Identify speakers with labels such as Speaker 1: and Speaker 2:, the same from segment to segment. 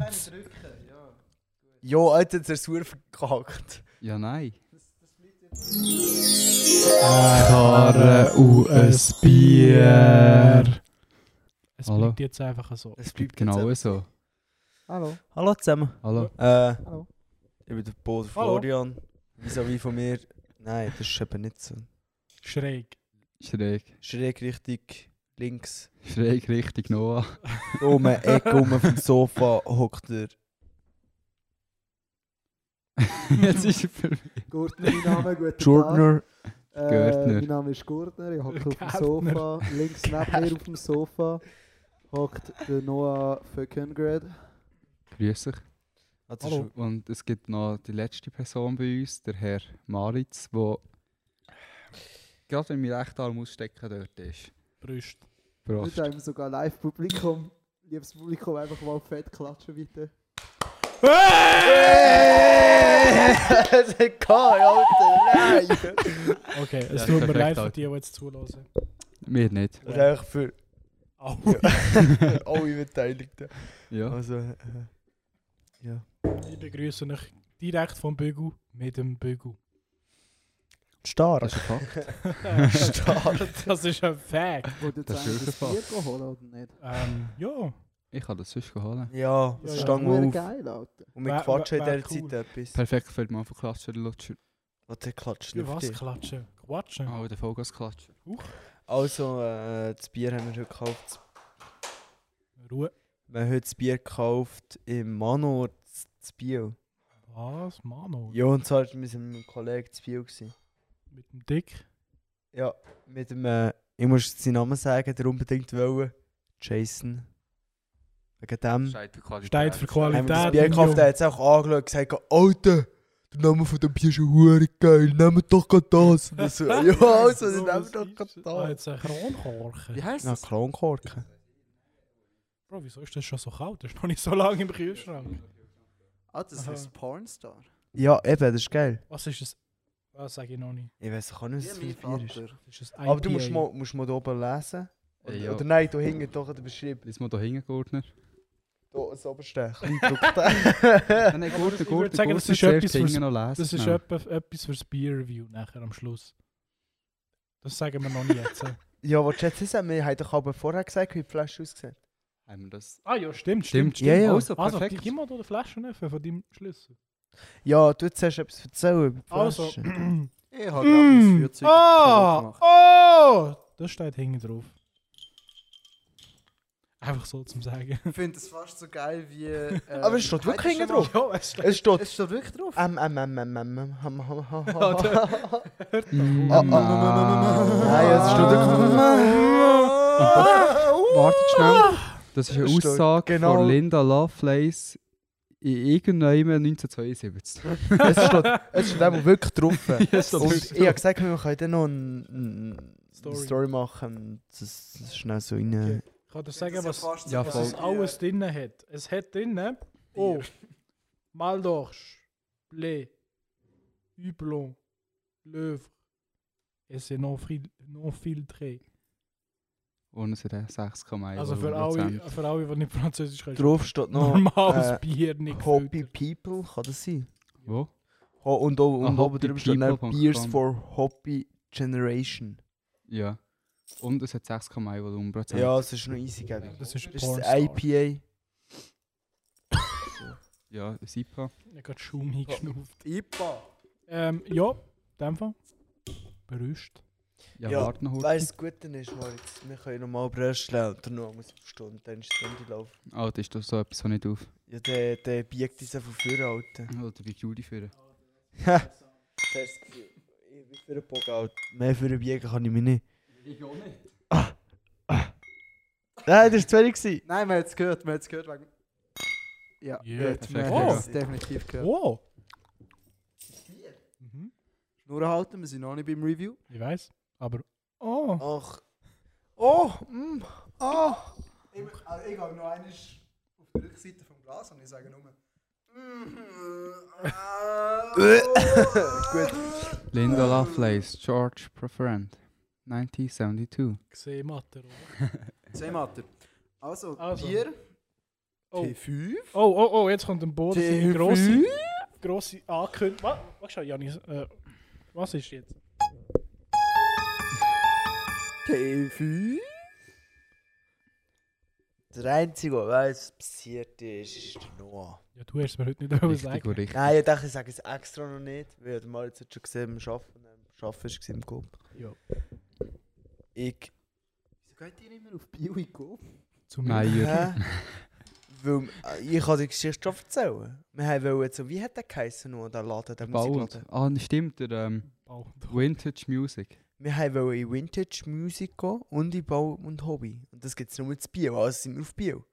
Speaker 1: Yes.
Speaker 2: drücken, ja. Gut.
Speaker 1: Jo, Alter, der Sur verkackt.
Speaker 3: Ja, nein.
Speaker 2: Das, das bleibt jetzt.
Speaker 4: Karre und ein Bier. Es
Speaker 3: Hallo.
Speaker 4: bleibt jetzt einfach so.
Speaker 1: Es bleibt
Speaker 3: Genau so.
Speaker 4: Hallo.
Speaker 1: Hallo zusammen.
Speaker 3: Hallo.
Speaker 1: Äh,
Speaker 4: Hallo.
Speaker 1: ich bin der Boden
Speaker 4: Hallo.
Speaker 1: Florian. Vis-à-vis von mir. Nein, das ist eben nicht so.
Speaker 4: Schräg.
Speaker 3: Schräg.
Speaker 1: Schräg richtig links.
Speaker 3: Schräg richtig Noah.
Speaker 1: Um eine Ecke rum vom Sofa hockt der.
Speaker 3: Jetzt ist er für mich.
Speaker 5: Gurtner, mein Name, guten
Speaker 1: Jordner.
Speaker 5: Tag.
Speaker 3: Gürtner.
Speaker 5: mein Name ist Gurtner, ich hocke auf dem
Speaker 4: Gärtner.
Speaker 5: Sofa. Links neben mir auf dem Sofa hockt der Noah Föckengrad.
Speaker 3: Grüß dich.
Speaker 1: Also,
Speaker 4: Hallo.
Speaker 3: Und es gibt noch die letzte Person bei uns, der Herr Maritz, der gerade wenn mein rechter Arm ausstecken dort ist.
Speaker 4: Brüst.
Speaker 3: Prost.
Speaker 5: Mit einem sogar Live-Publikum. Liebes Publikum, einfach mal fett klatschen bitte.
Speaker 1: Es hat keinen, Alter, nein!
Speaker 4: Okay, es
Speaker 3: Ja,
Speaker 4: tut mir
Speaker 3: perfekt,
Speaker 4: leid für
Speaker 3: Alter.
Speaker 4: die, die jetzt zuhören.
Speaker 3: Mir nicht.
Speaker 1: Das ist eigentlich für
Speaker 4: Au.
Speaker 1: alle Beteiligten.
Speaker 3: Ja.
Speaker 1: Also, äh, ja.
Speaker 4: Ich begrüße euch direkt vom Bügel mit dem Bügel.
Speaker 1: Stark.
Speaker 3: Das ist ein Fakt.
Speaker 1: Start.
Speaker 4: Das ist ein Fact.
Speaker 5: Wollt ihr jetzt
Speaker 3: Das ist
Speaker 5: eigentlich das
Speaker 3: wirklich
Speaker 5: Bier gehen holen oder nicht?
Speaker 4: Ähm, ja.
Speaker 3: Ich kann das sonst holen.
Speaker 1: Ja,
Speaker 4: Ja,
Speaker 1: ja,
Speaker 4: ja.
Speaker 1: stang
Speaker 5: Huere
Speaker 1: mal auf.
Speaker 5: geil, Alter.
Speaker 1: Und wir
Speaker 4: Wär-
Speaker 1: quatschen in
Speaker 4: wär- wär
Speaker 1: dieser
Speaker 4: cool.
Speaker 1: Zeit etwas.
Speaker 3: Perfekt für mal verklatschen, der Lutscher.
Speaker 1: Und dann klatschen
Speaker 4: Für
Speaker 1: wir auf
Speaker 4: was
Speaker 1: dich.
Speaker 4: klatschen? Quatschen?
Speaker 3: Oh, der Vollgas klatschen.
Speaker 1: Also, äh, das Bier haben wir heute gekauft.
Speaker 4: Ruhe.
Speaker 1: Wir haben heute das Bier gekauft im Manor z- z Biel.
Speaker 4: Was? Mano?
Speaker 1: Ja, und zwar war mit einem Kollegen z Biel. Gewesen.
Speaker 4: Mit dem Dick?
Speaker 1: Ja, mit dem, äh, ich muss seinen Namen sagen, der unbedingt wollte. Jason. Wegen dem.
Speaker 3: Steht für Qualität.
Speaker 4: Steht für
Speaker 1: Haben wir
Speaker 4: Qualität.
Speaker 1: das Bier gekauft,
Speaker 4: Junge.
Speaker 1: der hat es auch angeschaut und gesagt, Alter, der Name von dem Bier ist ja hure geil, nehmt doch gerade das. Und ich so, ja, also, dann nehmen wir doch gerade
Speaker 4: Ah,
Speaker 1: das.
Speaker 4: jetzt ein Kronkorken.
Speaker 3: Wie heisst
Speaker 1: Na,
Speaker 3: das?
Speaker 1: Klonkorken.
Speaker 4: Bro, wieso ist das schon so kalt? Das ist noch nicht so lange im Kühlschrank.
Speaker 5: Ah, das
Speaker 4: Aha.
Speaker 5: ist Pornstar.
Speaker 1: Ja, eben, das ist geil.
Speaker 4: Was ist das? Was sage ich noch nicht?
Speaker 1: Ich weiß auch nicht, was das für ein Bier ist.
Speaker 4: Das ist ein
Speaker 1: Aber du musst
Speaker 4: IPA.
Speaker 1: mal, musst mal da oben lesen. Oder,
Speaker 3: Ja.
Speaker 1: oder nein, du hinten doch an der Beschreibung.
Speaker 3: Ist mal da hinten, Gurtner?
Speaker 1: Da, das oberste. Kleingedruckte.
Speaker 3: Nein, nein, Gurtner,
Speaker 4: ich würde
Speaker 3: Gurtner,
Speaker 4: sagen,
Speaker 3: Gurtner.
Speaker 4: das ist
Speaker 3: zuerst
Speaker 4: etwas
Speaker 3: hinten
Speaker 4: fürs-
Speaker 3: noch lesen.
Speaker 4: Das ist
Speaker 3: schnell.
Speaker 4: etwa- etwas fürs Beer-Review nachher am Schluss. Das sagen wir noch nicht jetzt.
Speaker 1: ja, was schätzt du Wir haben doch aber vorher gesagt, wie die Flasche aussieht.
Speaker 3: Haben wir das?
Speaker 4: ah ja, stimmt, stimmt.
Speaker 3: Stimmt,
Speaker 1: Ja, ja.
Speaker 3: Also,
Speaker 4: Also,
Speaker 3: perfekt.
Speaker 4: gib mal da die Flasche nicht von deinem Schlüssel.
Speaker 1: Ja, du zuerst etwas erzählen über die Flasche.
Speaker 4: Also.
Speaker 5: Ich habe gerade das
Speaker 4: Mm. Ah! Oh! Das steht hinten drauf. Einfach so zum Sagen.
Speaker 5: Ich finde es fast so geil wie...
Speaker 1: Aber es steht wirklich hinten drauf.
Speaker 4: ja, es steht.
Speaker 1: Es steht
Speaker 5: Es steht wirklich drauf.
Speaker 1: Ähm, ähm, ähm, ähm, ähm, ähm, ähm, ähm, ähm,
Speaker 3: Mm,
Speaker 1: Ah, ah,
Speaker 3: ah.
Speaker 1: Nein, es steht
Speaker 3: Wartet schnell. Das ist eine
Speaker 1: Stimmt,
Speaker 3: Aussage
Speaker 1: genau.
Speaker 3: von Linda Lovelace in irgendeinem 1972.
Speaker 1: Es steht, es steht auch wirklich drauf.
Speaker 3: es steht
Speaker 1: Und
Speaker 3: wirklich
Speaker 1: ich habe gesagt, wir können dann noch eine Story.
Speaker 4: Story.
Speaker 1: Story machen. Das das ist schnell so rein.
Speaker 4: Okay. Ich kann dir sagen, was,
Speaker 3: Ja,
Speaker 4: was
Speaker 3: voll.
Speaker 4: es alles drin hat. Es hat drin oh, Maldorsch, Blé, Hublon, Löwre. Es ist non fil- non filtré.
Speaker 3: Und es hat auch 6,1
Speaker 4: Also für alle, für alle, die nicht Französisch können.
Speaker 1: Drauf steht noch
Speaker 4: Normales
Speaker 1: äh,
Speaker 4: Bier, nicht
Speaker 1: Hobby
Speaker 4: gefiltert.
Speaker 1: People, kann das sein?
Speaker 3: Wo?
Speaker 1: Oh, und auch-
Speaker 3: Ah,
Speaker 1: und oben
Speaker 3: Hobby
Speaker 1: drüber steht dann
Speaker 3: People.
Speaker 1: Beers for Hobby Generation.
Speaker 3: Ja. Und es hat 6,1 Volumenprozent.
Speaker 1: Ja, es ist noch easy, gell?
Speaker 4: Das ist
Speaker 1: Das ist
Speaker 4: Pornstar.
Speaker 1: ein IPA.
Speaker 3: Ja, ein IPA.
Speaker 4: Ich habe Schaum hingeschnauft.
Speaker 5: IPA.
Speaker 4: Ähm, ja, in dem Fall. Berüst.
Speaker 3: Ja,
Speaker 1: Ja,
Speaker 3: warte noch kurz.
Speaker 1: Weißt du, das Gute ist, Moritz, wir können nochmal Brösteln und dann noch eine Stunde, dann ist die Stunde laufen.
Speaker 3: Ah, das ist doch so etwas, was nicht auf.
Speaker 1: Ja, der, der biegt uns einfach vorne, Alter.
Speaker 3: Oder bei Judy führen.
Speaker 1: Das Gefühl, ich bin für einen Bock, Alter. Mehr für einen biegen kann ich mir nicht. Ah,
Speaker 3: Ich auch nicht.
Speaker 1: Nein, das war zu wenig.
Speaker 5: Nein, man hat es gehört, man hat es gehört wegen... Ja,
Speaker 4: Yeah.
Speaker 5: gut, man
Speaker 3: Perfekt.
Speaker 5: hat es definitiv gehört.
Speaker 4: Oh! Mhm.
Speaker 5: Nur halten, wir sind noch nicht beim Review.
Speaker 4: Ich weiß, aber. Oh!
Speaker 1: Ach. Oh, mm.
Speaker 5: Oh! Ich, also ich gehe noch einmal auf die Rückseite vom Glas und ich sage nur...
Speaker 1: Äh. Gut.
Speaker 3: Linda Lovelace, George Preferent. 1972.
Speaker 4: Gesehen, Matter. oder?
Speaker 5: Zwei Mater. Also,
Speaker 4: Also.
Speaker 5: Bier.
Speaker 4: Oh.
Speaker 6: T5?
Speaker 4: Oh, oh, oh, jetzt kommt ein Boden. Seine grosse,
Speaker 6: T5?
Speaker 4: grosse Ankündigung. Was? Was, schau, Janis, äh, was ist jetzt?
Speaker 6: T5?
Speaker 1: Der Einzige, der weiß, was passiert ist, ist der Noah.
Speaker 4: Ja, du hast es mir heute nicht darüber
Speaker 3: Richtig
Speaker 4: sagen.
Speaker 3: und richtig.
Speaker 1: Nein, ich dachte, ich sage es extra noch nicht, weil der Moritz hat schon gesehen, beim Arbeiten, äh, beim Arbeiten war im Coop.
Speaker 4: Ja.
Speaker 1: Ich,
Speaker 5: Wieso geht ihr nicht mehr auf Bio in Coop?
Speaker 4: Zum
Speaker 3: Meier.
Speaker 1: hä? Weil, äh, ich kann die Geschichte schon erzählen. Wir haben wollen so, wie hat der geheissen, Noah, der Laden, der Musikladen?
Speaker 3: Bald. Ah, stimmt, der ähm,
Speaker 4: Bau.
Speaker 3: Vintage Music.
Speaker 1: Wir haben wollen in Vintage Music gehen und in Bau und Hobby. Und das gibt es nur zu Bio, also sind wir auf Bio.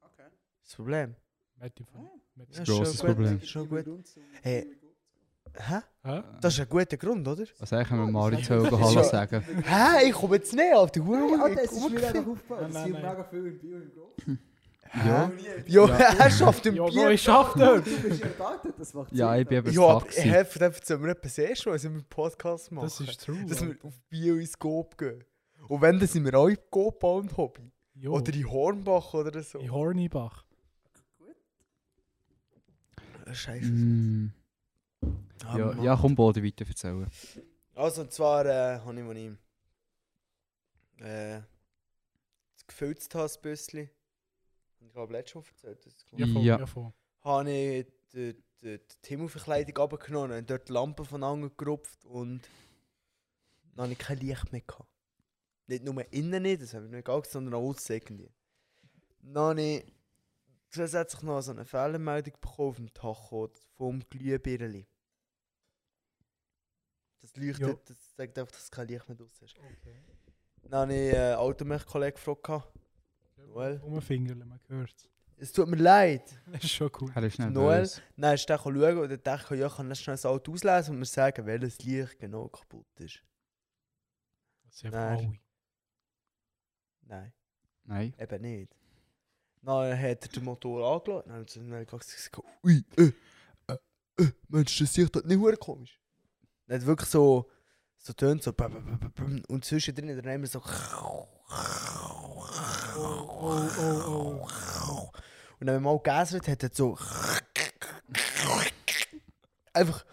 Speaker 5: Okay.
Speaker 1: Das Problem.
Speaker 4: Matti von-
Speaker 1: Ah,
Speaker 4: Matti-
Speaker 1: Ja,
Speaker 3: ist ein grosses
Speaker 1: schon gut,
Speaker 3: Problem.
Speaker 1: Schon gut. Hey.
Speaker 5: Hey.
Speaker 1: Hä?
Speaker 4: Hä?
Speaker 1: Das ist ein guter Grund, oder?
Speaker 3: Was eigentlich können wir Maritz
Speaker 5: das ist
Speaker 3: über
Speaker 1: ja-
Speaker 3: Hallo sagen?
Speaker 1: Hä? Ich komme jetzt nicht auf die Uhr.
Speaker 5: Alter, es ist mir einfach aufgefallen,
Speaker 4: Nein,
Speaker 5: dass
Speaker 4: nein,
Speaker 5: hier
Speaker 4: nein.
Speaker 5: mega viel in Bio in Coop
Speaker 1: Ja.
Speaker 5: sind.
Speaker 1: Jo, er schafft im
Speaker 4: Ja,
Speaker 1: Bier.
Speaker 4: Bro, ich schaff
Speaker 5: Du
Speaker 4: das.
Speaker 5: bist ja erwartet, das macht
Speaker 3: Ja, ich bin eben das
Speaker 1: Ja, aber
Speaker 3: Taxi.
Speaker 1: hey, von dem erzählen wir etwas eh schon, als wir einen Podcast machen.
Speaker 4: Das ist true.
Speaker 1: dass wir
Speaker 4: Alter.
Speaker 1: auf Bio ins Coop gehen. Und wenn, dann sind wir auch in Coop Bau und Hobby.
Speaker 4: Jo,
Speaker 1: Oder in Hornbach oder so.
Speaker 4: in Hornibach.
Speaker 1: Scheiße.
Speaker 3: Mm.
Speaker 1: Ah,
Speaker 3: Ja,
Speaker 1: Mann.
Speaker 3: ja, komm, Boden weiter erzählen.
Speaker 1: Also, und zwar äh, habe ich, als ich äh, das gefüllt habe, ein bisschen. Und ich habe letztes Mal erzählt, dass ich
Speaker 4: Ja, voll,
Speaker 3: Ja.
Speaker 4: ja, voll.
Speaker 1: habe ich die, die, die Timo-Verkleidung abgenommen und dort die Lampen von angerupft und dann habe ich kein Licht mehr gehabt. Nicht nur innen nicht, das habe ich nicht angesehen, sondern auch aussen irgendwie. Dann habe ich zusätzlich noch so eine Fehlermeldung bekommen auf dem Tacho vom Glühbirnli. Das leuchtet,
Speaker 4: Ja.
Speaker 1: das sagt einfach, dass kein Licht mehr draussen ist. Dann habe ich einen Automech-Kollegen gefragt, gehabt, Noel.
Speaker 4: Umfingerle, man hört's.
Speaker 1: es tut mir leid.
Speaker 4: Das ist schon cool.
Speaker 3: Er ist schnell
Speaker 1: Noel?
Speaker 3: böse.
Speaker 1: Dann ist der schauen und dann dachte ich, ja, ich kann das schnell das Auto auslesen und mir sagen, welches Licht genau kaputt ist.
Speaker 4: Das ist ja
Speaker 1: Nein.
Speaker 4: voll.
Speaker 1: Nein,
Speaker 3: Nein.
Speaker 1: eben nicht. Dann hat er den Motor angelassen und dann habe ich gesagt,
Speaker 6: Ui, äh, äh, äh, Mensch, das sieht doch nicht
Speaker 1: nicht komisch. Dann hat wirklich so, so tönt so bam, bam, bam, bam, und zwischendrin dann immer so
Speaker 4: Oh, oh, oh.
Speaker 1: und dann, wenn man mal gegäsert hat, hat er so einfach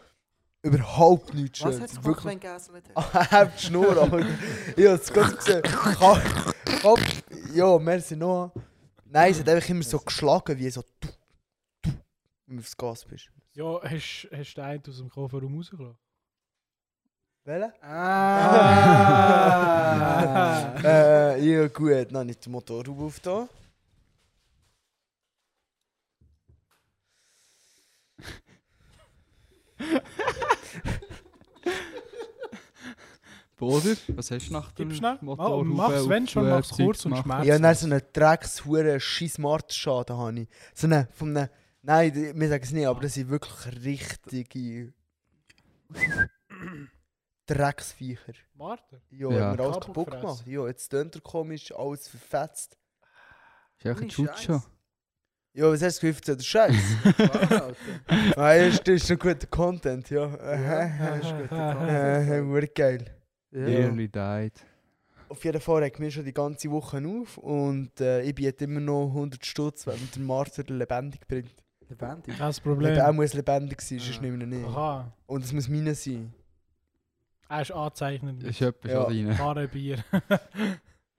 Speaker 1: überhaupt nichts
Speaker 5: Was
Speaker 1: Schönes.
Speaker 5: hat es
Speaker 1: Wirklich
Speaker 5: wirklich gegessen?
Speaker 1: Hab die Schnur, aber ich hab's gerade gesehen. Kopf, Kopf, ja, merci Noah. Nein, es hat einfach immer so geschlagen, wie so du, du, wenn du aufs Gas bist.
Speaker 4: Ja, hast hast du einen aus dem Kofferraum rausgelassen?
Speaker 1: Welche?
Speaker 5: Ah!
Speaker 1: äh, ja gut, dann habe ich den Motorraum aufgetan.
Speaker 3: Boden, was hast du nach dem
Speaker 4: Gib schnell.
Speaker 3: Motor?
Speaker 4: Mal, mach's, wenn schon, mach's kurz und
Speaker 3: schmeckt.
Speaker 4: schmerzlos.
Speaker 1: Ja, und dann so einen dreckshuren Schissmartschaden habe ich. So einen, von einem, nein, die- wir sagen es nicht, aber das sind wirklich richtige Drecksviecher.
Speaker 4: Martin.
Speaker 1: Ja,
Speaker 3: Ja.
Speaker 1: hat mir alles
Speaker 4: Kabel
Speaker 1: kaputt
Speaker 4: gefressen.
Speaker 1: gemacht. Ja, jetzt tönt er komisch, alles verfetzt.
Speaker 3: Ist ja auch ein Chucho.
Speaker 1: Ja, was hast du das Gefühl, der Scheiß? ah, ja, das ist schon guter Content, ja.
Speaker 5: Ja, das ist gut.
Speaker 1: Äh, wurde geil.
Speaker 3: Nearly died.
Speaker 1: Auf jeden Fall regt mir schon die ganze Woche auf und äh, ich biete immer noch 100 Stutz, wenn mir der Marter lebendig bringt.
Speaker 5: Der Band ist.
Speaker 4: Kein
Speaker 1: Eben, er
Speaker 4: Problem.
Speaker 1: muss lebendig sein, sonst
Speaker 3: Ah.
Speaker 1: nehmen wir ihn nicht.
Speaker 4: Aha,
Speaker 1: Und es muss meine sein.
Speaker 4: er ist angezeichnet mit
Speaker 3: Ist etwas
Speaker 1: Ja.
Speaker 3: schon rein.
Speaker 4: Karrenbier.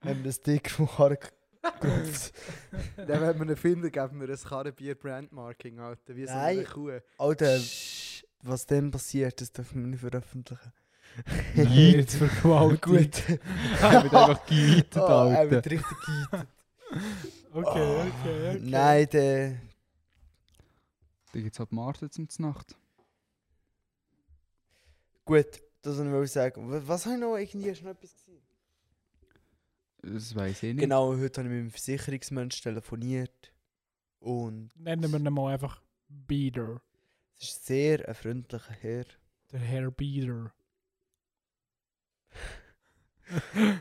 Speaker 1: Wenn wir das Dick vom Karren gerupft.
Speaker 5: Dann, wenn wir ihn finden, geben wir um ein Karrenbier Brandmarking, Alter. Wie so eine
Speaker 1: Nein.
Speaker 5: Kuh.
Speaker 1: Alter, was dann passiert, das dürfen wir nicht veröffentlichen.
Speaker 4: Jetzt für Gewalt.
Speaker 1: Gut.
Speaker 3: Er wird einfach geweitet,
Speaker 1: Ah, er
Speaker 3: Alter.
Speaker 1: wird richtig geit. Oh,
Speaker 4: Okay, okay, okay.
Speaker 1: Nein, der.
Speaker 3: Da gibt's halt Martin zum Znacht.
Speaker 1: Gut, das wollte ich sagen. Wa- Was habe ich noch? Irgendwie hast du noch etwas gesehen?
Speaker 3: Das weiss ich nicht.
Speaker 1: Genau, heute habe ich mit dem Versicherungsmensch telefoniert. Und
Speaker 4: Nennen wir ihn mal einfach Beater.
Speaker 1: es ist sehr ein freundlicher Herr.
Speaker 4: Der Herr Beater.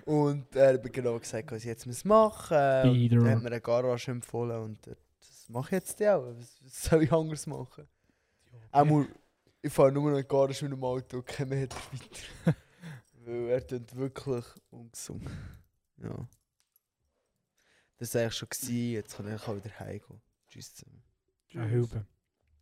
Speaker 1: Und er hat mir genau gesagt, was ich jetzt muss machen muss.
Speaker 4: Bieder.
Speaker 1: Er hat mir eine Garage empfohlen und äh, das mache ich jetzt ja auch. Was was soll ich anders machen? Einmal, ich fahre nur noch in die Garage mit dem Auto, kein Meter weiter. Weil er tut wirklich ungesund. Ja. Das war eigentlich schon, gewesen. jetzt kann ich auch wieder heimgehen. Tschüss zusammen.
Speaker 4: Eine Hilfe.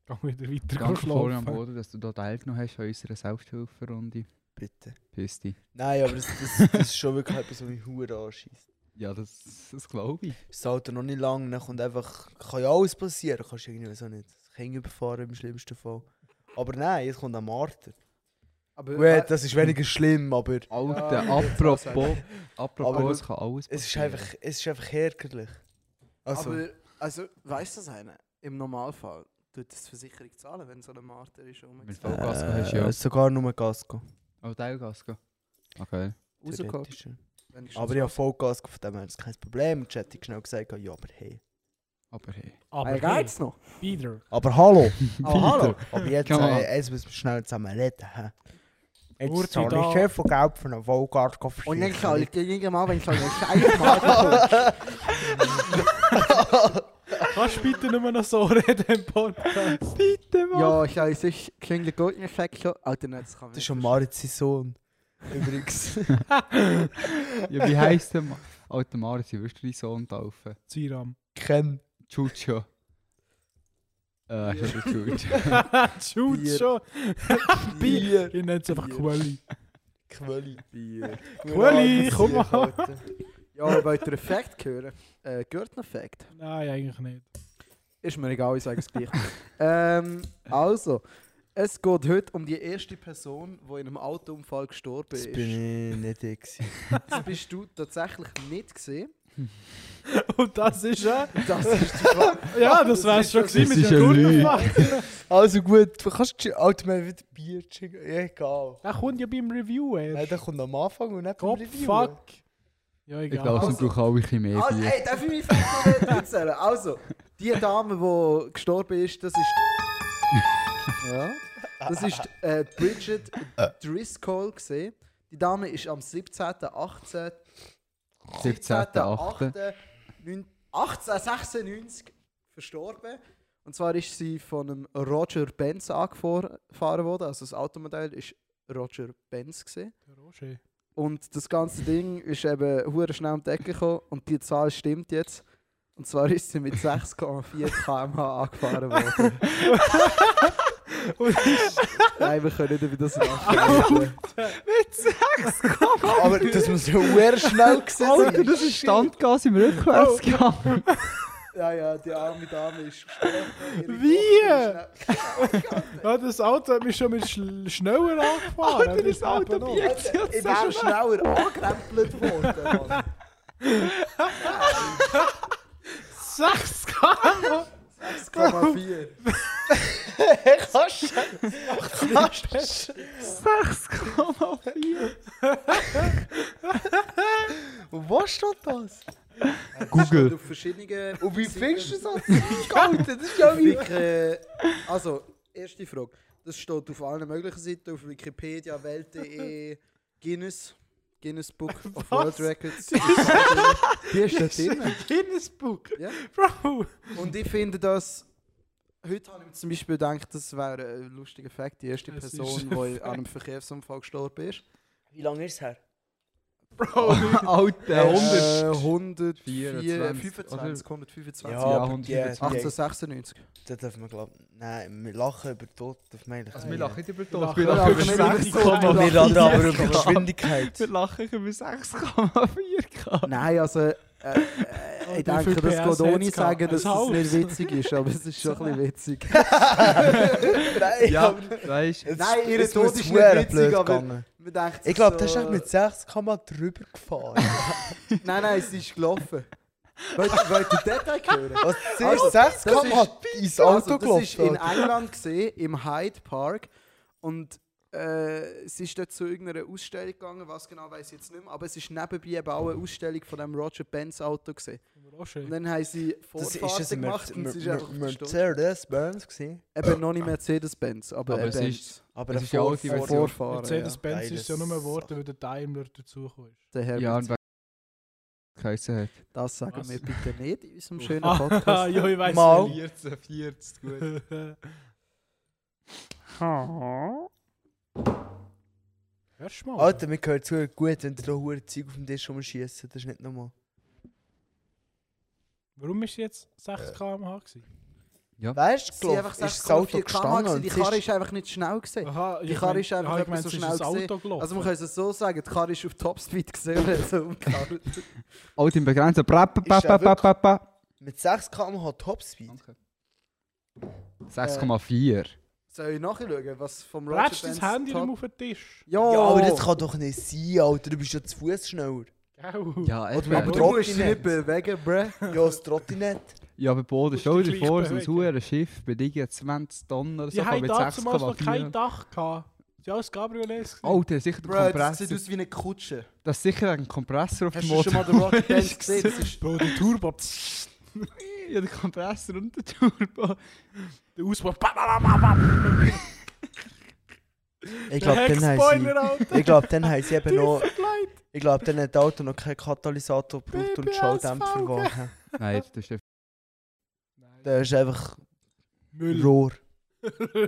Speaker 4: Geh wieder weiter
Speaker 3: Danke, Florian
Speaker 4: schlafen.
Speaker 3: Boden, dass du da teilgenommen hast an unserer Selbsthilferunde.
Speaker 1: Bitte.
Speaker 3: Piss dich.
Speaker 1: Nein, aber das, das, das ist schon wirklich etwas, was mich Huren anschießt.
Speaker 3: Ja, das, das glaube ich.
Speaker 1: Es dauert ja noch nicht lange, dann kommt einfach. Kann ja alles passieren. Kannst du irgendwie so nicht. Das Kind überfahren im schlimmsten Fall. Aber nein, jetzt kommt ein Marter.
Speaker 5: Aber äh,
Speaker 1: Gut, das ist weniger schlimm, aber.
Speaker 3: Alter, apropos,
Speaker 1: Aber-
Speaker 3: apropos, es kann alles
Speaker 1: Es ist
Speaker 3: passieren.
Speaker 1: einfach, es ist einfach ärgerlich. Also,
Speaker 5: aber, also, weißt du das eine? Im Normalfall tut das die Versicherung zahlen, wenn so ein Marter ist.
Speaker 3: Wenn
Speaker 5: rumgezogen.
Speaker 3: du Vollgas hast, ja.
Speaker 1: äh, sogar nur Gasco.
Speaker 3: Oh, Teilgas gehen. Okay.
Speaker 5: Rausgekommen,
Speaker 1: theoretisch.
Speaker 5: wenn ich-
Speaker 1: Aber ich habe Vollgas gegeben, von dem her ist kein Problem. Chat hätte ich schnell gesagt, ja, aber hey.
Speaker 3: Aber hey.
Speaker 4: Aber
Speaker 5: Äh,
Speaker 4: hey,
Speaker 5: geht's noch?
Speaker 4: Peter,
Speaker 1: Aber hallo! Ah, hallo! Aber jetzt,
Speaker 3: Come on.
Speaker 1: äh, jetzt müssen wir schnell zusammen reden. He?
Speaker 4: Urteil
Speaker 1: Jetzt zahle
Speaker 4: da.
Speaker 1: ich sehr viel Geld für einen Vollgas
Speaker 5: Und dann soll ich dir irgendwann, wenn so ein scheiß Marter kommt.
Speaker 4: kannst du bitte nicht mehr noch so reden im Podcast? bitte,
Speaker 5: Ja, scheiße, ich kriege den guten Effekt schon. Alter, nein, das kann man
Speaker 1: Das
Speaker 5: nicht
Speaker 1: ist schon
Speaker 5: verstehen.
Speaker 1: Marit sein Sohn. Übrigens.
Speaker 3: Ja, wie Oh, heisst der Ma Alter Maris, wie würdest du deinen Sohn taufen?
Speaker 4: Ziram.
Speaker 1: Ken.
Speaker 3: Chucho. Äh, ist aber Chucho.
Speaker 4: Shoot
Speaker 1: Bier.
Speaker 4: schon.
Speaker 1: Bier.
Speaker 4: Ich nenne es einfach
Speaker 1: Bier.
Speaker 4: Quelli.
Speaker 1: Quelli. Bier.
Speaker 4: Quelli, komm mal.
Speaker 5: Ja, aber wollt ihr Effekt hören? Äh, Gürtel-Effekt.
Speaker 4: Nein, eigentlich nicht.
Speaker 5: Ist mir egal, ich sage es gleich. ähm, also, es geht heute um die erste Person, die in einem Autounfall gestorben
Speaker 1: Das
Speaker 5: ist.
Speaker 1: bin ich nicht ich. gewesen.
Speaker 5: Das bist du tatsächlich nicht gesehen.
Speaker 4: Und das ist ja.
Speaker 5: Das ist die Frage.
Speaker 4: Ja, das wär's schon
Speaker 3: Das
Speaker 4: gewesen mit
Speaker 3: ist
Speaker 4: dem
Speaker 3: eine Lüge.
Speaker 4: Gurkenfach.
Speaker 1: Also gut, du kannst du Alter, man wird Bier schicken. Egal.
Speaker 4: Der kommt ja beim Review
Speaker 1: Nein,
Speaker 4: erst.
Speaker 1: der kommt am Anfang und nicht beim
Speaker 4: Gott,
Speaker 1: Review.
Speaker 4: fuck. Ja,
Speaker 3: Ich glaube,
Speaker 4: egal.
Speaker 3: sie brauchen auch ein bisschen mehr
Speaker 5: Also,
Speaker 3: Bier.
Speaker 5: ey, darf ich mich vielleicht noch erzählen? Also, die Dame, die gestorben ist, das ist. Ja. Das ist äh, Bridget Driscoll gesehen. Die Dame ist am 17. 18.
Speaker 3: 17.8.
Speaker 5: 1896 1896 verstorben. Und zwar ist sie von einem Roger Benz angefahren worden. Also das Automodell ist Roger Benz. Gewesen.
Speaker 4: Roger.
Speaker 5: Und das ganze Ding ist eben hure schnell um die Ecke gekommen. Und die Zahl stimmt jetzt. Und zwar ist sie mit 6,4 km/h angefahren worden.
Speaker 4: Und
Speaker 5: Nein, wir können nicht über das nachdenken.
Speaker 1: Aber das muss ja sehr schnell gesehen
Speaker 3: Alter, das ist Standgas im
Speaker 1: Oh.
Speaker 3: Rückwärtsgang.
Speaker 5: ja, ja, die arme Dame ist gestorben. Ihre
Speaker 4: Wie?
Speaker 5: Tochter ist schnell-
Speaker 4: ja, das Auto hat mich schon mit schl schneller angefahren.
Speaker 3: Alter, das Auto
Speaker 4: Eben noch.
Speaker 3: biegt.
Speaker 5: Alter, Ich bin schon schneller angerempelt worden. Mann.
Speaker 4: 6 km.
Speaker 5: 6,4.
Speaker 1: Kannst du?
Speaker 3: 6,4.
Speaker 1: Wo steht das?
Speaker 3: Google.
Speaker 5: Auf verschiedenen.
Speaker 1: Und wie findest du
Speaker 5: Seiten.
Speaker 1: das? Alter, das ist ja wie...
Speaker 5: Wiki- Also, erste Frage. Das steht auf allen möglichen Seiten, auf Wikipedia, Welt.de, Guinness, Guinness Book of
Speaker 4: Was?
Speaker 5: World Records. Die ist da drin. Die ist da drin.
Speaker 4: Guinness Book.
Speaker 5: Ja.
Speaker 4: Bro.
Speaker 5: Und ich finde das. Heute habe ich zum Beispiel gedacht, das wäre ein lustiger Fakt, die erste
Speaker 4: Es ist
Speaker 5: Person,
Speaker 4: ein
Speaker 5: die an einem Verkehrsunfall gestorben ist.
Speaker 1: Wie lange ist es her?
Speaker 4: Bro.
Speaker 1: Oh. Eh,
Speaker 3: Alter, 100.
Speaker 5: Äh, 124,
Speaker 3: 24,
Speaker 5: 25, 125.
Speaker 1: Ja,
Speaker 3: Ja,
Speaker 1: aber die,
Speaker 3: 124.
Speaker 1: die,
Speaker 5: 1896.
Speaker 1: da dürfen wir glauben... Nein, wir lachen über den Tod, dürfen wir eigentlich
Speaker 3: Also, wir
Speaker 1: nicht.
Speaker 3: lachen nicht über
Speaker 4: lachen
Speaker 3: das. Wir
Speaker 4: über
Speaker 3: lachen über
Speaker 4: das.
Speaker 3: 6,4.
Speaker 1: Wir lachen aber über Geschwindigkeit.
Speaker 3: Wir lachen über 6,4.
Speaker 5: Nein, also äh,
Speaker 4: Oh,
Speaker 5: äh,
Speaker 4: wie
Speaker 5: ich denke,
Speaker 4: viel PS
Speaker 5: das
Speaker 4: hat's
Speaker 5: geht ohne
Speaker 4: gehabt?
Speaker 5: sagen, dass
Speaker 4: Ein
Speaker 5: es
Speaker 4: halbes.
Speaker 5: nicht witzig ist, aber es ist schon ein bisschen witzig.
Speaker 1: Nein,
Speaker 3: Ja,
Speaker 1: aber-
Speaker 3: weißt du,
Speaker 1: Es-
Speaker 5: Nein, ihr
Speaker 1: es
Speaker 5: Tod
Speaker 1: muss
Speaker 5: ist nicht
Speaker 1: verdammt
Speaker 5: witzig,
Speaker 1: blöd
Speaker 5: aber-
Speaker 1: gegangen.
Speaker 5: Man denkt sich
Speaker 1: Ich glaube,
Speaker 5: so,
Speaker 1: das ist echt mit 6 Kammer drüber gefahren.
Speaker 5: Nein, nein, es ist gelaufen. Wollt ihr- wollt ihr Detail hören?
Speaker 1: Was
Speaker 5: Also,
Speaker 1: siehst 6
Speaker 5: das
Speaker 1: Kammer ins Auto
Speaker 5: also, das war in
Speaker 1: gelaufen?
Speaker 5: England, gesehen, im Hyde Park. Und äh, es ist dort zu irgendeiner Ausstellung gegangen, was genau weiß ich jetzt nicht mehr, aber es ist nebenbei eben auch eine Ausstellung von dem Roger Benz Auto. Gewesen. Und
Speaker 4: Roger.
Speaker 5: dann haben sie
Speaker 1: Das
Speaker 5: Vorfahrten gemacht und es ist einfach verstorben.
Speaker 1: Mercedes-Benz gewesen.
Speaker 5: Eben noch nicht Mercedes-Benz, aber,
Speaker 3: Aber
Speaker 5: ein
Speaker 3: es
Speaker 5: Benz.
Speaker 3: ist-
Speaker 1: Aber
Speaker 3: Es
Speaker 1: ein
Speaker 3: ist ja auch die
Speaker 1: Vorfahr-
Speaker 3: Version.
Speaker 5: Vorfahren.
Speaker 4: Mercedes-Benz
Speaker 1: ja.
Speaker 4: ist ja nur
Speaker 1: Geiles
Speaker 4: geworden, weil der Daimler dazugekommen ist.
Speaker 5: Der Herr
Speaker 3: ja,
Speaker 5: ja,
Speaker 3: und wer geheißen hat.
Speaker 5: Das sagen
Speaker 4: Was?
Speaker 5: wir bitte nicht in unserem schönen
Speaker 4: Ah,
Speaker 5: Podcast.
Speaker 4: ja, ich weiß
Speaker 1: Mal.
Speaker 3: 14, 40, gut.
Speaker 4: Hörst du mal?
Speaker 1: Alter, mir gehört zu gut, wenn du da hure Zeug auf dem Tisch rumschießt. Das ist nicht normal.
Speaker 4: Warum ist sie jetzt 6 km/h? Gewesen?
Speaker 1: Weißt
Speaker 5: Sie ist einfach 6,4 km gewesen. Die Karre ist einfach nicht schnell gesehen.
Speaker 4: Aha, Ah,
Speaker 5: Die Karre ist einfach etwas so schnell
Speaker 4: das Auto
Speaker 5: gewesen.
Speaker 4: gelaufen.
Speaker 5: Also man könnte es so sagen, die Karre ist auf Topspeed gesehen und hat so umgekarrt.
Speaker 3: Alt im Begrenzen. Brap,
Speaker 1: Ist
Speaker 3: brap,
Speaker 1: der
Speaker 3: brap, brap, brap.
Speaker 1: mit 6 km/h Topspeed.
Speaker 3: 6,4.
Speaker 5: Soll ich nachschauen, was vom Roger
Speaker 4: Brätst das
Speaker 5: Bands
Speaker 4: Handy
Speaker 5: Top-
Speaker 4: noch auf den Tisch?
Speaker 5: Ja,
Speaker 1: Ja, aber das kann doch nicht sein, Alter. Du bist ja zu Fuß schneller.
Speaker 4: Gell?
Speaker 3: Ja, eben.
Speaker 1: aber
Speaker 5: Du
Speaker 1: Trotzdem
Speaker 5: musst dich nicht
Speaker 1: nicht.
Speaker 5: bewegen, bruh.
Speaker 1: Ja, das Trotti nicht.
Speaker 3: Ja, aber Boden,
Speaker 4: Musst
Speaker 3: stell
Speaker 4: du
Speaker 3: dir
Speaker 4: gleich
Speaker 3: vor, so ein
Speaker 4: bewegen.
Speaker 3: huere Schiff bei dir 20 Tonnen oder so,
Speaker 4: Die
Speaker 3: aber
Speaker 4: haben
Speaker 3: mit
Speaker 4: dazu mal noch kein
Speaker 3: 6,4.
Speaker 4: Dach gehabt. Sie haben alles Cabriolets. gewesen.
Speaker 3: Alter, sicher der
Speaker 5: Bruh, das sieht
Speaker 3: Kompressor.
Speaker 5: aus wie eine Kutsche.
Speaker 3: Das ist sicher ein Kompressor auf dem
Speaker 5: Hast du schon
Speaker 3: Motor.
Speaker 5: mal den Roger Bands gesehen? Das ist-
Speaker 4: Bro, der Turbo. pssst,
Speaker 3: Ja, der Kompressor und der Turbo.
Speaker 4: Der Ausbau. ba, ba, ba, ba, ba.
Speaker 1: Ich glaube,
Speaker 4: Der
Speaker 1: dann haben
Speaker 4: Heckspoiler, Alter.
Speaker 1: sie. Ich glaube, dann haben sie eben noch.
Speaker 4: Verkleid.
Speaker 1: Ich glaube, dann hat das Auto noch keinen Katalysator gebraucht und die Schalldämpfer
Speaker 4: BBSV,
Speaker 1: gewonnen.
Speaker 3: Nein, das ist der
Speaker 1: Der ist einfach
Speaker 4: Müll.
Speaker 1: Rohr.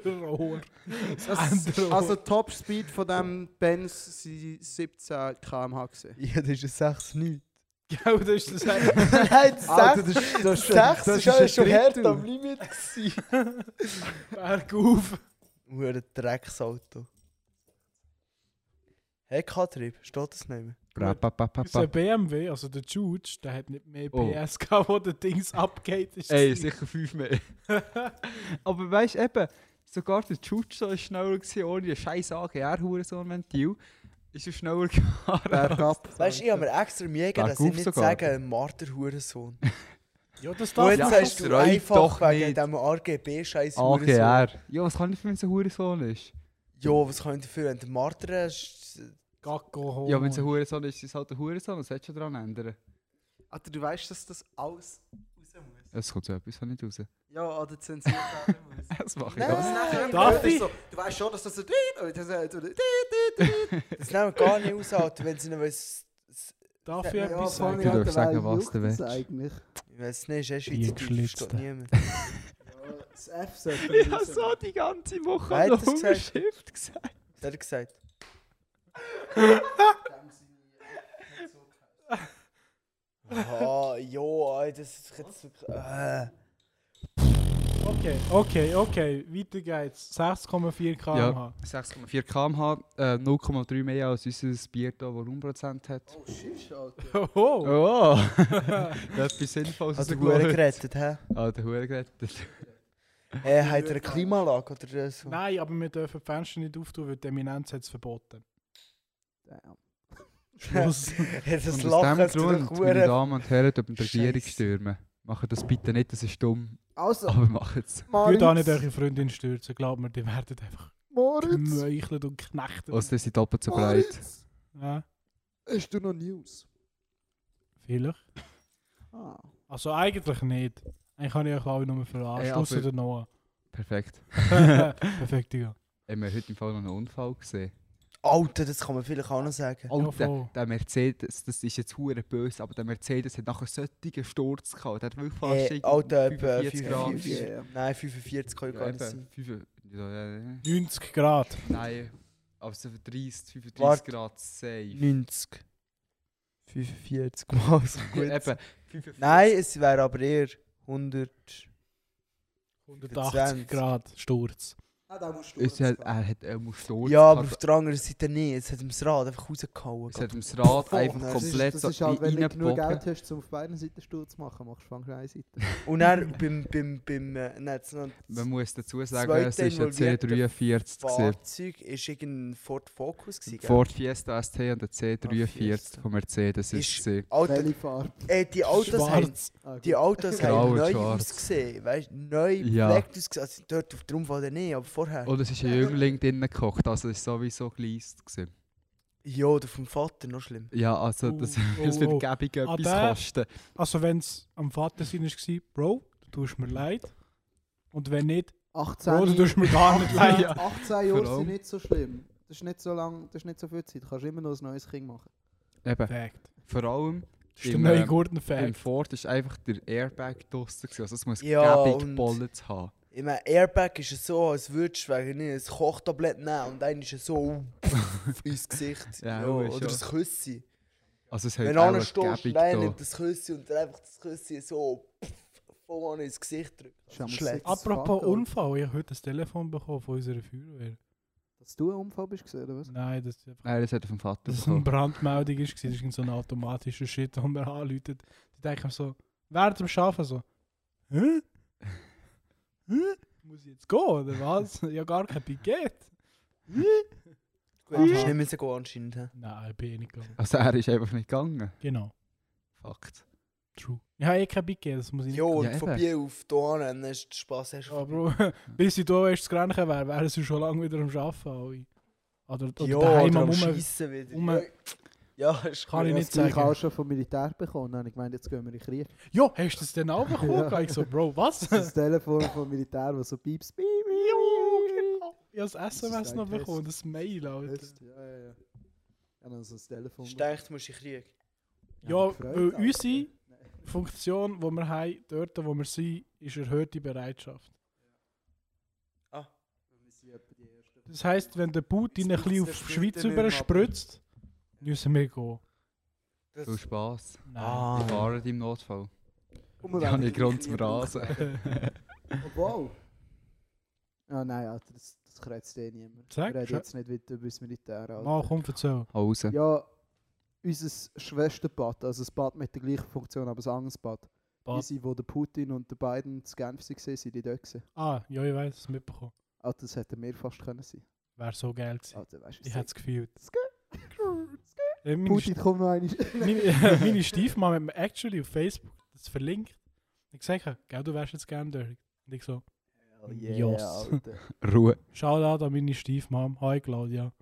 Speaker 4: Rohr.
Speaker 5: Das,
Speaker 4: andere Rohr.
Speaker 5: also Topspeed von dem Benz sind 17 km/h gesehen.
Speaker 1: Ja, das ist ein 6 nicht.
Speaker 4: Gell, das ist das Heck.
Speaker 1: Nein,
Speaker 5: Alter,
Speaker 1: 6
Speaker 5: Ah, das ist das ist schon-
Speaker 1: das
Speaker 5: das
Speaker 1: ist ja
Speaker 5: ein
Speaker 1: schon hart
Speaker 5: Drittel.
Speaker 1: am Limit. gewesen.
Speaker 4: Berg auf.
Speaker 1: Huere Drecksauto. Heckantrieb, steht das nicht mehr?
Speaker 3: Brap, brap, brap, brap,
Speaker 4: Unser
Speaker 3: brap.
Speaker 4: BMW, also der Juge, der hat nicht mehr
Speaker 3: Oh.
Speaker 4: PS gehabt, wo der Dings abgeht. ist
Speaker 3: Ey,
Speaker 4: das Ding.
Speaker 3: sicher 5 mehr. aber weißt du, eben, sogar der Chucho war schneller gewesen, ohne einen scheiß AGR-Hurensohn-Ventil. Ist er schneller gefahren.
Speaker 5: Bergab.
Speaker 1: Weißt du, ich habe mir extra Mühe gegeben, dass ich
Speaker 3: Bergauf
Speaker 1: nicht
Speaker 3: sogar.
Speaker 1: sagen, Marterhurensohn.
Speaker 4: Ja, das
Speaker 1: Und
Speaker 4: darf
Speaker 1: jetzt
Speaker 3: Ja,
Speaker 1: sagst du
Speaker 3: das reicht
Speaker 1: einfach
Speaker 3: doch
Speaker 1: wegen
Speaker 3: nicht.
Speaker 1: diesem RGB-Scheiß
Speaker 3: AGR. Ja, was kann ich für einen Hurensohn ist?
Speaker 1: Ja, was kann ich dafür? Wenn der Marter ist.
Speaker 4: Gacko
Speaker 1: Oh.
Speaker 4: holen.
Speaker 3: Ja, wenn es ein Hurensohn ist, ist es halt ein Hurensohn. Was willst du daran ändern?
Speaker 5: Alter, du weißt, dass das alles raus muss.
Speaker 3: Es kommt so etwas nicht raus.
Speaker 5: Ja, oder zensiert werden muss.
Speaker 3: Das mache ich
Speaker 5: Nein,
Speaker 3: auch.
Speaker 5: das
Speaker 4: Darf
Speaker 5: Darf
Speaker 4: ich?
Speaker 5: ich? So, du weißt schon, dass das so.
Speaker 1: Das nehmen wir gar nicht aus, Alter, wenn sie nicht weiss.
Speaker 4: Darf ich etwas
Speaker 3: voll.
Speaker 4: sagen?
Speaker 3: Du darfst sagen, was du willst.
Speaker 1: Ich weiß nicht, ist
Speaker 4: Die
Speaker 1: eh Schweizer,
Speaker 4: geschlitzte.
Speaker 1: versteht niemand.
Speaker 5: Das F sollte
Speaker 3: Ich habe so die ganze Woche
Speaker 1: Wer hat
Speaker 3: noch
Speaker 1: das gesagt?
Speaker 3: Hungerschiff gesagt.
Speaker 1: Was hat er gesagt? Ah, jo, ey, das ist jetzt wirklich. Äh.
Speaker 4: Okay, okay, okay. Weiter geht's. 6,4 km/h.
Speaker 3: Ja. 6,4 km/h, äh, 0,3 mehr als unser Bier, das Rumprozent hat.
Speaker 5: Oh, shit, Alter.
Speaker 4: Hoho.
Speaker 3: Oh! Etwas Sinnvolles.
Speaker 1: Hast du Also gut
Speaker 3: rausgeholt.
Speaker 1: gerettet, hä?
Speaker 3: Ah, der Hure gerettet.
Speaker 1: Äh, hat er eine Klimaanlage oder so?
Speaker 4: Nein, aber wir dürfen die Fenster nicht auftun, weil die Eminenz hat es verboten. Schluss.
Speaker 1: Ja, das
Speaker 3: und
Speaker 1: Lachen
Speaker 3: aus
Speaker 1: hat
Speaker 3: diesem
Speaker 1: doch
Speaker 3: Grund, meine
Speaker 1: Hure.
Speaker 3: Damen und Herren, dürfen die Regierung
Speaker 1: Scheiße.
Speaker 3: stürmen. Machen das bitte nicht, das ist dumm,
Speaker 5: Also,
Speaker 3: aber machen es.
Speaker 4: Tut auch nicht
Speaker 5: Moritz.
Speaker 4: eure Freundin stürzen, glaubt mir, die werden einfach
Speaker 5: Moritz.
Speaker 4: gemeuchelt und geknechtet.
Speaker 3: Also, die sind doppelt so breit.
Speaker 5: Moritz.
Speaker 4: Ja,
Speaker 5: Hast du noch News?
Speaker 4: vielleicht.
Speaker 5: Ah.
Speaker 4: Also eigentlich nicht. Eigentlich kann ich euch alle nur
Speaker 3: Ey,
Speaker 4: verarschen.
Speaker 3: aber-
Speaker 4: Außer der Noah.
Speaker 3: Perfekt.
Speaker 4: Perfekt, Digga.
Speaker 3: Haben wir heute im Fall noch einen Unfall gesehen?
Speaker 1: Alter, das kann man vielleicht auch noch sagen.
Speaker 3: Alter,
Speaker 4: voll.
Speaker 3: der Mercedes, das ist jetzt hure böse, aber der Mercedes hat nachher einen solchen Sturz gehabt. Der hat wirklich fast
Speaker 1: Äh,
Speaker 3: irgendwie
Speaker 1: Alter, etwa
Speaker 3: 45 Grad.
Speaker 1: 45.
Speaker 5: Ja, ja.
Speaker 1: Nein, 45 kann ich
Speaker 3: Ja,
Speaker 1: gar nicht
Speaker 3: eben,
Speaker 1: sein.
Speaker 3: fünf- ja, ja, ja.
Speaker 4: 90 Grad.
Speaker 3: Nein, aber so für 30, 35
Speaker 1: Warte.
Speaker 3: Grad safe.
Speaker 1: 90. 45 mal so gut.
Speaker 3: Ja, eben,
Speaker 1: Nein, es wäre aber eher 100.
Speaker 4: 180 Grad Sturz.
Speaker 5: Ah, da musst du.
Speaker 3: es hat, er hat einen Sturz
Speaker 1: Ja, aber
Speaker 3: gehabt.
Speaker 1: auf der anderen Seite nicht. Es hat ihm das Rad einfach rausgehauen.
Speaker 3: also Es hat ihm das Rad
Speaker 1: Voll. Das
Speaker 3: einfach
Speaker 1: ist- halt,
Speaker 3: komplett so
Speaker 5: halt,
Speaker 3: reingebogen.
Speaker 5: hast, um auf beiden Seiten Sturz zu machen, machst du von einer Seite.
Speaker 1: Und dann beim, beim, beim äh, nein, jetzt noch
Speaker 3: Man
Speaker 1: das
Speaker 3: muss dazu sagen,
Speaker 1: zweite
Speaker 3: es ist ein
Speaker 1: involvierte
Speaker 3: C43. gewesen.
Speaker 1: Fahrzeug ist irgendein Ford Focus gewesen. gell?
Speaker 3: Ford Fiesta ST und der
Speaker 1: Ah,
Speaker 3: C43
Speaker 1: Fiesta.
Speaker 3: von Mercedes
Speaker 1: Ist-
Speaker 3: ist es.
Speaker 1: Alter,
Speaker 5: Farbe? Ah,
Speaker 1: ey, die Autos haben,
Speaker 4: Schwarz.
Speaker 1: die Autos
Speaker 3: Grau
Speaker 1: haben
Speaker 3: und
Speaker 1: neu
Speaker 3: schwarz.
Speaker 1: ausgesehen. Weißt du, neu
Speaker 3: Ja.
Speaker 1: gepflegt ausgesehen. Also dort auf der Umfahrt nicht, aber vorher.
Speaker 3: Und es ist ein Jüngling drinnen gekocht, also es war sowieso geleist. gewesen.
Speaker 1: Ja, oder vom Vater, noch schlimm.
Speaker 3: Ja, also
Speaker 1: Uh,
Speaker 4: Oh,
Speaker 3: das,
Speaker 4: oh,
Speaker 3: das
Speaker 4: oh.
Speaker 3: wird gäbig
Speaker 4: Ah,
Speaker 3: etwas
Speaker 4: der-
Speaker 3: kosten.
Speaker 4: Also wenn es am Vater sein war, Bro, du tust mir leid. Und wenn nicht,
Speaker 5: 18,
Speaker 4: Bro, du tust mir gar nicht leid.
Speaker 3: Ja.
Speaker 5: 18
Speaker 3: Vor
Speaker 5: Jahre
Speaker 3: allem.
Speaker 5: sind nicht so schlimm. Das ist nicht so lang, das ist nicht so viel Zeit. Du kannst immer noch ein neues Kind machen.
Speaker 3: Eben,
Speaker 4: Fact.
Speaker 3: vor allem
Speaker 4: Das ist der
Speaker 3: Im,
Speaker 4: neue
Speaker 3: ähm, beim
Speaker 4: Gurten-Fact.
Speaker 3: Ford ist einfach der Airbag draussen. gewesen, Also es muss
Speaker 1: Ja,
Speaker 3: gäbig
Speaker 1: und-
Speaker 3: gebollet haben.
Speaker 1: Ich meine, Airbag ist ja so, als würdest du wegen ihnen ein Kochtablett nehmen und dann ist er so ins Gesicht.
Speaker 3: Ja,
Speaker 1: ja,
Speaker 3: oh,
Speaker 1: oder
Speaker 3: ist
Speaker 1: ein
Speaker 3: ja.
Speaker 1: Küssi.
Speaker 3: Also es hat
Speaker 1: Wenn
Speaker 3: auch
Speaker 1: einer stehst,
Speaker 3: Gebung
Speaker 1: nein,
Speaker 3: da.
Speaker 1: nimmt das Küsschen und dann einfach das Küsschen so pff, voll an ins Gesicht drückt.
Speaker 5: Schau mal,
Speaker 1: Schlecht.
Speaker 5: sick.
Speaker 4: Apropos
Speaker 5: Fuck, Alter.
Speaker 4: Unfall, ich habe heute ein Telefon bekommen von unserer Feuerwehr.
Speaker 5: Dass du ein Unfall bist, gesehen, oder was?
Speaker 4: Nein, das ist einfach
Speaker 3: Nein, das hat er vom Vater
Speaker 4: dass es eine
Speaker 3: bekommen.
Speaker 4: Brandmeldung ist, gewesen. das ist irgend so ein automatischer Shit, den man anläutet. Die denken so, während dem Arbeiten so, hä? Hä? Muss ich jetzt gehen, oder was? Ich habe gar kein Piket.
Speaker 1: Gut, das ist nicht mehr so gut anscheinend. hä?
Speaker 4: Nein, ich bin eh nicht gegangen.
Speaker 3: Also er ist einfach nicht gegangen.
Speaker 4: Genau,
Speaker 3: Fakt.
Speaker 4: true. Ich habe eh kein Piket, das muss ich nicht
Speaker 1: Jo, und
Speaker 3: Ja,
Speaker 1: von
Speaker 3: eben.
Speaker 1: Bier auf Dorn, dann hast du Spass. Hast du
Speaker 4: Ja, Bro, bis ich da erst gerannt wäre, wären sie schon lange wieder am Arbeiten. alle. Oder, oder
Speaker 1: ja,
Speaker 4: daheim
Speaker 1: oder
Speaker 4: am
Speaker 1: am
Speaker 4: Rum.
Speaker 1: Schiessen wieder.
Speaker 4: um-
Speaker 1: ja, ist
Speaker 4: Kann ich
Speaker 1: gut.
Speaker 4: nicht
Speaker 5: Ich habe auch
Speaker 4: sagen.
Speaker 5: schon vom Militär bekommen. Dann habe ich gemeint, jetzt gehen wir in den Krieg.
Speaker 4: Jo, hast du das denn auch bekommen?
Speaker 5: Ja.
Speaker 4: Ich so, Bro, was?
Speaker 5: Das ist das Telefon vom Militär, das so pieps, piep, piep.
Speaker 4: Ich habe das
Speaker 5: genau. ist
Speaker 4: SMS noch
Speaker 5: ein Test.
Speaker 4: bekommen, das Mail, Alter.
Speaker 5: Test, Ja, ja, ja. Ja, dann so das Telefon.
Speaker 1: Ich denke, du musst in den Krieg.
Speaker 4: Ja,
Speaker 5: mich gefreut,
Speaker 4: weil
Speaker 5: Alter.
Speaker 4: unsere Funktion, die wir haben, dort, wo wir sind, ist erhöhte Bereitschaft. Das heisst, wenn der Putin ein
Speaker 1: Jetzt
Speaker 4: bisschen auf
Speaker 1: spritzt der
Speaker 4: die Schweiz
Speaker 1: Putin wieder
Speaker 4: überspritzt, müssen wir gehen.
Speaker 1: Das-
Speaker 3: Viel Spass. Ah,
Speaker 4: Nein.
Speaker 5: Ah,
Speaker 3: Wir fahren im Notfall.
Speaker 5: Und wir
Speaker 3: Ich habe
Speaker 5: werden-
Speaker 3: nicht Grund zum Rasen.
Speaker 5: Obwohl. Ah nein, Alter, das, das kreuzt eh niemand.
Speaker 4: Sag,
Speaker 5: wir reden
Speaker 4: scha-
Speaker 5: jetzt nicht weiter über das Militär, Alter.
Speaker 4: Mal, komm, erzähl.
Speaker 3: Hau raus.
Speaker 5: Ja, unser Schwesterbad, also das Bad mit der gleichen Funktion, aber ein anderes Bad.
Speaker 4: Bad.
Speaker 5: Die sind, wo der Putin und die beiden zu Genf waren, sind die dort. gewesen.
Speaker 4: Ah, ja, ich weiß, es mitbekommen.
Speaker 5: Alter, das hätte mir fast können sein.
Speaker 4: Wäre so geil gewesen.
Speaker 5: Alter, weißt du,
Speaker 4: Ich hätte es gefühlt.
Speaker 5: Skö,
Speaker 4: Äh, meine,
Speaker 5: Putin kommt noch einmal.
Speaker 4: St- meine, meine Stiefmama hat mir actually auf Facebook das verlinkt. Ich gesagt, gell, du wärst jetzt gerne dort. Und ich so, Yes.
Speaker 5: Alter.
Speaker 3: Ruhe.
Speaker 4: Shoutout an meine Stiefmama. Hi Claudia.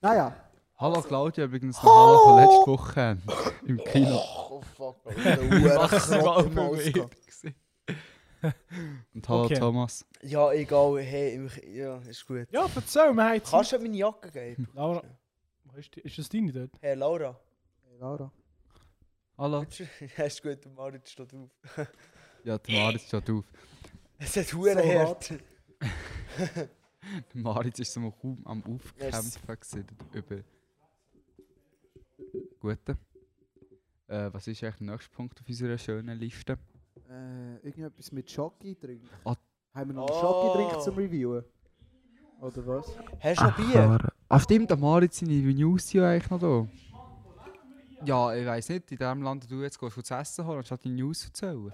Speaker 5: Naja,
Speaker 3: Hallo Claudia, übrigens noch Hallo von letzter Woche im Kino.
Speaker 1: Oh fuck, Alter, Huren- Krabben- Maus-
Speaker 3: Und hallo
Speaker 4: Okay.
Speaker 3: Thomas.
Speaker 1: Ja, egal, hey, im K- ja, ist gut.
Speaker 4: Ja, erzähl, wir haben jetzt...
Speaker 1: Kannst du mir meine Jacke geben?
Speaker 4: Laura, wo ist, die, ist das deine dort?
Speaker 1: Hey, Laura.
Speaker 5: Lara.
Speaker 3: Hallo.
Speaker 1: Ja, ist gut, der Marit steht auf.
Speaker 3: Ja, der Maritz steht auf.
Speaker 1: Es hat Huren hart.
Speaker 3: Der Maritz ist so kaum am Aufkämpfen gewesen über... Gute. Äh, was ist eigentlich der nächste Punkt auf unserer schönen Liste?
Speaker 5: Äh, irgendetwas mit Schocki trinken.
Speaker 3: Ah.
Speaker 5: Haben wir noch
Speaker 1: Oh.
Speaker 5: einen Schocki trinken zum Reviewen? Oder was?
Speaker 1: Hast du noch Bier?
Speaker 3: Auf dem der Maritz seine News sind ja eigentlich noch da. Ja, ich weiss nicht, in dem Land, wo du jetzt gehst, zu essen holen, anstatt die News zu erzählen.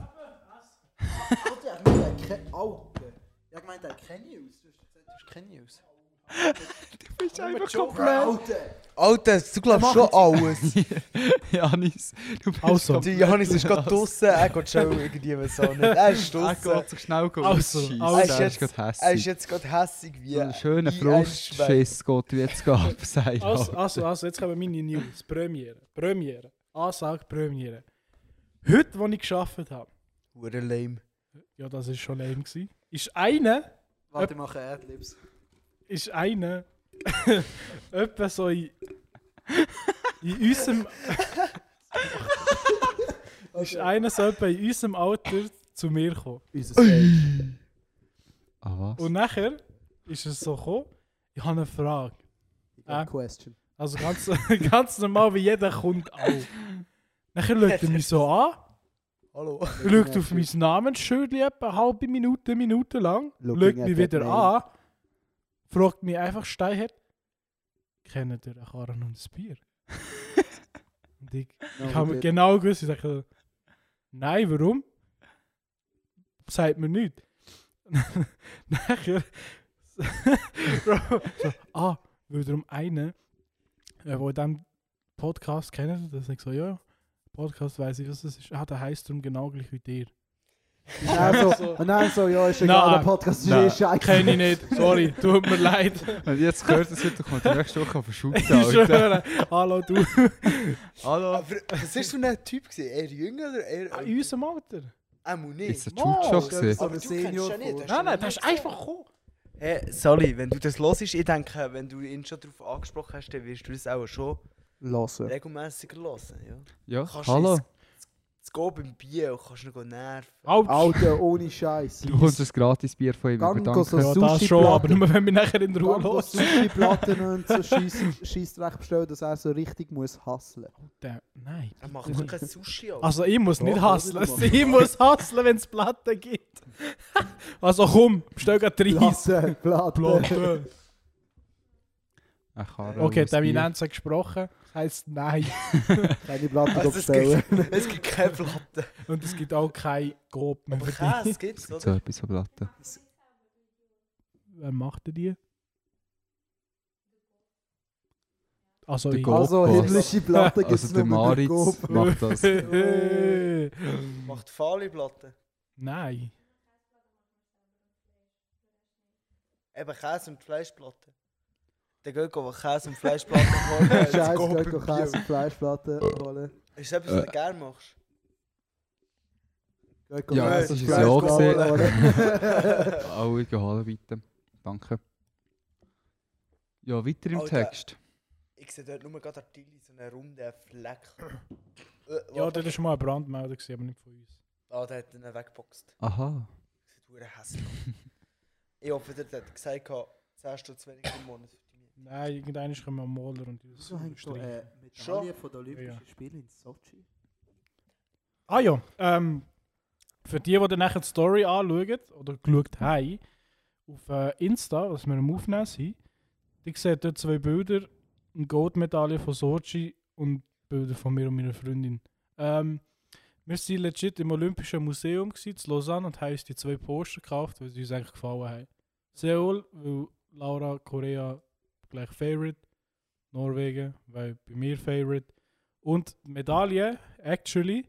Speaker 5: Alter, ich meine, der kennt. Alter. Ich meine, der kennt News. Du hast gesagt, du hast keine News.
Speaker 3: Bist einfach
Speaker 5: Alter!
Speaker 1: Alter, du glaubst schon alles.
Speaker 3: Janis, du bist
Speaker 4: Also.
Speaker 1: Der Janis ist gerade draußen, er geht schon irgendwie was an. Er ist
Speaker 3: Er
Speaker 1: draußen.
Speaker 3: geht sich schnell gehen.
Speaker 4: Also,
Speaker 3: ausschiessen.
Speaker 4: also.
Speaker 3: er ist gerade
Speaker 1: Er ist
Speaker 3: hässlich.
Speaker 1: jetzt gerade hässig wie
Speaker 3: So ein schöner
Speaker 1: wie ein Schwein.
Speaker 3: Frustschiss geht jetzt gab, sei
Speaker 4: Also, also, also, jetzt kommen meine News. Premiere. Premiere. Ansage Premiere. Heute, wo ich geschafft habe,
Speaker 1: Hure lame.
Speaker 4: ja, das ist schon lame gewesen, ist eine,
Speaker 5: Warte, ich mache Adlibs.
Speaker 4: ist eine, etwa so in, in unserem, ist einer so etwa in unserem Alter zu mir gekommen.
Speaker 5: Unser Stage.
Speaker 3: Ah, was?
Speaker 4: Und nachher ist es so gekommen, ich habe eine Frage. Ah.
Speaker 5: Question.
Speaker 4: Also ganz, ganz normal, wie jeder Kunde auch. Nachher schaut er mich so an.
Speaker 1: Hallo.
Speaker 4: schaut auf mein Namensschild etwa eine halbe Minute, Minute lang,
Speaker 5: Looking
Speaker 4: schaut
Speaker 5: at
Speaker 4: mich
Speaker 5: that
Speaker 4: wieder
Speaker 5: name.
Speaker 4: an, fragt mich einfach steinhart, kennen ihr einen Karren und ein Bier? und ich, ich habe mir genau gewusst, ich sage, nein, warum? Sagt mir nichts. Nachher, Bro, so, ah, weil darum einen, äh, wo in diesem Podcast kennen, das ich so, ja, Podcast weiß ich, was das ist. Ah, der heißt darum genau gleich wie dir.
Speaker 5: Also, Nein, so, und dann so, ja, ist egal,
Speaker 4: Nein.
Speaker 5: der Podcast ist
Speaker 4: Nein.
Speaker 5: eh scheiße.
Speaker 4: Kenne ich nicht, sorry, tut mir leid.
Speaker 3: Wenn ihr jetzt gehört, das wird doch mal die nächste Woche verschult.
Speaker 4: Ich schwöre. Hallo, du.
Speaker 3: Hallo. Ah,
Speaker 1: Aber was war so ein Typ? Gewesen? Er jünger oder er. Ah,
Speaker 4: In unserem Alter.
Speaker 1: Er muss nicht.
Speaker 3: Ist ein Chucho gewesen.
Speaker 5: Aber Senior vor.
Speaker 1: hast
Speaker 4: Nein,
Speaker 1: ihn
Speaker 4: nein,
Speaker 1: noch
Speaker 4: das
Speaker 1: nicht
Speaker 4: ist einfach gekommen.
Speaker 1: Hey, Sally, wenn du das hörst, ich denke, wenn du ihn schon darauf angesprochen hast, dann wirst du das auch schon
Speaker 5: Lassen.
Speaker 1: regelmäßig hören. Ja.
Speaker 3: Ja,
Speaker 1: Kannst
Speaker 3: hallo.
Speaker 1: du Jetzt geh beim Bier und kannst noch nerven.
Speaker 4: Autsch.
Speaker 5: Alter, ohne Scheiß.
Speaker 3: Du bekommst ein Gratis-Bier von ihm.
Speaker 5: Gang
Speaker 3: aber
Speaker 5: go so
Speaker 3: danke.
Speaker 4: Ja, das schon,
Speaker 5: Sushi-Platte.
Speaker 4: aber nur wenn wir nachher in Ruhe
Speaker 5: Dann
Speaker 4: los.
Speaker 5: Sushi-Platten und so Scheissdreck bestellen, dass er so richtig muss hustlen.
Speaker 4: Nein.
Speaker 1: Er macht doch kein Sushi an.
Speaker 4: Also ich muss nicht
Speaker 5: Doch,
Speaker 4: hustlen.
Speaker 5: oder du
Speaker 4: Ich muss hustlen, wenn es Platten gibt. Also komm, stell grad rein.
Speaker 5: Platten, Platten.
Speaker 4: Platten.
Speaker 3: Eine Karre
Speaker 4: Okay,
Speaker 3: und
Speaker 4: der
Speaker 3: ein Bier.
Speaker 4: Eminenz hat gesprochen. Das heisst nein.
Speaker 5: Keine Platten
Speaker 1: Also, es,
Speaker 5: bestellen.
Speaker 1: gibt, es gibt keine Platte.
Speaker 4: Und es gibt auch kein Gob mehr
Speaker 1: Aber
Speaker 4: für dich.
Speaker 1: Käse gibt's,
Speaker 3: So
Speaker 1: oder?
Speaker 3: etwas von Platten.
Speaker 4: Wer macht denn die? Also
Speaker 3: Der
Speaker 4: ich.
Speaker 3: Gob.
Speaker 5: Also
Speaker 3: Gopas.
Speaker 5: himmlische Platten gibt
Speaker 3: Also
Speaker 5: es
Speaker 3: der
Speaker 5: nur mit Gob.
Speaker 3: Maritz macht das.
Speaker 1: Macht fahle Platte.
Speaker 4: nein.
Speaker 1: Eben Käse und Fleischplatte. Dann geht go Käse und Fleischplatte holen. Jetzt
Speaker 5: Scheiß,
Speaker 1: geh
Speaker 5: geht
Speaker 1: beim
Speaker 5: doch
Speaker 1: Bier.
Speaker 5: Käse und Fleischplatten holen.
Speaker 1: Ist das etwas, was du gerne machst?
Speaker 5: Geht
Speaker 3: Ja,
Speaker 5: Käse
Speaker 3: das
Speaker 5: und
Speaker 3: ist ja auch
Speaker 5: Fleischplatten
Speaker 3: gesehen.
Speaker 5: holen.
Speaker 3: Alle geholen, bitte. Danke. Ja, weiter im
Speaker 1: Alter.
Speaker 3: Text.
Speaker 1: Ich sehe dort nur gerade Tilly, so einen runden Fleck. Äh,
Speaker 4: Ja, das war schon mal ein Brandmelder, gewesen, aber nicht von uns.
Speaker 1: Ah, der hat ihn weggeboxt.
Speaker 3: Aha.
Speaker 1: Das sieht verdammt hässlich aus. Ich hoffe, der hat gesagt, 10 Stunden zu wenig im Monat für die Miete.
Speaker 4: Nein, irgendeiner kommen am Maler und die
Speaker 5: So hängt so
Speaker 4: streichen.
Speaker 5: äh, Medaille von den
Speaker 4: Ja.
Speaker 5: Olympischen Spielen in Sochi.
Speaker 4: Ah ja, ähm, für die, die dann nachher die Story anschauen oder geschaut haben, auf äh, Insta, was wir am Aufnehmen sind, die sehen dort zwei Bilder, eine Goldmedaille von Sochi und Bilder von mir und meiner Freundin. Ähm, wir waren legit im Olympischen Museum gewesen, in Lausanne und haben uns die zwei Poster gekauft, weil sie uns eigentlich gefallen haben. Seoul, weil Laura Korea gleich Favorite, Norwegen, weil bei mir Favorite und die Medaille, actually,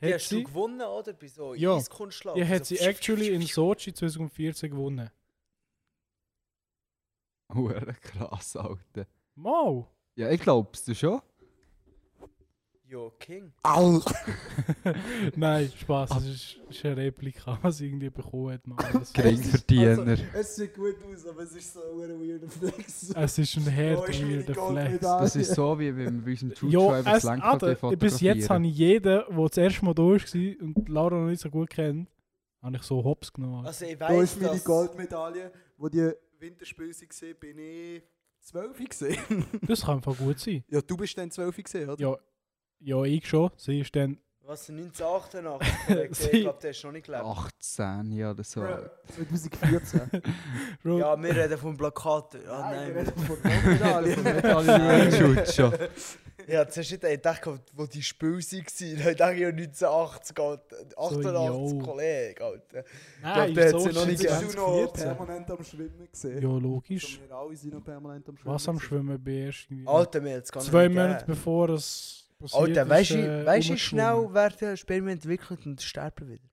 Speaker 1: Die
Speaker 4: hat
Speaker 1: hast du
Speaker 4: sie,
Speaker 1: gewonnen, oder? Bei so
Speaker 4: Ja.
Speaker 1: Eiskunstschlag.
Speaker 4: die hat
Speaker 1: So
Speaker 4: sie actually in Sochi 2014 gewonnen.
Speaker 3: Huere krass, Alter.
Speaker 4: Mau!
Speaker 3: Ja, ich glaub's dir schon.
Speaker 1: Jo, King.
Speaker 4: Nein, Spaß, das ist, ist eine Replika, was irgendwie bekommen hat. Mann. Das-
Speaker 3: Geringverdiener.
Speaker 4: Also,
Speaker 5: Es sieht gut aus, aber es ist so ein weirder Flex.
Speaker 4: Es ist ein
Speaker 1: Oh,
Speaker 4: hart
Speaker 1: ist meine
Speaker 4: weirder
Speaker 1: Goldmedaille.
Speaker 4: Flex.
Speaker 3: Das ist so, wie wenn wir unseren True
Speaker 4: Ja,
Speaker 3: Driver das
Speaker 4: es,
Speaker 3: Lenkrad
Speaker 4: Alter, bis jetzt habe ich jeden, der das erste Mal da war und Laura noch nicht so gut kennt, habe ich so hops genommen.
Speaker 1: Also, ich
Speaker 5: Da
Speaker 1: weiss,
Speaker 5: ist meine
Speaker 1: dass...
Speaker 5: Goldmedaille, wo die Winterspiele waren, bin ich 12 gesehen.
Speaker 4: Das kann einfach gut sein.
Speaker 5: ja, du bist dann 12 gesehen, oder?
Speaker 4: Ja, ja ich schon. Sie ist dann...
Speaker 1: Was, 1988? Kollege?
Speaker 4: Sie-
Speaker 1: ich glaube, der ist noch nicht
Speaker 5: Oh.
Speaker 1: gelebt.
Speaker 3: 18 ja, oder so.
Speaker 5: 2014.
Speaker 4: Bro,
Speaker 1: Ja, wir reden vom Plakat. Ah,
Speaker 5: wir
Speaker 1: nein.
Speaker 5: reden von Goldmedaille.
Speaker 3: Schuld schon.
Speaker 1: Ja, zuerst nicht, ich dachte, wo die Spiele waren. Dann dachte ich ja 1980, Alter. 88,
Speaker 4: yo.
Speaker 1: Kollege, Alter.
Speaker 4: nein,
Speaker 1: der hat
Speaker 4: so
Speaker 1: sie noch nicht
Speaker 4: ist
Speaker 5: Bist du noch
Speaker 4: 2014.
Speaker 5: permanent am Schwimmen gesehen? Also
Speaker 4: Ja, logisch.
Speaker 5: Wir alle sind noch permanent am Schwimmen.
Speaker 4: Was am Schwimmen bist.
Speaker 1: Alter, mir jetzt gar nicht
Speaker 4: Zwei
Speaker 1: gegeben.
Speaker 4: Monate bevor es passiert
Speaker 1: Alter,
Speaker 4: ist,
Speaker 1: weißt
Speaker 4: äh,
Speaker 1: du, weißt du, wie
Speaker 4: umgeschwommen.
Speaker 1: schnell werden ein Spermien entwickelt und sterben wieder?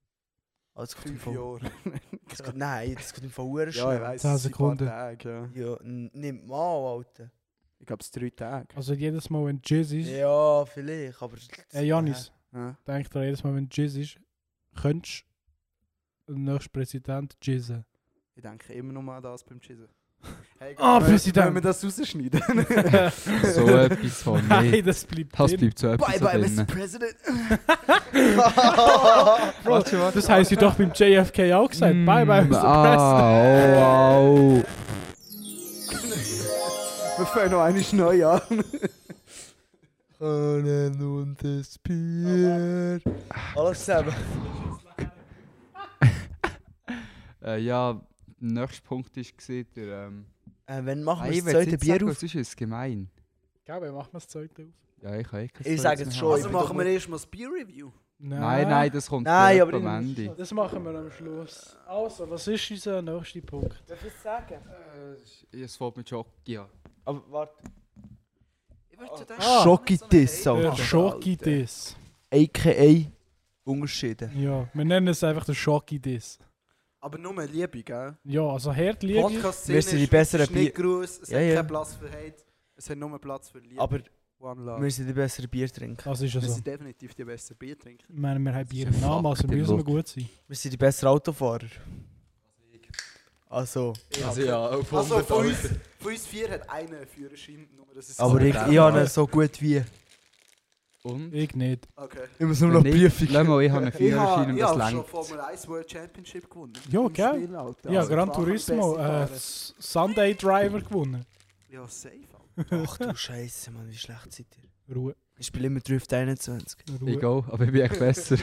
Speaker 1: Also, das kommt im
Speaker 5: Fünf
Speaker 1: Fall-
Speaker 5: Jahre.
Speaker 1: das geht- Nein, das kommt im Fall verdammt
Speaker 5: Ja, ich
Speaker 1: schnell.
Speaker 5: weiss.
Speaker 4: Zehn
Speaker 5: es sind ein paar
Speaker 4: Sekunden.
Speaker 5: Tage, ja.
Speaker 1: Ja, n- nimm mal, Alter.
Speaker 5: Ich glaube, es sind drei Tage.
Speaker 4: Also jedes Mal, wenn Jizz ist...
Speaker 1: Ja, vielleicht, aber...
Speaker 4: Äh, Janis,
Speaker 5: Ja.
Speaker 4: denkt daran, jedes Mal, wenn Jizz ist, könntest du den nächsten Präsident jizzen.
Speaker 5: Ich denke immer noch mal an das beim Chissen. Hey,
Speaker 4: Ah,
Speaker 5: können wir-
Speaker 4: Präsident.
Speaker 5: Können wir das rausschneiden?
Speaker 3: So etwas von mir.
Speaker 4: Nein, das bleibt
Speaker 3: Das
Speaker 4: drin.
Speaker 3: bleibt so etwas
Speaker 5: bye, bye,
Speaker 3: drin.
Speaker 5: Mr. President.
Speaker 4: Bro, das haben sie doch beim JFK auch gesagt.
Speaker 3: Mm,
Speaker 4: bye bye, Mr.
Speaker 3: Ah, oh, oh.
Speaker 5: Wir fangen noch einmal neu an.
Speaker 6: Können und das Bier.
Speaker 1: Alles zusammen.
Speaker 3: Äh, ja, der nächste Punkt war der... Ähm,
Speaker 1: Äh, wenn machen
Speaker 3: Nein,
Speaker 1: wir
Speaker 3: ich
Speaker 1: das
Speaker 3: will
Speaker 1: zweite
Speaker 3: nicht
Speaker 1: Bier
Speaker 3: sagen,
Speaker 1: auf?
Speaker 3: was ist es gemein?
Speaker 4: President. Gell, wer macht man das Zeug da auf?
Speaker 3: Ja, ich kann eh kein
Speaker 1: Ich
Speaker 3: Fleisch
Speaker 1: sag jetzt
Speaker 3: mehr
Speaker 1: schon,
Speaker 3: haben.
Speaker 1: ich
Speaker 5: Also machen wir erstmal das Peer-Review.
Speaker 3: Nein, nein, das kommt
Speaker 1: Nein,
Speaker 3: nein,
Speaker 1: aber
Speaker 3: am
Speaker 1: ich-
Speaker 3: Ende.
Speaker 4: Das machen wir am Schluss. Also, was ist unser nächster Punkt?
Speaker 1: Darf ich sagen?
Speaker 3: Äh, es fällt mir Jockey an.
Speaker 1: Aber warte.
Speaker 5: Ich würde zu dem-
Speaker 4: Ah.
Speaker 1: Schokitis,
Speaker 4: Der
Speaker 1: Alter.
Speaker 4: Schokidiss.
Speaker 1: A.K.A. Unterschiede.
Speaker 4: Ja, wir nennen es einfach den Schokidiss.
Speaker 5: Aber nur mehr Liebe, gell?
Speaker 4: Ja, also hört Liebe.
Speaker 5: Podcast-Szene
Speaker 1: Wir sind die
Speaker 5: ist-
Speaker 1: besseren
Speaker 5: ist nicht gross, es
Speaker 1: Ja,
Speaker 5: hat
Speaker 1: ja.
Speaker 5: keinen Platz für Hate, es hat nur Platz für Liebe.
Speaker 1: Aber
Speaker 5: One Love.
Speaker 1: wir sind also- die besseren Bier trinken.
Speaker 4: Das ist ja
Speaker 5: Wir
Speaker 4: so.
Speaker 5: sind definitiv die besten Biertrinker.
Speaker 4: Ich meine, wir haben
Speaker 3: ist
Speaker 4: Bier
Speaker 3: ein
Speaker 4: im Namen, also
Speaker 3: Fakt, der
Speaker 4: müssen wir
Speaker 3: Look.
Speaker 4: gut sein.
Speaker 1: Wir sind die besseren Autofahrer. Also,
Speaker 3: Also ja, auf
Speaker 5: Also
Speaker 3: 100
Speaker 5: von
Speaker 3: Euro.
Speaker 5: uns, von uns vier hat einer einen Führerschein, nur das ist
Speaker 1: aber ich, ich habe ihn so gut wie.
Speaker 3: Und?
Speaker 4: Ich nicht.
Speaker 5: Okay.
Speaker 6: Ich muss nur noch
Speaker 3: Wenn
Speaker 6: Prüfung.
Speaker 3: Lass mal, ich habe einen
Speaker 5: Ich habe
Speaker 3: Führerschein und
Speaker 5: ich
Speaker 3: das
Speaker 5: hab schon
Speaker 3: längt.
Speaker 5: Formel 1 World Championship gewonnen.
Speaker 4: Ja,
Speaker 5: Im
Speaker 4: gell?
Speaker 5: Spiel, Alter.
Speaker 4: Ja,
Speaker 5: Also,
Speaker 4: Gran
Speaker 5: ich war der
Speaker 4: Turismo,
Speaker 5: beste
Speaker 4: äh,
Speaker 5: Fahrer.
Speaker 4: S- Sunday Driver gewonnen.
Speaker 5: Ja, safe. Alter.
Speaker 1: Ach du Scheiße, Mann, wie schlecht seid ihr?
Speaker 4: Ruhe,
Speaker 1: Ich spiele immer Drift 21.
Speaker 4: Ruhe.
Speaker 3: Egal, aber ich bin echt besser.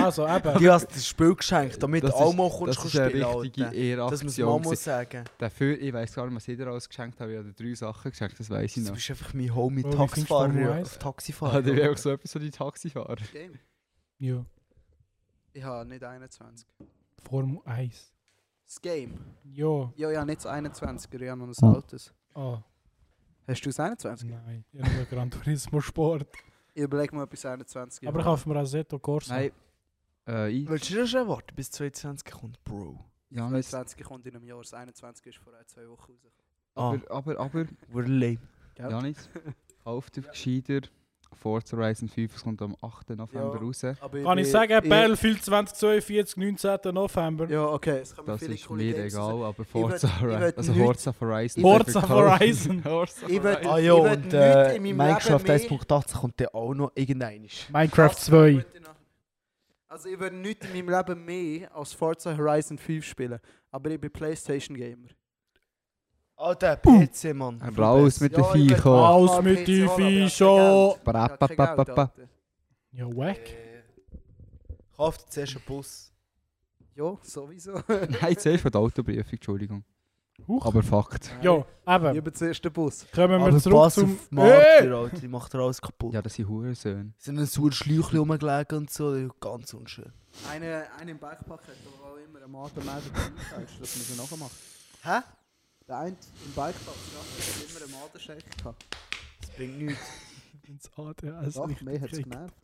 Speaker 4: Also eben,
Speaker 1: Du hast das Spiel geschenkt, damit
Speaker 3: Das
Speaker 1: du
Speaker 3: ist-
Speaker 1: auch mal kommst
Speaker 3: Das
Speaker 1: kannst
Speaker 3: ist eine
Speaker 1: spielen
Speaker 3: richtige
Speaker 1: Alter. Das muss
Speaker 3: Ehraktion.
Speaker 1: man
Speaker 3: gewesen.
Speaker 1: mal sagen.
Speaker 3: Dafür, ich weiß gar nicht, was ich dir alles geschenkt habe. Ich habe dir drei Sachen geschenkt, das weiß ich
Speaker 1: Du
Speaker 3: noch.
Speaker 1: bist einfach mein Homie
Speaker 4: Bro, wie findest du
Speaker 1: Taxifahrer.
Speaker 4: Formel
Speaker 1: ja,
Speaker 4: eins?
Speaker 1: auf
Speaker 3: Ah,
Speaker 1: Taxifahrer.
Speaker 3: der wäre auch so etwas so die Taxifahrer.
Speaker 5: Game.
Speaker 4: ja,
Speaker 5: Ich habe nicht 21.
Speaker 4: Formel 1.
Speaker 5: Das Game.
Speaker 4: Ja,
Speaker 5: Ja, ich habe nicht das 21er, ich habe noch
Speaker 1: Hm.
Speaker 5: ein altes.
Speaker 4: ah,
Speaker 5: Hast du das 21?
Speaker 4: nein. Ich habe nur Gran Turismo Sport.
Speaker 5: Ich überlege mir etwas 21.
Speaker 4: Aber ich kaufe mir Assetto Corsa.
Speaker 3: Nein. Äh, ich,
Speaker 1: Willst du das schon warten, bis 22 kommt, Bro?
Speaker 3: ja,
Speaker 5: Das
Speaker 3: aber,
Speaker 5: 21 kommt in einem Jahr, das 21 ist vor ein, zwei Wochen raus.
Speaker 1: Ah,
Speaker 3: aber, aber,
Speaker 1: we're lame.
Speaker 5: Ja.
Speaker 3: Janis, kauf dir gescheiter Forza Horizon 5, es kommt am 8. November
Speaker 5: Ja.
Speaker 3: raus.
Speaker 5: Aber
Speaker 4: Kann ich
Speaker 5: bin-
Speaker 4: sagen, Battlefield 2042, 19. November.
Speaker 5: Ja, okay, es kommen
Speaker 3: Das
Speaker 5: viele
Speaker 3: ist
Speaker 5: coole
Speaker 3: mir
Speaker 5: Games
Speaker 3: egal, aber
Speaker 5: würd-
Speaker 3: Forza
Speaker 5: ich
Speaker 3: Horizon,
Speaker 5: würd
Speaker 3: also
Speaker 5: nicht-
Speaker 3: Forza Horizon.
Speaker 4: Forza
Speaker 3: dafür kaufen.
Speaker 4: Horizon.
Speaker 3: Forza
Speaker 5: Ich würd-
Speaker 3: Horizon.
Speaker 1: Ah ja,
Speaker 5: Ich will
Speaker 1: und
Speaker 5: nichts
Speaker 1: äh,
Speaker 5: in meinem
Speaker 1: Minecraft
Speaker 5: Leben mehr-
Speaker 1: 1.18 kommt dann auch noch irgendein.
Speaker 4: Minecraft
Speaker 5: Das
Speaker 4: 2.
Speaker 5: gute Nachricht. Also ich würde nichts in meinem Leben mehr als Forza Horizon 5 spielen. Aber ich bin Playstation Gamer.
Speaker 1: Ah, der PC, Mann.
Speaker 3: Raus mit den
Speaker 5: Ja, ich würd
Speaker 3: Viecher.
Speaker 5: auch
Speaker 4: Aus
Speaker 5: mal
Speaker 4: mit
Speaker 5: PC
Speaker 4: die
Speaker 5: holen, aber ich hab kein
Speaker 4: Viecher.
Speaker 5: Geld. Ich hab kein
Speaker 3: Ba, ba, ba,
Speaker 5: Geld,
Speaker 3: ba.
Speaker 5: Alter.
Speaker 4: Ja, wack.
Speaker 1: Äh, Kauf dir zuerst einen Bus.
Speaker 5: Ja, sowieso.
Speaker 3: Nein, zuerst von der Autoprüfung, Entschuldigung.
Speaker 4: Huch.
Speaker 3: Aber Fakt.
Speaker 4: Ja,
Speaker 5: Ich
Speaker 4: eben.
Speaker 5: bin zuerst den Bus.
Speaker 4: Kommen wir
Speaker 1: Aber
Speaker 4: zurück
Speaker 1: pass
Speaker 4: zum... Äh!
Speaker 1: auf
Speaker 4: Hey!
Speaker 1: Martin, Alter, die macht dir alles kaputt.
Speaker 3: Ja, das sind Hurensöhne.
Speaker 1: Sind ein sauer Schläuchchen rumgelegen und so, ganz unschön.
Speaker 5: Einer eine im Bikepack hat aber auch immer einen Mann gemeldet, dass wir sie nachher machen.
Speaker 1: Hä?
Speaker 5: Der eine im Bikepack hat immer einen Mann geschenkt. gehabt.
Speaker 1: Das bringt nichts.
Speaker 4: Ins ADHS
Speaker 5: Doch,
Speaker 4: nicht
Speaker 5: mehr hat es
Speaker 4: gekriegt.
Speaker 5: genervt.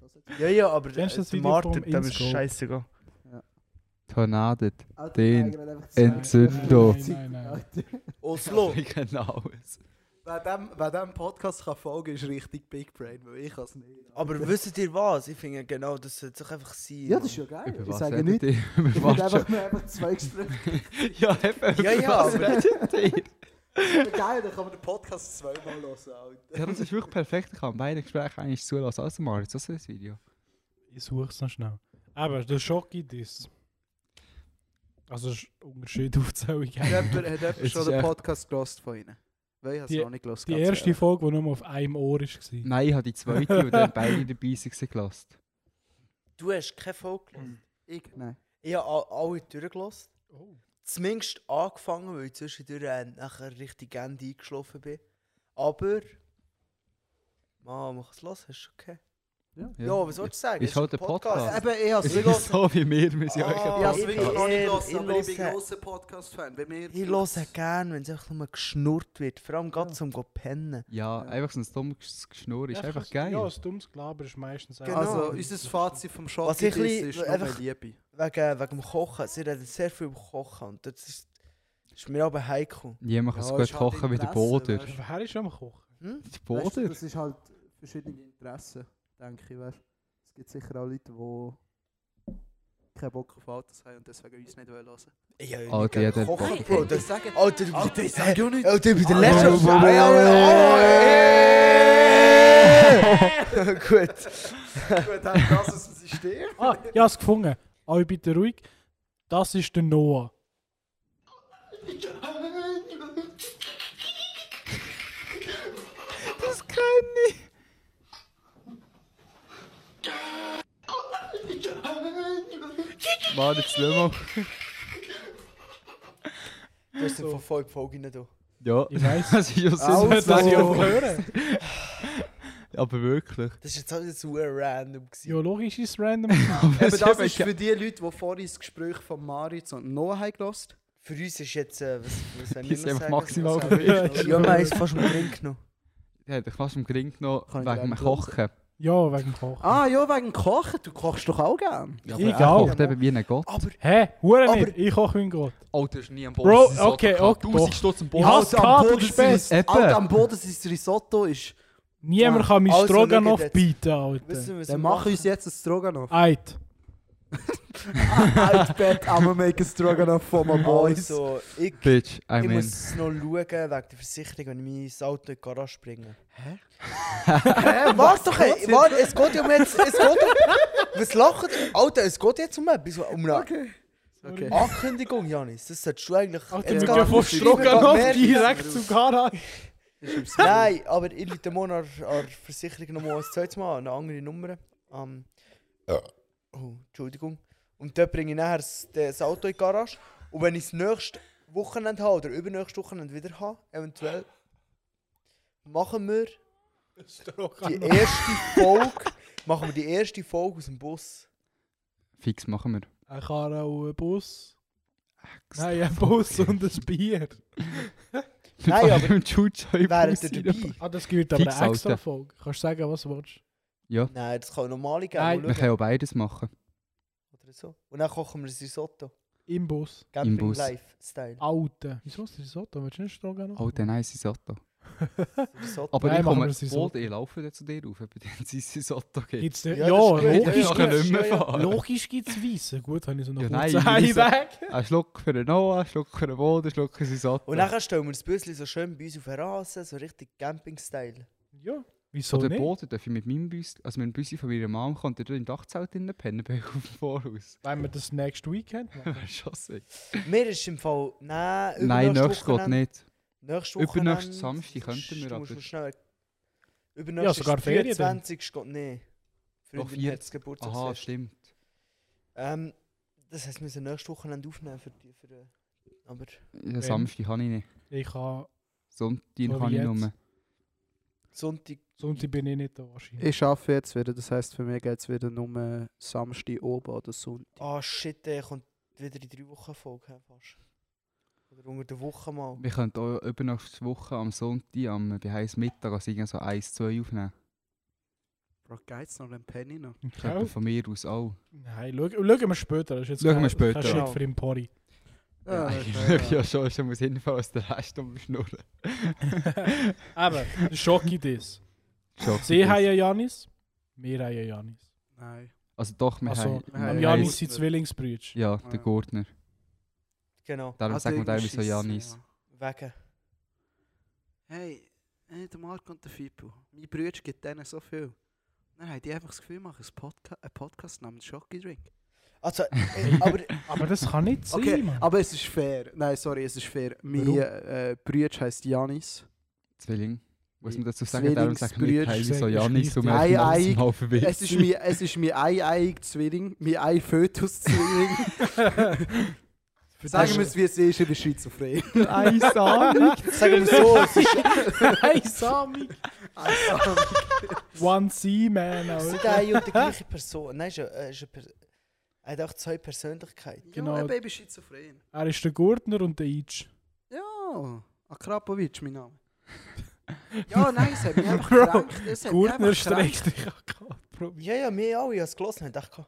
Speaker 5: Das hat's-
Speaker 1: Ja, ja, aber
Speaker 4: Kennst du
Speaker 1: äh,
Speaker 4: das
Speaker 1: der
Speaker 4: Video
Speaker 1: Martin,
Speaker 4: vom
Speaker 1: dem ist
Speaker 4: Inscope?
Speaker 1: scheißegal.
Speaker 3: Tornadet.
Speaker 5: Alter,
Speaker 3: Den
Speaker 5: ich hab einfach zwei-
Speaker 3: Entzündung.
Speaker 4: Nein, nein, nein.
Speaker 1: Oslo!
Speaker 3: Ich kenne alles.
Speaker 5: Wer dem, wer dem Podcast kann folgen kann, ist richtig Big Brain, weil ich kann es nicht.
Speaker 1: Aber wisst ihr was? Ich finde genau, das sollte sich einfach sein.
Speaker 5: Ja, das ist
Speaker 1: Mann.
Speaker 5: ja geil.
Speaker 3: Über
Speaker 5: ich
Speaker 3: was
Speaker 5: sage
Speaker 3: redet
Speaker 5: nichts.
Speaker 3: ihr?
Speaker 5: Ich
Speaker 3: Über
Speaker 5: will
Speaker 3: was schon?
Speaker 5: einfach nur einfach zwei Gespräche.
Speaker 3: Ja, eben.
Speaker 1: Ja, ja,
Speaker 3: über was
Speaker 1: aber-
Speaker 3: redet ihr?
Speaker 5: geil, dann kann man den Podcast zweimal hören. Alter.
Speaker 3: Ja, das ist wirklich perfekt. Ich kann beide Gespräche eigentlich zulassen. Also, Maritz, das ist das Video.
Speaker 4: Ich suche es noch schnell. Aber der Schock gibt es. Also es ist Unterschied aufzählen.
Speaker 5: Hat jemand, hat jemand
Speaker 3: Es
Speaker 5: schon
Speaker 3: ist
Speaker 5: den
Speaker 3: echt-
Speaker 5: Podcast gelost von Ihnen? Weil ich habe es noch nicht gelost.
Speaker 4: Die erste Folge, die nur auf einem Ohr war.
Speaker 3: Nein, ich habe die zweite, wo dann beide dabei waren, gelassen.
Speaker 1: Du hast keine Folge gelesen.
Speaker 5: Ich, nein.
Speaker 1: Ich habe all- alle durchgelassen.
Speaker 4: Oh.
Speaker 1: Zumindest angefangen, weil ich zwischendurch äh, nachher richtig Ende eingeschlafen bin. Aber. Mann, mach es los, hast du okay. Ja, was wolltest du sagen? Hast
Speaker 3: Ist
Speaker 1: du
Speaker 3: halt
Speaker 1: einen
Speaker 3: ein Podcast.
Speaker 5: Eben, ich habe
Speaker 3: Es ist
Speaker 5: es wirklich
Speaker 3: nicht so wie wir, wir sind
Speaker 1: Ah,
Speaker 3: eigentlich
Speaker 1: ja,
Speaker 3: ein
Speaker 1: es
Speaker 5: ich
Speaker 1: ist
Speaker 3: Podcast.
Speaker 5: wirklich noch
Speaker 1: Ich-
Speaker 5: nicht gelost, aber ich bin
Speaker 1: ich höre-
Speaker 5: grosser Podcast-Fan. Wenn wir-
Speaker 1: Äh, Ich höre gerne, wenn es einfach nur geschnurrt wird. Vor allem gerade zum Pennen.
Speaker 3: Ja,
Speaker 5: Ja.
Speaker 3: einfach so ein dummes Geschnurr ist einfach geil.
Speaker 4: Ja, das dummes Gelaber ist meistens
Speaker 1: Genau.
Speaker 5: Also, unser Fazit vom Shop
Speaker 1: Was ich
Speaker 5: ist,
Speaker 1: ein bisschen-
Speaker 5: ist einfach
Speaker 1: einfach-
Speaker 5: Liebe.
Speaker 1: Wegen, wegen dem Kochen. Sie reden sehr viel über Kochen. Und das ist, das ist mir aber heikel.
Speaker 3: Niemand kann es
Speaker 5: Ja,
Speaker 3: gut
Speaker 5: ist halt
Speaker 3: kochen wie der
Speaker 5: Interesse,
Speaker 3: Boder.
Speaker 5: weißt
Speaker 4: Wer ist am Kochen?
Speaker 3: Der
Speaker 5: Weißt du,
Speaker 3: Boder?
Speaker 5: das ist halt verschiedene Interessen, denke ich. Weißt. Es gibt sicher auch Leute, die keinen Bock auf Autos haben und deswegen uns nicht hören wollen.
Speaker 1: Ich habe
Speaker 3: Alter, Ah, ja, der
Speaker 1: kochen.
Speaker 3: Bock.
Speaker 1: Bro, das-
Speaker 5: sage,
Speaker 1: Alter, du
Speaker 5: Alter, ich
Speaker 1: bist
Speaker 5: sage ja nicht.
Speaker 1: Alter, ich bin
Speaker 3: Oh,
Speaker 1: der
Speaker 5: Alter,
Speaker 1: Letzte.
Speaker 5: ich
Speaker 1: Ah, ja,
Speaker 3: Oh,
Speaker 1: ja, ja. Gut.
Speaker 5: Oh, gut, dann das ist ein System.
Speaker 4: Ah, ich habe es gefunden. Alle bitte ruhig. Das ist der Noah.
Speaker 3: Das kann ich. Mann, jetzt lass mal.
Speaker 1: Du hast den Verfolg Folge nicht. da.
Speaker 3: Ja,
Speaker 4: Ich weiss.
Speaker 3: das ist ja
Speaker 5: Also.
Speaker 3: sinnvoll. dass ich
Speaker 5: Oh.
Speaker 3: aufhöre. Aber wirklich.
Speaker 1: Das ist jetzt alles so random. gewesen.
Speaker 4: Ja, logisch ist es random.
Speaker 3: Aber
Speaker 5: Eben,
Speaker 3: es
Speaker 5: das
Speaker 3: eben
Speaker 5: ist
Speaker 3: ge-
Speaker 5: für die Leute, die vorhin das Gespräch von Maritz und Noah haben gehört
Speaker 1: Für uns ist jetzt. Äh, was, was haben
Speaker 3: Die
Speaker 1: wir
Speaker 3: sind
Speaker 1: noch
Speaker 3: einfach
Speaker 1: sagen?
Speaker 3: maximal
Speaker 1: Was haben wir
Speaker 4: verwirrt.
Speaker 1: noch? Ja, wir
Speaker 5: genau.
Speaker 1: haben es fast mal drin genommen.
Speaker 3: Ja, ich fast am Gring genommen
Speaker 5: Kann ich
Speaker 3: wegen dem
Speaker 5: lernen.
Speaker 3: Kochen.
Speaker 4: ja, wegen dem Kochen.
Speaker 5: haben. Ah ja, wegen Kochen. Du kochst doch auch gerne.
Speaker 3: Ja,
Speaker 4: aber er
Speaker 3: Er
Speaker 4: Egal.
Speaker 3: kocht eben wie ein Gott.
Speaker 1: Aber
Speaker 4: Hä? Hure
Speaker 1: Aber-
Speaker 4: nicht. Ich koche wie ein Gott.
Speaker 3: Oh, das ist nie am
Speaker 4: Bro, okay, okay, doch.
Speaker 3: Stutz am
Speaker 4: Ich
Speaker 5: Halt
Speaker 4: hasse Kabel, das ist best.
Speaker 5: sein,
Speaker 3: Eben.
Speaker 5: Alter, Halt am Boden sein Risotto ist...
Speaker 4: Niemand kann mich
Speaker 1: Also,
Speaker 4: Stroganoff
Speaker 1: schaut jetzt.
Speaker 4: bieten, Alter.
Speaker 1: wissen wir, was wir
Speaker 5: Dann machen wir uns jetzt ein Stroganoff.
Speaker 4: Eit.
Speaker 5: Out bed, I'ma make a stroganoff for my boys.
Speaker 1: Also, ich,
Speaker 3: Bitch,
Speaker 1: ich
Speaker 3: I'm in.
Speaker 1: muss es noch schauen wegen der Versicherung, wenn ich mein Auto in die Garage bringe.
Speaker 5: Hä,
Speaker 1: Was doch, ey, warte, es geht ja um jetzt, es geht um, was lachen, Alter, es geht jetzt um etwas, um eine
Speaker 5: Okay. Okay.
Speaker 1: Ankündigung, Janis, das solltest du eigentlich...
Speaker 4: Ach,
Speaker 1: jetzt
Speaker 4: du
Speaker 1: geht-
Speaker 4: ja von
Speaker 1: schreiben
Speaker 4: Stroganoff
Speaker 1: geht mehr-
Speaker 4: direkt zu Garage.
Speaker 1: Nein, aber ich rufe morgen an der Versicherung nochmal ein zweites Mal an, eine andere Nummer. Ähm, oh, Entschuldigung. Und dort bringe ich nachher das, das Auto in die Garage. Und wenn ich es nächste Wochenende habe oder übernächste Wochenende wieder habe, eventuell, machen wir die erste Folge, machen wir die erste Folge aus dem Bus.
Speaker 3: Fix machen wir.
Speaker 4: Ein Karre und ein Bus. Nein, ein Bus und ein Bier.
Speaker 1: Nein,
Speaker 3: Nein,
Speaker 1: aber-
Speaker 3: aber... Chucho
Speaker 1: Während ihr dabei?
Speaker 4: Ah, das gibt aber
Speaker 3: Fix,
Speaker 4: eine extra
Speaker 3: Alter.
Speaker 4: Folge. Kannst du sagen, was du willst?
Speaker 3: Ja,
Speaker 1: Nein, das kann eine normale geben.
Speaker 4: Nein.
Speaker 1: mal
Speaker 3: wir
Speaker 1: schauen.
Speaker 3: können auch beides machen.
Speaker 1: Oder so. Und dann kochen wir ein Risotto.
Speaker 4: Im Bus.
Speaker 1: Camping
Speaker 3: Bus.
Speaker 1: Life-Style.
Speaker 4: Alte. Wieso ist das Risotto? Willst du nicht Stroganoff?
Speaker 3: Oh, der nice Risotto.
Speaker 1: Risotto.
Speaker 3: Aber
Speaker 4: Nein,
Speaker 3: ich
Speaker 4: machen
Speaker 3: komme...
Speaker 4: wir das Risotto.
Speaker 3: Boden, ich laufe dann zu dir rauf, bei dir ins Risotto geht.
Speaker 4: Gibt's nicht?
Speaker 1: Ja,
Speaker 4: Ja,
Speaker 1: das ist gut. Ja,
Speaker 4: logisch.
Speaker 3: ich kann
Speaker 1: ja,
Speaker 3: nicht mehr
Speaker 1: ja, ja.
Speaker 3: fahren.
Speaker 4: Logisch gibt es Weissen. Gut, habe ich so noch
Speaker 3: Ja,
Speaker 4: ja,
Speaker 3: nein,
Speaker 4: kurzen
Speaker 3: Weisse.
Speaker 4: Heimweg.
Speaker 3: Ein Schluck für den Noah, ein Schluck für den Boden, ein Schluck für sein Sattel.
Speaker 1: Und dann stellen wir das Büsli so schön bei uns auf der Rasen, so richtig Camping-Style.
Speaker 4: Ja, wieso
Speaker 3: Oder
Speaker 4: nicht?
Speaker 3: Boden darf ich mit meinem Büsli, also mit dem Büsli von meiner Mom, kommt er dort im Dachzelt drinnen pennen, bin ich auf dem Voraus.
Speaker 4: Wenn wir das nächste Weekend machen.
Speaker 3: Wäre schon sick.
Speaker 1: Mir ist im Fall. Nein,
Speaker 3: Nein, nächstes geht
Speaker 1: Wochenende-
Speaker 3: nicht.
Speaker 1: Nächstes
Speaker 3: Übernächstes
Speaker 1: Wochenende-
Speaker 3: Samstag könnten wir
Speaker 1: Du musst
Speaker 3: aber.
Speaker 1: mir Schnell, übernächstes
Speaker 4: sogar
Speaker 1: ist
Speaker 4: Ferien dann.
Speaker 1: 24. geht nicht.
Speaker 3: Doch,
Speaker 1: Freundin
Speaker 3: vier-
Speaker 1: hat das
Speaker 3: Aha,
Speaker 1: Geburtstagsfest.
Speaker 3: stimmt.
Speaker 1: Ähm, das heisst, wir müssen nächstes Wochenende aufnehmen für die. Für, äh, aber
Speaker 3: Ja, Samstag habe ich nicht.
Speaker 4: Ich habe...
Speaker 3: Sonntag
Speaker 4: So
Speaker 3: habe
Speaker 4: wie
Speaker 3: ich
Speaker 4: jetzt.
Speaker 3: nur.
Speaker 1: Sonntag.
Speaker 4: Sonntag bin ich nicht da wahrscheinlich.
Speaker 5: Ich arbeite jetzt wieder, das heisst für mich geht es wieder nur Samstag oben oder Sonntag.
Speaker 1: Ah, shit, ey, kommt wieder in drei Wochen Folge. hä, fast. Oder unter der Woche mal.
Speaker 3: Wir könnten auch übernächste Woche am Sonntag, am äh, wie heisst Mittag, also irgendwie so 1, 2 aufnehmen.
Speaker 5: Bro, geht's noch den Penny noch?
Speaker 3: Könnten
Speaker 4: Gell?
Speaker 3: von mir aus auch.
Speaker 4: Nein, schau- schauen wir später. Das ist jetzt
Speaker 3: Schauen
Speaker 4: kein-
Speaker 3: wir später.
Speaker 4: kein Shit
Speaker 1: Genau.
Speaker 4: für den Pori.
Speaker 5: Ah,
Speaker 3: Ja, eigentlich ja schon, schon muss hinfahren, als der Rest um Schnurren.
Speaker 4: Aber, schocki das.
Speaker 3: Schock
Speaker 4: Sie
Speaker 3: ist
Speaker 4: haben ja Janis, wir haben ja Janis.
Speaker 5: Nein.
Speaker 3: das. Also doch, wir
Speaker 4: Also,
Speaker 3: haben...
Speaker 5: am
Speaker 4: Am
Speaker 3: wir
Speaker 4: Janis
Speaker 5: heisst-
Speaker 4: sind Zwillingsbrüder.
Speaker 3: haben- Ja, der Gurtner.
Speaker 1: Genau.
Speaker 3: Darum
Speaker 5: Ah,
Speaker 3: sagen wir teilweise so Janis.
Speaker 1: Wegen.
Speaker 5: Hey, hey, der Marc und der Fippo. Mein Bruder gibt denen so viel. Dann haben die einfach das Gefühl, machen einen, Podca einen Podcast namens Shocky Drink.
Speaker 1: Also, äh, aber.
Speaker 4: Aber das kann nicht sein,
Speaker 5: Okay,
Speaker 4: Mann.
Speaker 5: aber es ist fair. Nein, sorry, es ist fair. Mein
Speaker 4: Warum?
Speaker 5: äh, Bruder heisst Janis.
Speaker 3: Zwilling. Muss man dazu sagen,
Speaker 5: Zwillings-
Speaker 3: darum sagen wir
Speaker 5: Brüder-
Speaker 3: teilweise so
Speaker 4: Sag-
Speaker 3: Janis und wir
Speaker 5: Ei,
Speaker 3: haben
Speaker 5: ei,
Speaker 3: mal verwirrt.
Speaker 5: Es ist mein, es ist mein eineiiger Zwilling, mein ein Fötus-Zwilling. Sagen wir es, wie es ist, ich bin schizophren.
Speaker 3: einsam.
Speaker 1: Sagen wir so, es ist
Speaker 4: Einsamig.
Speaker 5: Also,
Speaker 4: One Sea Man.
Speaker 1: Es
Speaker 4: Alter.
Speaker 1: sind eine und die gleiche Person. Nein, es ist eine, äh, es ist eine Per- er hat auch zwei Persönlichkeiten.
Speaker 4: Genau.
Speaker 5: Ja, eben, ich bin schizophren.
Speaker 4: Er ist der Gurtner und der Itch.
Speaker 5: Ja, Akrapovic, mein Name. Ja, nein, es hat mich einfach
Speaker 4: Bro,
Speaker 5: gekränkt. Es hat mich
Speaker 4: Gurtner
Speaker 5: einfach gekränkt.
Speaker 4: streckt dich an Bro.
Speaker 1: Ja, ja, mir auch. Ich habe es gelesen. Ich dachte,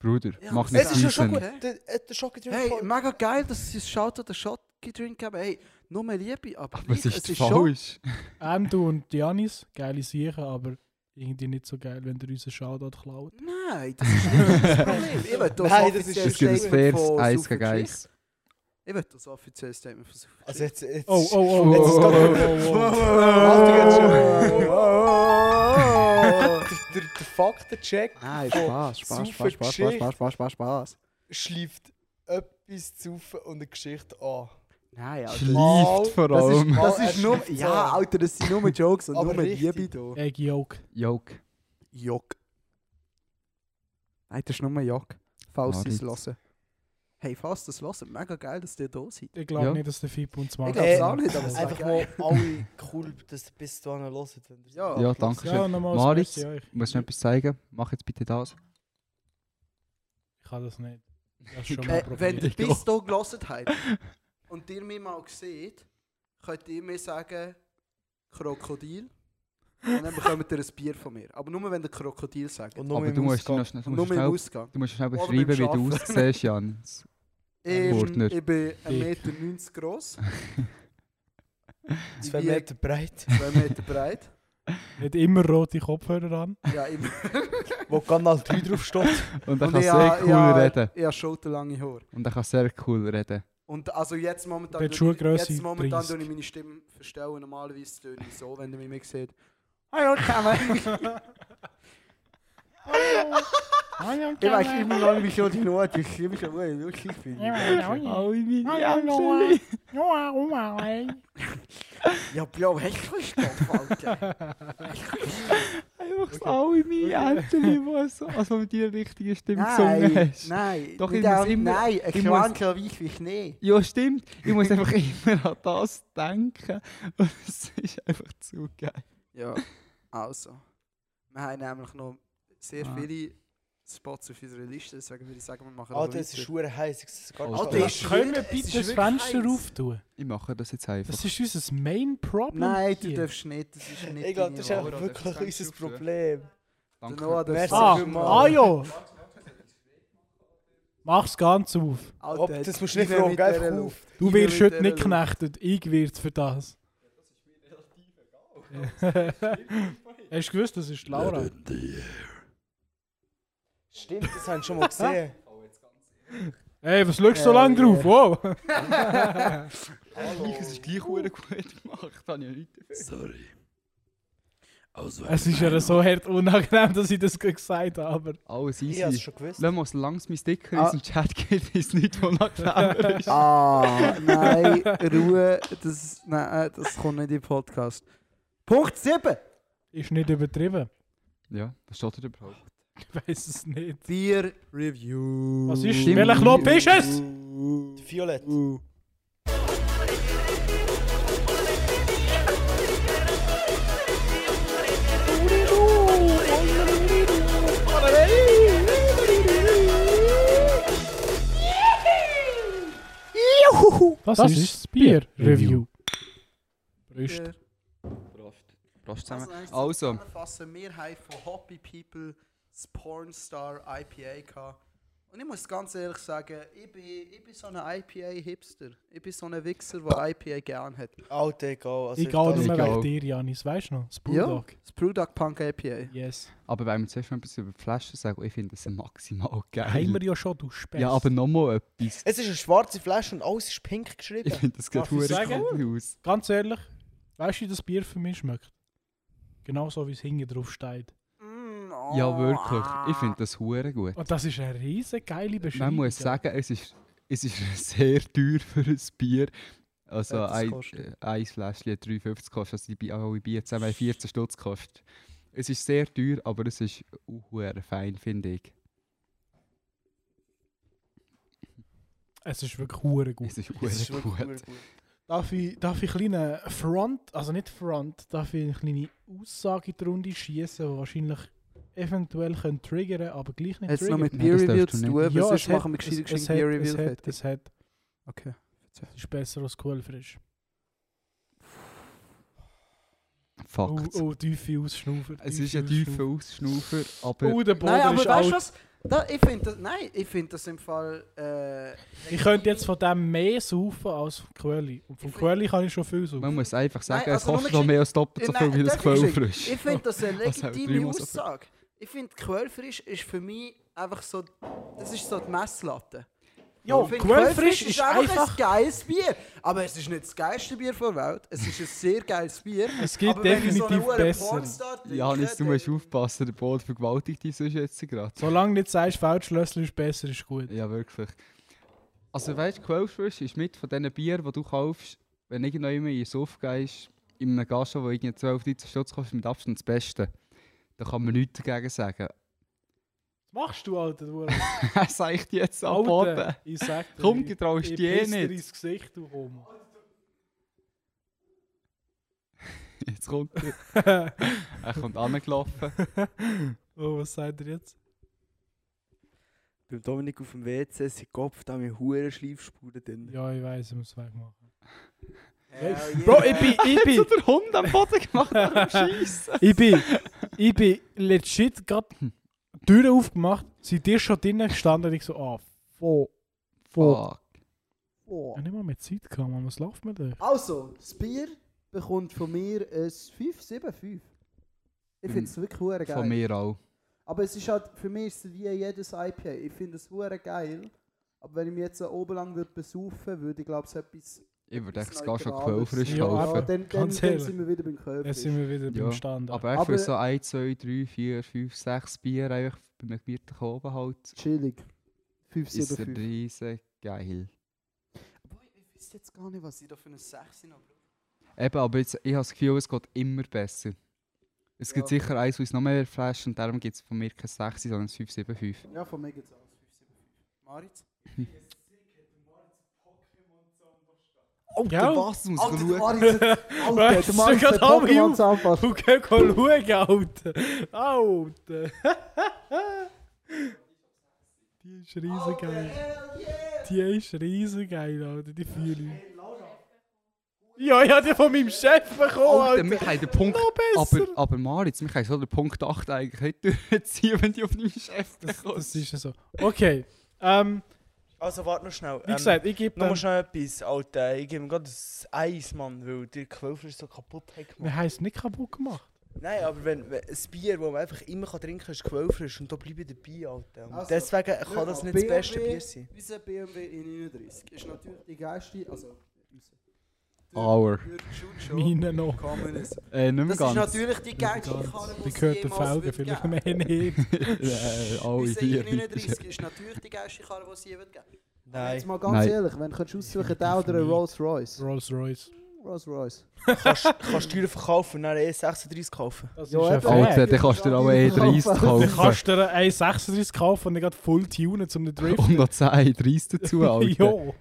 Speaker 3: Bruder,
Speaker 5: Ja,
Speaker 3: mach
Speaker 5: es
Speaker 3: nicht
Speaker 1: es ist ja schon
Speaker 3: Season.
Speaker 1: gut. Der, äh, der Schock ist
Speaker 5: Hey, mega geil, dass sie das Shout oder Shot gedrink haben. Hey, nur mehr Liebe, aber,
Speaker 3: Aber es
Speaker 5: gleich,
Speaker 3: ist
Speaker 5: schon-
Speaker 3: falsch.
Speaker 4: Ando und Janis, geile Siechen, aber irgendwie nicht so geil, wenn der unseren Shoutout klaut.
Speaker 5: Nein, das ist nicht das Problem. Ich will
Speaker 1: Nein,
Speaker 5: das
Speaker 1: das ist-
Speaker 5: offizielle
Speaker 3: Es gibt ein
Speaker 5: Statement
Speaker 3: faires
Speaker 5: von
Speaker 3: Eis
Speaker 5: Super
Speaker 3: gegen
Speaker 5: Geschichte.
Speaker 3: Eis.
Speaker 5: Ich will das offizielle Statement von Super
Speaker 1: Also jetzt, jetzt,
Speaker 4: Oh, oh, oh,
Speaker 3: Jetzt
Speaker 4: oh,
Speaker 3: ist
Speaker 4: oh,
Speaker 3: gerade-
Speaker 4: oh, oh, oh.
Speaker 1: der, der, der Faktencheck
Speaker 5: Nein,
Speaker 1: von
Speaker 5: Spaß, Spaß, Spaß, Spaß, Spaß,
Speaker 1: Geschichte.
Speaker 5: Spaß, Spaß, Spaß, Spaß.
Speaker 1: schleift etwas zu saufen und eine Geschichte an.
Speaker 5: Nein, Alter.
Speaker 1: Mal-
Speaker 3: Schleift vor
Speaker 5: Das ist,
Speaker 3: allem.
Speaker 5: das
Speaker 1: Mal
Speaker 5: ist nur.
Speaker 1: erschreckt's
Speaker 5: Ja,
Speaker 1: an.
Speaker 5: Alter, das sind nur Jokes und
Speaker 1: Aber
Speaker 5: nur
Speaker 1: richtig.
Speaker 5: Liebe da.
Speaker 4: Egg Yolk.
Speaker 3: Joke.
Speaker 5: Jock. Nein, das ist nur Jock. Falls sie es
Speaker 3: Moritz.
Speaker 5: hören. Hey, falls das hören, mega geil, dass ihr da seid.
Speaker 4: Ich glaube
Speaker 3: Ja.
Speaker 4: nicht, dass der Fippo uns macht.
Speaker 5: Ich glaub's auch nicht, aber es
Speaker 1: Einfach mal alle cool, dass ihr bis dahin hört. wenn ihr es
Speaker 5: Ja.
Speaker 1: macht.
Speaker 3: Ja, danke schön.
Speaker 4: Ja, nochmal
Speaker 3: Maritz,
Speaker 4: Merci euch.
Speaker 3: Musst du noch etwas zeigen? Mach jetzt bitte das.
Speaker 4: Ich kann das nicht. Ich hab's schon mal
Speaker 5: Äh, wenn ihr
Speaker 4: probiert.
Speaker 5: bis hier gelesen habt und ihr mich mal seht, könnt ihr mir sagen, Krokodil. Und dann bekommt ihr ein Bier von mir. Aber nur wenn ihr Krokodil sagt.
Speaker 1: Und
Speaker 5: Und
Speaker 1: nur
Speaker 3: Aber
Speaker 1: im
Speaker 3: du musst
Speaker 1: Ausgang.
Speaker 3: noch schnell, du
Speaker 5: nur
Speaker 3: musst
Speaker 5: im
Speaker 3: schnell,
Speaker 5: Ausgang.
Speaker 3: du musst schnell
Speaker 5: Oder beim
Speaker 3: beschreiben, wie du
Speaker 5: Schaffen.
Speaker 3: aussiehst, Jan.
Speaker 5: Ähm,
Speaker 3: Gurtner.
Speaker 5: ich bin 1,90
Speaker 4: Dick.
Speaker 5: Meter groß,
Speaker 1: Zwei Meter breit.
Speaker 5: 2 Meter breit.
Speaker 4: Hat immer rote Kopfhörer an.
Speaker 5: Ja, immer.
Speaker 1: Wo Kanal 3 drauf steht.
Speaker 3: Und er
Speaker 5: Und
Speaker 3: kann
Speaker 5: ich
Speaker 3: sehr
Speaker 5: ha-
Speaker 3: cool
Speaker 5: ich ha-
Speaker 3: reden.
Speaker 5: Ich habe schulterlange Haare.
Speaker 3: Und er kann sehr cool reden.
Speaker 5: Und also jetzt momentan,
Speaker 4: Bei der
Speaker 5: tue ich-
Speaker 4: Schuhgrösse
Speaker 5: jetzt momentan
Speaker 4: 30.
Speaker 5: tue ich meine Stimme verstellen. Normalerweise töne ich so, wenn ihr mich mehr seht. Hallo zusammen. ich weiß immer noch nicht, wieso die Note ist. Ich bin schon ruhig, wirklich.
Speaker 3: Oh, wie
Speaker 5: Ja, Bro, hast du Stoff, Alter?
Speaker 3: Einfach so alle meine Entchen, wo so, als wenn du die richtige Stimme gesungen
Speaker 5: Nein,
Speaker 3: hast.
Speaker 5: nein.
Speaker 3: Doch,
Speaker 5: nicht
Speaker 3: ich muss
Speaker 5: auch-
Speaker 3: immer-
Speaker 5: Nein, ein
Speaker 3: ich
Speaker 5: schlanker Weich wie Schnee.
Speaker 3: Ja, stimmt. Ich muss einfach immer an das denken. Und es ist einfach zu geil.
Speaker 5: Ja, also. Wir haben nämlich noch sehr
Speaker 3: Ah.
Speaker 5: viele Spots auf unserer Liste, deswegen würde ich sagen, wir machen
Speaker 1: Alter,
Speaker 5: aber
Speaker 1: es Ah, ist
Speaker 5: weiter.
Speaker 1: schwer heiß. Ich sehe es gar
Speaker 3: Oh,
Speaker 1: nicht.
Speaker 3: Alter,
Speaker 1: Alter,
Speaker 5: ist schwierig,
Speaker 4: Können wir
Speaker 5: es ist
Speaker 4: bitte das
Speaker 5: wirklich
Speaker 4: Fenster
Speaker 5: heiß.
Speaker 4: auftun?
Speaker 3: Ich mache das jetzt einfach.
Speaker 4: Das ist unser Main Problem.
Speaker 5: Nein, du
Speaker 4: hier.
Speaker 5: darfst nicht, das ist nicht
Speaker 1: ich glaube, das ist
Speaker 5: deine
Speaker 3: Bro,
Speaker 1: einfach
Speaker 3: das ist
Speaker 1: wirklich unser
Speaker 3: ganz schön.
Speaker 1: Problem.
Speaker 5: Wahl.
Speaker 3: Danke.
Speaker 5: Der Noah darf
Speaker 1: Merci.
Speaker 5: sagen.
Speaker 4: Ah,
Speaker 1: Vielmals.
Speaker 4: ah ja! Mach's ganz auf.
Speaker 5: Alter,
Speaker 1: Ob, das musst du
Speaker 5: ich
Speaker 1: nicht
Speaker 5: will
Speaker 1: fragen,
Speaker 5: mit
Speaker 1: einfach
Speaker 5: dieser
Speaker 1: auf.
Speaker 4: Du
Speaker 5: Ich will
Speaker 4: wirst
Speaker 5: mit
Speaker 4: heute nicht
Speaker 5: dieser
Speaker 4: geknechtet, ich werde für das. Hast du gewusst, das ist Laura?
Speaker 1: Stimmt, das haben wir schon mal gesehen.
Speaker 4: Ey, was schaust du so lange drauf? Wow!
Speaker 3: Es ist gleich gut gemacht. Habe ich ja nichts dafür.
Speaker 4: Es ist ja so hart unangenehm, dass ich das gerade gesagt habe. aber-
Speaker 3: Alles
Speaker 1: Ich habe es
Speaker 3: easy.
Speaker 1: schon gewusst.
Speaker 3: Lass mal, solange es mein Sticker
Speaker 5: Ah.
Speaker 3: ist und Chat geht, ist nicht von nachher.
Speaker 5: Ah, nein, Ruhe, das, nein, äh, das kommt nicht im Podcast. Punkt 7.
Speaker 4: Ist nicht übertrieben.
Speaker 3: Ja, was steht da überhaupt?
Speaker 4: Ich weiß es nicht.
Speaker 5: Bier Review.
Speaker 4: Was ist?
Speaker 3: Stimmt.
Speaker 4: Welcher Knopf ist es?
Speaker 1: Violett.
Speaker 4: Das, ist das Bier-Review. Brüst.
Speaker 5: Bier.
Speaker 3: Prost zusammen.
Speaker 5: Also,
Speaker 3: Also,
Speaker 5: zusammenfassen, wir haben von Hobby People das Pornstar IPA gehabt. Und ich muss ganz ehrlich sagen, ich bin, ich bin so ein IPA-Hipster. Ich bin so ein Wichser, der IPA gern hat.
Speaker 1: Alter, egal. Also
Speaker 4: Ich gehe nur
Speaker 3: das-
Speaker 4: wegen dir, Janis. Weißt du noch? Das Bulldog.
Speaker 5: Das Brewdog Punk IPA.
Speaker 4: Yes.
Speaker 3: aber wenn wir zuerst noch etwas über die Flaschen sagen, ich finde das maximal
Speaker 4: Haben wir
Speaker 3: geil.
Speaker 4: ja schon, du Spess.
Speaker 3: Ja, aber nochmal etwas.
Speaker 1: Es ist eine schwarze Flasche und alles ist pink geschrieben.
Speaker 3: Ich finde das
Speaker 4: Darf
Speaker 3: geht
Speaker 4: ich
Speaker 3: verdammt
Speaker 4: sagen?
Speaker 3: cool aus.
Speaker 4: Ganz ehrlich, weißt du, wie das Bier für mich schmeckt? Genauso wie es hinten drauf steht.
Speaker 5: Mm, oh,
Speaker 3: Ja, wirklich. Ich finde
Speaker 5: ah.
Speaker 3: das hure gut.
Speaker 4: Und das ist eine riesen geile Beschreibung.
Speaker 3: Man muss sagen, es ist, es ist sehr teuer für ein Bier. Also
Speaker 5: Äh, das
Speaker 3: ein,
Speaker 5: kostet-
Speaker 3: äh, ein Fläschchen hat 3,50 kostet, also die Bi- alle Bier zusammen haben 14 Stutz kostet. Es ist sehr teuer, aber es ist hure fein, finde ich.
Speaker 4: Oh, Es ist wirklich hure gut.
Speaker 3: Es ist
Speaker 1: Das ist
Speaker 3: hure
Speaker 1: wirklich
Speaker 3: gut.
Speaker 1: verdammt gut.
Speaker 4: Darf ich, darf ich einen kleinen Front, also nicht Front, darf ich eine kleine Aussage in die Runde schießen, die wahrscheinlich eventuell können triggern aber gleich nicht
Speaker 5: Hat es noch
Speaker 4: triggern.
Speaker 5: mit
Speaker 3: Nein,
Speaker 5: Beer
Speaker 3: das
Speaker 5: Review
Speaker 3: darfst du
Speaker 5: zu
Speaker 3: nicht.
Speaker 5: tun? Ja, sonst
Speaker 4: es hat-
Speaker 5: machen wir gescheit
Speaker 4: es- es
Speaker 5: gescheit
Speaker 4: hat-
Speaker 5: Beer
Speaker 4: es
Speaker 5: Review
Speaker 4: hat-
Speaker 5: fertig.
Speaker 4: Es hat,
Speaker 5: Okay.
Speaker 4: es ist besser als Kuhlfrisch. Oh,
Speaker 3: Fakt.
Speaker 4: oh, tiefe Ausschnaufer.
Speaker 3: Es
Speaker 4: tiefe
Speaker 3: ist ein
Speaker 4: Ausschnaufer.
Speaker 3: tiefer Ausschnaufer, aber
Speaker 4: Oh, der Boden
Speaker 5: Nein, aber
Speaker 4: ist
Speaker 5: weißt
Speaker 4: alt.
Speaker 5: du was? Da, ich finde das, nein, ich finde das im Fall. Äh,
Speaker 4: Ich könnte jetzt von dem mehr saufen als vom Quelli. Und vom Quelli kann ich schon viel saufen.
Speaker 3: man muss einfach sagen,
Speaker 5: Nein,
Speaker 3: es
Speaker 5: also nur
Speaker 3: kostet noch mehr als doppelt so
Speaker 5: Nein,
Speaker 3: viel wie das
Speaker 5: darf ich sagen?
Speaker 3: Quellfrisch.
Speaker 5: Ich finde das eine
Speaker 3: Was auch
Speaker 5: legitime
Speaker 3: dreimal so viel.
Speaker 5: Aussage. Ich finde, Quellfrisch ist für mich einfach so. Das ist so die Messlatte.
Speaker 4: Ja,
Speaker 5: Ich find,
Speaker 4: Quellfrisch ist
Speaker 5: ein
Speaker 4: einfach-
Speaker 5: geiles Bier. Aber es ist nicht das geilste Bier der Welt. Es ist ein sehr geiles Bier.
Speaker 4: Es gibt
Speaker 5: aber wenn ich so eine
Speaker 4: definitiv
Speaker 5: Hure
Speaker 4: besser.
Speaker 5: Pornstar trinke,
Speaker 3: Janis, du
Speaker 5: dann-
Speaker 3: musst aufpassen, der Boden vergewaltigt dich sonst jetzt gerade.
Speaker 4: Solange du nicht sagst, Feldschlössl ist besser, ist gut.
Speaker 3: Ja, wirklich. Also weißt du, Quellfisch ist mit von diesen Bier, die du kaufst, wenn irgendjemand in den Suff gehst, in einem Gascha, wo irgendwie 12, 13 Stutz kostet, mit Abstand das Beste. Da kann man nichts dagegen sagen.
Speaker 4: Was machst du, Alter? Du Alter.
Speaker 3: Was sag ich dir jetzt am Boden?
Speaker 4: Ich sag dir,
Speaker 3: Komm,
Speaker 4: ich-
Speaker 3: du traust
Speaker 4: ich
Speaker 3: dich eh
Speaker 4: piss dir
Speaker 3: nicht.
Speaker 4: ins Gesicht, du Homo.
Speaker 3: Jetzt kommt er. er kommt angelaufen.
Speaker 4: Oh, was sagt er jetzt?
Speaker 1: Beim Dominik auf dem WC, sein Kopf, da haben wir hure Schleifspuren drin.
Speaker 4: Ja, ich weiß, ich muss wegmachen.
Speaker 5: Hell
Speaker 4: Bro,
Speaker 5: yeah.
Speaker 4: ich bin, ich
Speaker 3: So
Speaker 4: bin,
Speaker 3: der Hund am Boden gemacht nach dem Scheissen.
Speaker 4: ich bin, ich bin legit gerade Türen aufgemacht, sind dir schon drinnen gestanden und ich so, ah, fuck. Fuck.
Speaker 3: Fuck.
Speaker 4: Ich hab nicht mal mehr Zeit gehabt, Mann, was läuft mir da?
Speaker 5: Also, das Bier bekommt von mir ein 575. Ich finde es wirklich hure geil.
Speaker 3: Von mir auch.
Speaker 5: Aber es ist halt, für mich ist es wie jedes IPA. Ich finde es hure geil. Aber wenn ich mich jetzt so oben lang würde besaufen, würde ich glaube es etwas...
Speaker 3: Ich würde
Speaker 5: Das
Speaker 3: echt
Speaker 5: ist
Speaker 3: sogar schon
Speaker 5: neutraler.
Speaker 3: Quellfrisch
Speaker 4: Ja,
Speaker 5: Ja,
Speaker 3: kaufen.
Speaker 5: dann, dann, dann
Speaker 4: Ganz ehrlich.
Speaker 5: sind wir wieder beim Köpfchen.
Speaker 4: Jetzt sind wir wieder
Speaker 3: Ja,
Speaker 4: beim Stand.
Speaker 3: Aber einfach für
Speaker 5: Aber-
Speaker 3: so 1, 2, 3, 4, 5, 6 Bier einfach bei einem gemütlichen Oben halt.
Speaker 5: Chillig. 5,
Speaker 3: Ist
Speaker 5: 7,
Speaker 3: er
Speaker 5: 5.
Speaker 3: riesig geil.
Speaker 5: Ich weiß jetzt gar nicht, was ich da für eine 6 noch brauche.
Speaker 3: Eben, aber jetzt, ich habe das Gefühl, es geht immer besser. Es gibt
Speaker 5: Ja.
Speaker 3: sicher eins, wo es noch mehr flasht und darum gibt es von mir kein 6, sondern ein 575.
Speaker 5: Ja, von mir gibt es alles 5, 7, 5. Maritz?
Speaker 1: Alter,
Speaker 4: Gell?
Speaker 1: was muss
Speaker 5: Alter, der
Speaker 1: schauen?
Speaker 4: Weißt
Speaker 5: Maritz hat... Alter, der
Speaker 4: du,
Speaker 5: Maritz hat
Speaker 4: gerade alle
Speaker 5: Pokémon
Speaker 4: auf.
Speaker 5: zusammenfasst.
Speaker 4: Du kannst schauen, Alter. Alter. Die ist riesig geil. Die ist riesig geil, Alter. Die fühle ich. Ja, ich habe die von meinem Chef bekommen,
Speaker 3: Alter,
Speaker 4: Alter.
Speaker 3: wir haben den Punkt.
Speaker 4: Noch besser.
Speaker 3: Aber, aber Maritz, wir können so den Punkt 8 eigentlich nicht durchziehen, wenn die auf deinem Chef
Speaker 4: Das
Speaker 3: bekommst.
Speaker 4: ist ja so. Okay. Ähm,
Speaker 1: Also, warte noch schnell.
Speaker 4: wie gesagt, ähm, ich gebe
Speaker 1: Noch mal
Speaker 4: dem...
Speaker 1: schnell etwas, Alter. Ich gebe ihm gerade das Eis, Mann, weil der Quellfrisch so kaputt hat gemacht.
Speaker 4: Wir haben es nicht kaputt gemacht.
Speaker 1: Nein, aber wenn, wenn ein Bier, das man einfach immer kann trinken kann, ist Quellfrisch und da bleibe ich dabei, Alter. Und
Speaker 5: Also,
Speaker 1: deswegen
Speaker 5: schau
Speaker 1: kann das
Speaker 5: mal,
Speaker 1: nicht das
Speaker 5: BMW
Speaker 1: beste Bier sein.
Speaker 5: Unser BMW i39 ist natürlich die geilste... Also... unser-
Speaker 3: Our.
Speaker 5: Durch die Schutzschau
Speaker 4: Meine noch.
Speaker 5: gekommen ist.
Speaker 3: Äh, nicht mehr
Speaker 5: Das
Speaker 3: ganz.
Speaker 5: ist natürlich die geilste Karre, die
Speaker 4: Die
Speaker 5: es
Speaker 4: gehört der
Speaker 5: jemals
Speaker 4: Felge,
Speaker 5: wird
Speaker 4: vielleicht
Speaker 5: geben.
Speaker 4: mehr nicht.
Speaker 3: Äh, alle
Speaker 5: Unser
Speaker 3: vier Leute.
Speaker 5: i39 ist natürlich die geilste Karre, die es je wird geben. Jetzt
Speaker 1: Nein.
Speaker 5: mal ganz
Speaker 3: Nein.
Speaker 5: ehrlich, wenn du könntest aussuchen der oder ein
Speaker 4: Definitiv.
Speaker 5: Rolls Royce.
Speaker 4: Rolls Royce.
Speaker 5: Rolls Royce.
Speaker 1: kannst kannst Steuern verkaufen und dann E36 kaufen.
Speaker 4: Das
Speaker 5: Ja,
Speaker 4: ist ein
Speaker 5: eben.
Speaker 3: Alter,
Speaker 4: Fact.
Speaker 3: dann kannst du dir auch einen E30
Speaker 4: Dann
Speaker 3: kaufen.
Speaker 4: kannst du dir einen 36 kaufen und dann gerade voll tunen zum Drift.
Speaker 3: Und noch 10 E30 eh dazu, Alter.
Speaker 4: Jo.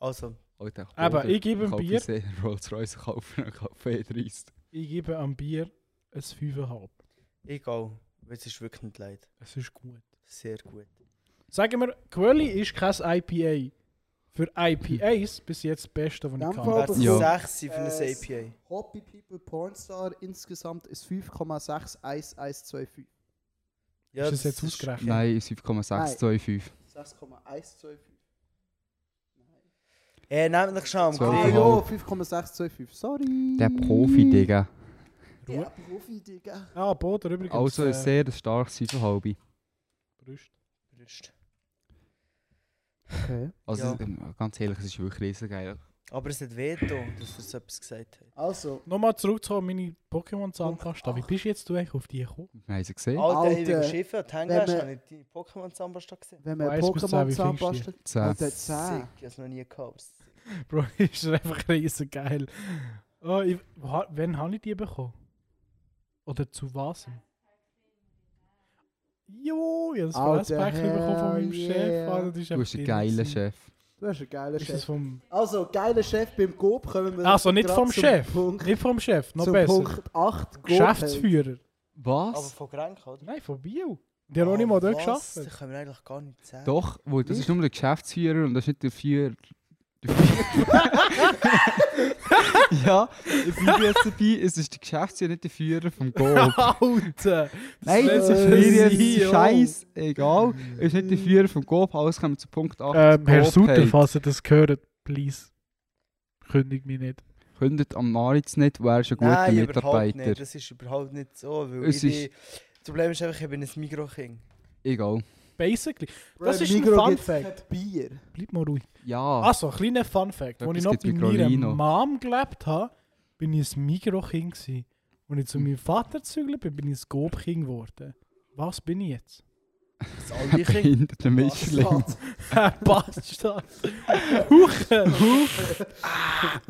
Speaker 1: Also,
Speaker 3: Alter
Speaker 4: Aber
Speaker 3: Bruder,
Speaker 4: ich gebe ihm
Speaker 3: kauf
Speaker 4: Bier.
Speaker 3: uns eh einen Rolls-Royce kaufen und kaufe eh E30.
Speaker 4: Ich gebe am Bier ein 5,5.
Speaker 1: egal. Es ist wirklich nicht leid.
Speaker 4: Es ist gut.
Speaker 1: Sehr gut.
Speaker 4: Sagen wir, Quelli ist kein IPA. Für IPAs bis jetzt das Beste, was
Speaker 5: Dann
Speaker 4: ich
Speaker 5: fahr-
Speaker 4: kann.
Speaker 1: Wäre es
Speaker 3: Ja.
Speaker 1: 6 für ein
Speaker 5: Äh,
Speaker 1: APA?
Speaker 5: Hobby People Pornstar insgesamt ist 5,61125.
Speaker 1: Ja,
Speaker 4: ist das jetzt ausgerechnet?
Speaker 3: Nein, 5,625.
Speaker 5: 6,125.
Speaker 1: Äh, nehmt mich schon am
Speaker 3: Sorry.
Speaker 5: Ah
Speaker 1: Kollegen.
Speaker 5: ja, 5,625. Sorry.
Speaker 3: Der Profi, Digga.
Speaker 5: Der Profi, Digga.
Speaker 4: Ah, Boden übrigens.
Speaker 3: Also
Speaker 4: äh,
Speaker 3: ein sehr starkes 7,5.
Speaker 4: Brust.
Speaker 1: Brust.
Speaker 5: Okay.
Speaker 3: Also
Speaker 1: Ja.
Speaker 3: ähm, ganz ehrlich, es ist wirklich riesig geil.
Speaker 1: Aber es hat Veto, dass er so etwas gesagt hat.
Speaker 5: Also,
Speaker 4: Nochmal zurückzuholen, meine Pokémon zusammenfasten. Wie bist jetzt du eigentlich auf die gekommen?
Speaker 3: Wir haben sie gesehen.
Speaker 1: Alter, ich
Speaker 5: Hm? Alter,
Speaker 1: bin Schiffe und Hängen
Speaker 5: wenn
Speaker 1: hast,
Speaker 5: man-
Speaker 1: habe ich deine Pokémon-Sambastadt gesehen.
Speaker 5: wenn wir
Speaker 4: Eins bis zehn,
Speaker 5: Pokémon
Speaker 4: wie findest du die?
Speaker 5: zusammenbasteln.
Speaker 3: Zehn.
Speaker 5: Alter,
Speaker 1: Sick, ich
Speaker 5: 10.
Speaker 1: habe es noch nie gehabt.
Speaker 4: Bro, ist er einfach riesig geil. Oh, ich, ha, wann habe ich die bekommen? Oder zu was? Jo, ich habe das
Speaker 5: Alter,
Speaker 4: Fresspäckchen bekommen von meinem
Speaker 5: hell
Speaker 4: Chef.
Speaker 5: yeah.
Speaker 4: Alter, das ist
Speaker 3: Du
Speaker 4: einfach
Speaker 3: bist ein
Speaker 4: drin
Speaker 3: geiler
Speaker 4: gewesen.
Speaker 3: Chef.
Speaker 5: Du hast einen geilen
Speaker 4: Ist das
Speaker 5: Chef.
Speaker 4: vom,
Speaker 5: Also, geiler Chef beim GoP kommen wir
Speaker 4: also nicht
Speaker 5: grad
Speaker 4: vom
Speaker 5: zum
Speaker 4: Chef.
Speaker 5: Punkt,
Speaker 4: Nicht vom Chef, noch
Speaker 5: zum
Speaker 4: besser.
Speaker 5: Punkt 8. GoP.
Speaker 4: Geschäftsführer.
Speaker 1: Aber
Speaker 3: Was?
Speaker 1: von Grenk, oder?
Speaker 4: Nein, von Bio. Der hat auch nicht mal
Speaker 5: Oh,
Speaker 4: dort geschafft.
Speaker 1: Das können wir eigentlich gar nicht sagen.
Speaker 3: Doch, weil das ist nur der Geschäftsführer und das ist nicht der Vier. Der Vier. ja, ich bin jetzt dabei, es ist der Geschäftsführer, nicht der Führer vom Go.
Speaker 4: Alter!
Speaker 3: Nein, das ist mir jetzt scheiß, egal. Es ist nicht der Führer vom Gob, alles kommen zu Punkt 8.
Speaker 4: Ähm, Herr
Speaker 3: Gob
Speaker 4: Sutter,
Speaker 3: hat-
Speaker 4: falls ihr das hört, please. Kündigt mich nicht.
Speaker 3: Kündet am Maritz nicht, wäre ein guter
Speaker 1: Nein, überhaupt
Speaker 3: Mitarbeiter.
Speaker 1: nicht. Das ist überhaupt nicht so. Weil
Speaker 3: Es
Speaker 1: ich
Speaker 3: ist-
Speaker 1: bin, das Problem ist einfach, ich bin ein Mikroking.
Speaker 3: Egal.
Speaker 4: Basically.
Speaker 5: Bro,
Speaker 4: Das ist ein
Speaker 5: Migros
Speaker 4: Fun
Speaker 5: gibt's kein
Speaker 4: Fact.
Speaker 5: Bier.
Speaker 4: Bleib mal ruhig.
Speaker 3: Ja,
Speaker 4: Also, kleiner Fun Fact. Als ich
Speaker 3: Ah. Etwas
Speaker 4: noch
Speaker 3: gibt's
Speaker 4: bei
Speaker 3: mit
Speaker 4: meiner
Speaker 3: Rolino.
Speaker 4: Mom gelebt habe, bin ich ein Mikrokind gewesen. Als ich
Speaker 3: Hm.
Speaker 4: zu meinem Vater gezügelt bin, bin ich ein Gobkind geworden. Was bin ich jetzt?
Speaker 1: Das
Speaker 3: ein
Speaker 1: Aldi-King.
Speaker 3: behinderter Mischling.
Speaker 5: Schade.
Speaker 4: Ein Bastard. Huchen!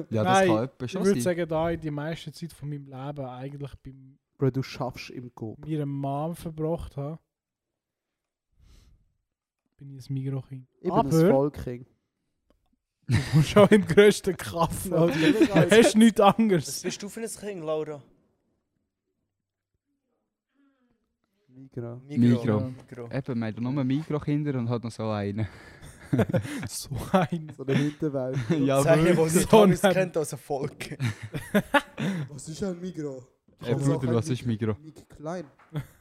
Speaker 3: Ja, das
Speaker 4: Nein,
Speaker 3: kann etwa
Speaker 4: Ich
Speaker 3: schon
Speaker 4: würde
Speaker 3: sein.
Speaker 4: sagen, da ich die meiste Zeit von meinem Leben eigentlich bei
Speaker 5: Bro, du schaffst im GoP.
Speaker 4: meiner Mom verbracht habe, bin ich ein Mikrokind.
Speaker 5: Ich bin ein
Speaker 4: Aber
Speaker 5: Vollking.
Speaker 4: du bist auch im grössten Kaff. Alter.
Speaker 3: Also,
Speaker 4: Du hast nichts
Speaker 1: Was
Speaker 4: anderes.
Speaker 1: bist du für ein King, Laura?
Speaker 5: Migros.
Speaker 3: Migros.
Speaker 1: Migros.
Speaker 3: Eben, wir haben nur Mikrokinder und hat noch so einen.
Speaker 4: So ein.
Speaker 5: So eine Hinterwelt.
Speaker 3: ja,
Speaker 1: Sag mir,
Speaker 3: wirklich.
Speaker 1: wo nicht
Speaker 4: so
Speaker 1: alles
Speaker 4: ein-
Speaker 1: kennt also als Erfolg.
Speaker 5: Was ist ein Migros?
Speaker 3: Ey, Bruder, was ist Migros?
Speaker 5: Mig klein.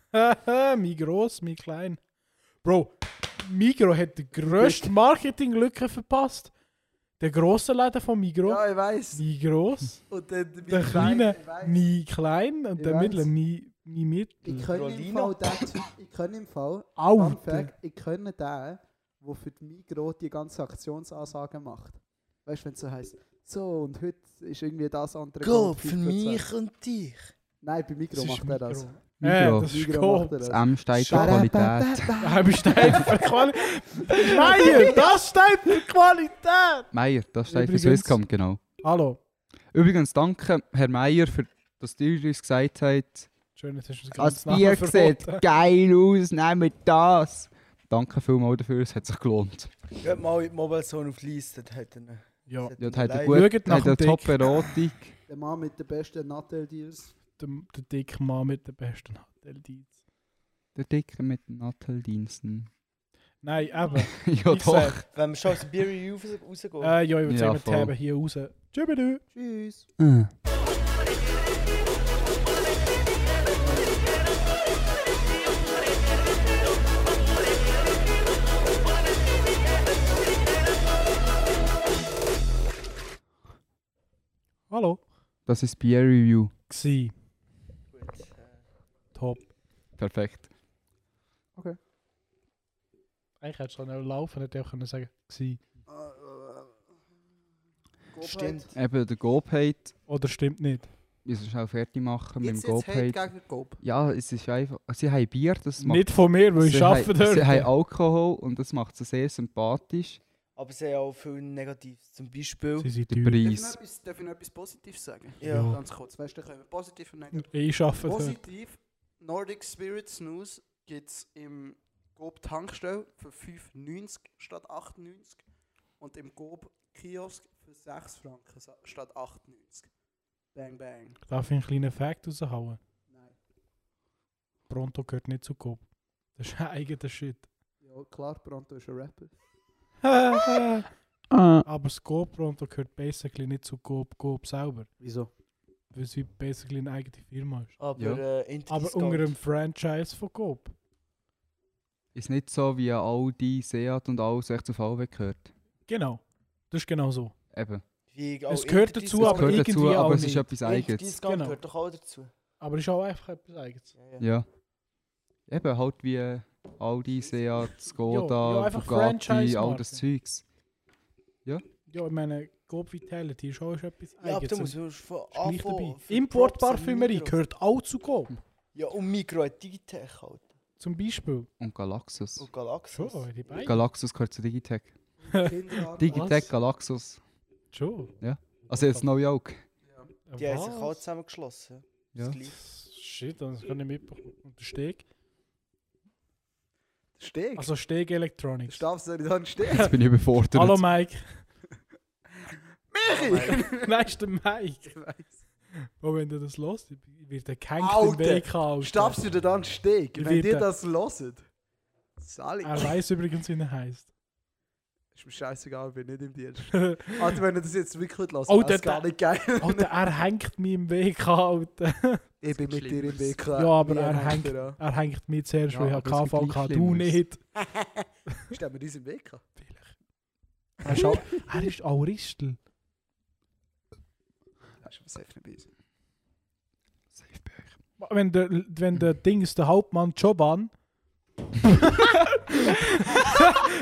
Speaker 4: mein gross, mein klein. Bro, Migro hat die grösste Marketinglücke verpasst. Der grosse Laden von Migro.
Speaker 5: Ja, ich weiß.
Speaker 4: Migros.
Speaker 5: Und dann
Speaker 4: Der
Speaker 5: Klein,
Speaker 4: kleine,
Speaker 5: ich weiss.
Speaker 4: mein klein. Und
Speaker 5: Ich
Speaker 4: der
Speaker 5: weiss.
Speaker 4: mittlere, mein mein Mittel.
Speaker 5: Ich kann im
Speaker 1: Rolino?
Speaker 5: Fall den Typ, ich kann im Fall,
Speaker 4: Oh,
Speaker 5: Fun
Speaker 4: Alter.
Speaker 5: Fact, ich kenne den, der für die Migros die ganze Aktionsansage macht. Weißt du, wenn es so heisst, so und heute ist irgendwie das andere
Speaker 1: Gott,
Speaker 5: Gold
Speaker 1: für
Speaker 5: 15.
Speaker 1: mich und dich.
Speaker 5: Nein, bei Migros
Speaker 4: Das ist
Speaker 5: macht er das.
Speaker 4: Migros. Äh,
Speaker 3: Migros.
Speaker 4: das ist
Speaker 5: Migros
Speaker 4: Gold.
Speaker 5: macht er
Speaker 3: Das
Speaker 5: das.
Speaker 3: M steht für Qualität.
Speaker 4: Da
Speaker 5: Qualität.
Speaker 4: bist du für Qualität. Meier, das steht für Qualität.
Speaker 3: Meier, das steht für
Speaker 4: Übrigens-
Speaker 3: Swisscom, genau.
Speaker 4: Hallo.
Speaker 3: Übrigens, danke, Herr Meier, für dass ihr uns gesagt habt,
Speaker 4: Schön, jetzt hast du uns
Speaker 3: das
Speaker 4: ganz
Speaker 3: Bier
Speaker 4: Namen
Speaker 3: sieht
Speaker 4: verraten.
Speaker 3: geil aus, nehmt das. Danke vielmals dafür, es hat sich gelohnt.
Speaker 1: Geht mal in die Mobile Zone auf Leiste, das hat er.
Speaker 4: Ja,
Speaker 3: Ja, das hat eine,
Speaker 1: Leid.
Speaker 4: Schaut
Speaker 3: gute,
Speaker 4: nach
Speaker 3: hat eine
Speaker 4: dem Dick.
Speaker 3: Top-Erotik.
Speaker 5: Der Mann mit den besten Nattel-Deals.
Speaker 4: der, der dicke Mann mit der besten Hotel-Deals.
Speaker 3: Der Dicke mit den Nadeldiensten.
Speaker 4: Nein, eben.
Speaker 3: ja,
Speaker 4: Ich
Speaker 3: doch.
Speaker 4: sag,
Speaker 1: Wenn wir schon aus dem Beer Review raus- rausgehen.
Speaker 4: äh, ja, ich würde
Speaker 3: Ja,
Speaker 4: sagen, wir
Speaker 3: voll.
Speaker 4: taben hier raus. Tschüss.
Speaker 5: Tschüss.
Speaker 3: Äh.
Speaker 4: Hallo.
Speaker 3: Das ist Beer Review.
Speaker 4: Gsi.
Speaker 1: Gut, äh,
Speaker 4: Top.
Speaker 3: Perfekt.
Speaker 4: Eigentlich hättest du dann auch laufen und auch können sagen, gsi.
Speaker 1: Stimmt.
Speaker 3: Eben der GoPaid.
Speaker 4: Oder stimmt nicht.
Speaker 3: Wir müssen schnell fertig machen mit
Speaker 5: Jetzt
Speaker 3: dem
Speaker 5: jetzt Hate
Speaker 3: GoPaid.
Speaker 5: gegen Gob.
Speaker 3: Ja, es ist einfach. Sie haben Bier, das macht.
Speaker 4: Nicht von mir, weil ich
Speaker 3: sie
Speaker 4: arbeite
Speaker 3: haben, Sie haben
Speaker 4: dort.
Speaker 3: Alkohol und das macht sie sehr sympathisch.
Speaker 1: Aber sie haben auch viel Negatives. Zum Beispiel.
Speaker 4: Sie sind
Speaker 3: Der
Speaker 4: teuer.
Speaker 5: Darf ich, noch
Speaker 3: Preis.
Speaker 5: etwas, darf ich noch etwas Positives sagen?
Speaker 1: Ja.
Speaker 4: Ja.
Speaker 5: Ganz kurz, weißt du, dann können wir positiv und negativ.
Speaker 4: Ich arbeite dort.
Speaker 5: Positiv, Nordic Spirit Snooze gibt es im Gob Tankstelle für 5,90 statt 8,90 und im Gob Kiosk für 6 Franken sa- statt 8,90. Bang, bang.
Speaker 4: Darf ich einen kleinen Fact raushauen?
Speaker 5: Nein.
Speaker 4: Pronto gehört nicht zu Coop. Das ist ein eigener Shit.
Speaker 5: Ja, klar, Pronto ist ein Rapper.
Speaker 4: Aber
Speaker 3: Ah.
Speaker 4: das Coop Pronto gehört basically nicht zu Coop, Coop selber.
Speaker 5: Wieso?
Speaker 4: Weil es wie basically eine eigene Firma ist.
Speaker 1: Aber
Speaker 3: Ja.
Speaker 1: äh,
Speaker 4: Aber
Speaker 1: Interdiscount.
Speaker 4: unter dem Franchise von Coop.
Speaker 3: Ist nicht so wie Aldi, Seat und alles, echt zu VW gehört.
Speaker 4: Genau. Das ist genau so.
Speaker 3: Eben.
Speaker 1: Wie auch
Speaker 4: Es gehört
Speaker 1: Interdiscount-
Speaker 4: dazu,
Speaker 3: Es
Speaker 4: aber
Speaker 3: gehört
Speaker 4: irgendwie
Speaker 3: dazu,
Speaker 4: auch
Speaker 3: aber es
Speaker 4: nicht.
Speaker 3: ist etwas Eigenes.
Speaker 1: Interdiscount
Speaker 4: Genau.
Speaker 1: gehört doch auch dazu.
Speaker 4: Aber es ist auch einfach etwas Eigenes.
Speaker 1: Ja, ja.
Speaker 3: Ja. Eben halt wie äh, Aldi, Seat,
Speaker 4: Ja, ja,
Speaker 3: Skoda,
Speaker 4: einfach
Speaker 3: Bugatti, all
Speaker 4: Franchise-Marken.
Speaker 3: das Zeugs.
Speaker 4: Ja, ich meine, Coop Vitality ist auch etwas
Speaker 1: Ja, dus aber du
Speaker 4: Eigenes.
Speaker 1: musst
Speaker 4: Ja,
Speaker 1: du musst von
Speaker 4: gleich dabei.
Speaker 1: für
Speaker 4: Importparfümerie
Speaker 1: Props an Migros.
Speaker 4: gehört auch zu Coop.
Speaker 1: Ja, und Micro hat Digitech halt.
Speaker 4: Zum Beispiel.
Speaker 3: Und Galaxus.
Speaker 1: Und Galaxus.
Speaker 4: Schon, die beiden.
Speaker 3: Galaxus gehört zu Digitech.
Speaker 5: Kinderarbeit.
Speaker 3: Digitech, Galaxus.
Speaker 4: Schon.
Speaker 3: Also jetzt New York.
Speaker 1: Die haben sich
Speaker 4: Was?
Speaker 1: auch zusammengeschlossen.
Speaker 3: Ja.
Speaker 1: Das Gleiche.
Speaker 4: Shit, das kann ich mitbekommen. Und der Steg?
Speaker 1: Hm.
Speaker 5: Steg.
Speaker 4: Also Steg Electronics.
Speaker 5: Staffst du nicht an Steg?
Speaker 3: Jetzt bin ich überfordert.
Speaker 4: Hallo Mike.
Speaker 5: Michi!
Speaker 4: Nein, ist der Mike.
Speaker 5: Ich weiss.
Speaker 4: Und wenn du das hörst, wird der gehängt
Speaker 5: Alter,
Speaker 4: im Weg haben.
Speaker 5: Staffst du dir dann Steg?
Speaker 4: Ich
Speaker 5: Wenn dir
Speaker 4: werde- Ah,
Speaker 5: das hört. Sali.
Speaker 4: Er weiß übrigens, wie er heißt.
Speaker 5: Ist mir scheißegal, ich bin nicht im Dienst. Alter, wenn ihr das jetzt wirklich hört,
Speaker 4: Oh,
Speaker 5: oh, das
Speaker 4: der-
Speaker 5: gar nicht geil.
Speaker 4: Alter, er hängt mich im Weg an, Alter.
Speaker 5: Ich bin mit dir im Weg.
Speaker 4: Ja, aber
Speaker 5: Wie
Speaker 4: er
Speaker 5: hängt
Speaker 4: hängt-
Speaker 5: an.
Speaker 4: Er hängt mich zuerst,
Speaker 3: Ja,
Speaker 4: weil ich
Speaker 3: aber es
Speaker 4: habe
Speaker 3: gibt gleich
Speaker 4: KV hatte. Du
Speaker 3: Schlimmeres.
Speaker 4: nicht.
Speaker 5: Stehen wir uns im Weg an?
Speaker 4: Vielleicht. Er ist, auch, er ist Auristel.
Speaker 5: Hast du aber safe nicht bei uns.
Speaker 3: Safe bei euch.
Speaker 4: Wenn der, wenn der Dings, der Hauptmann Joban.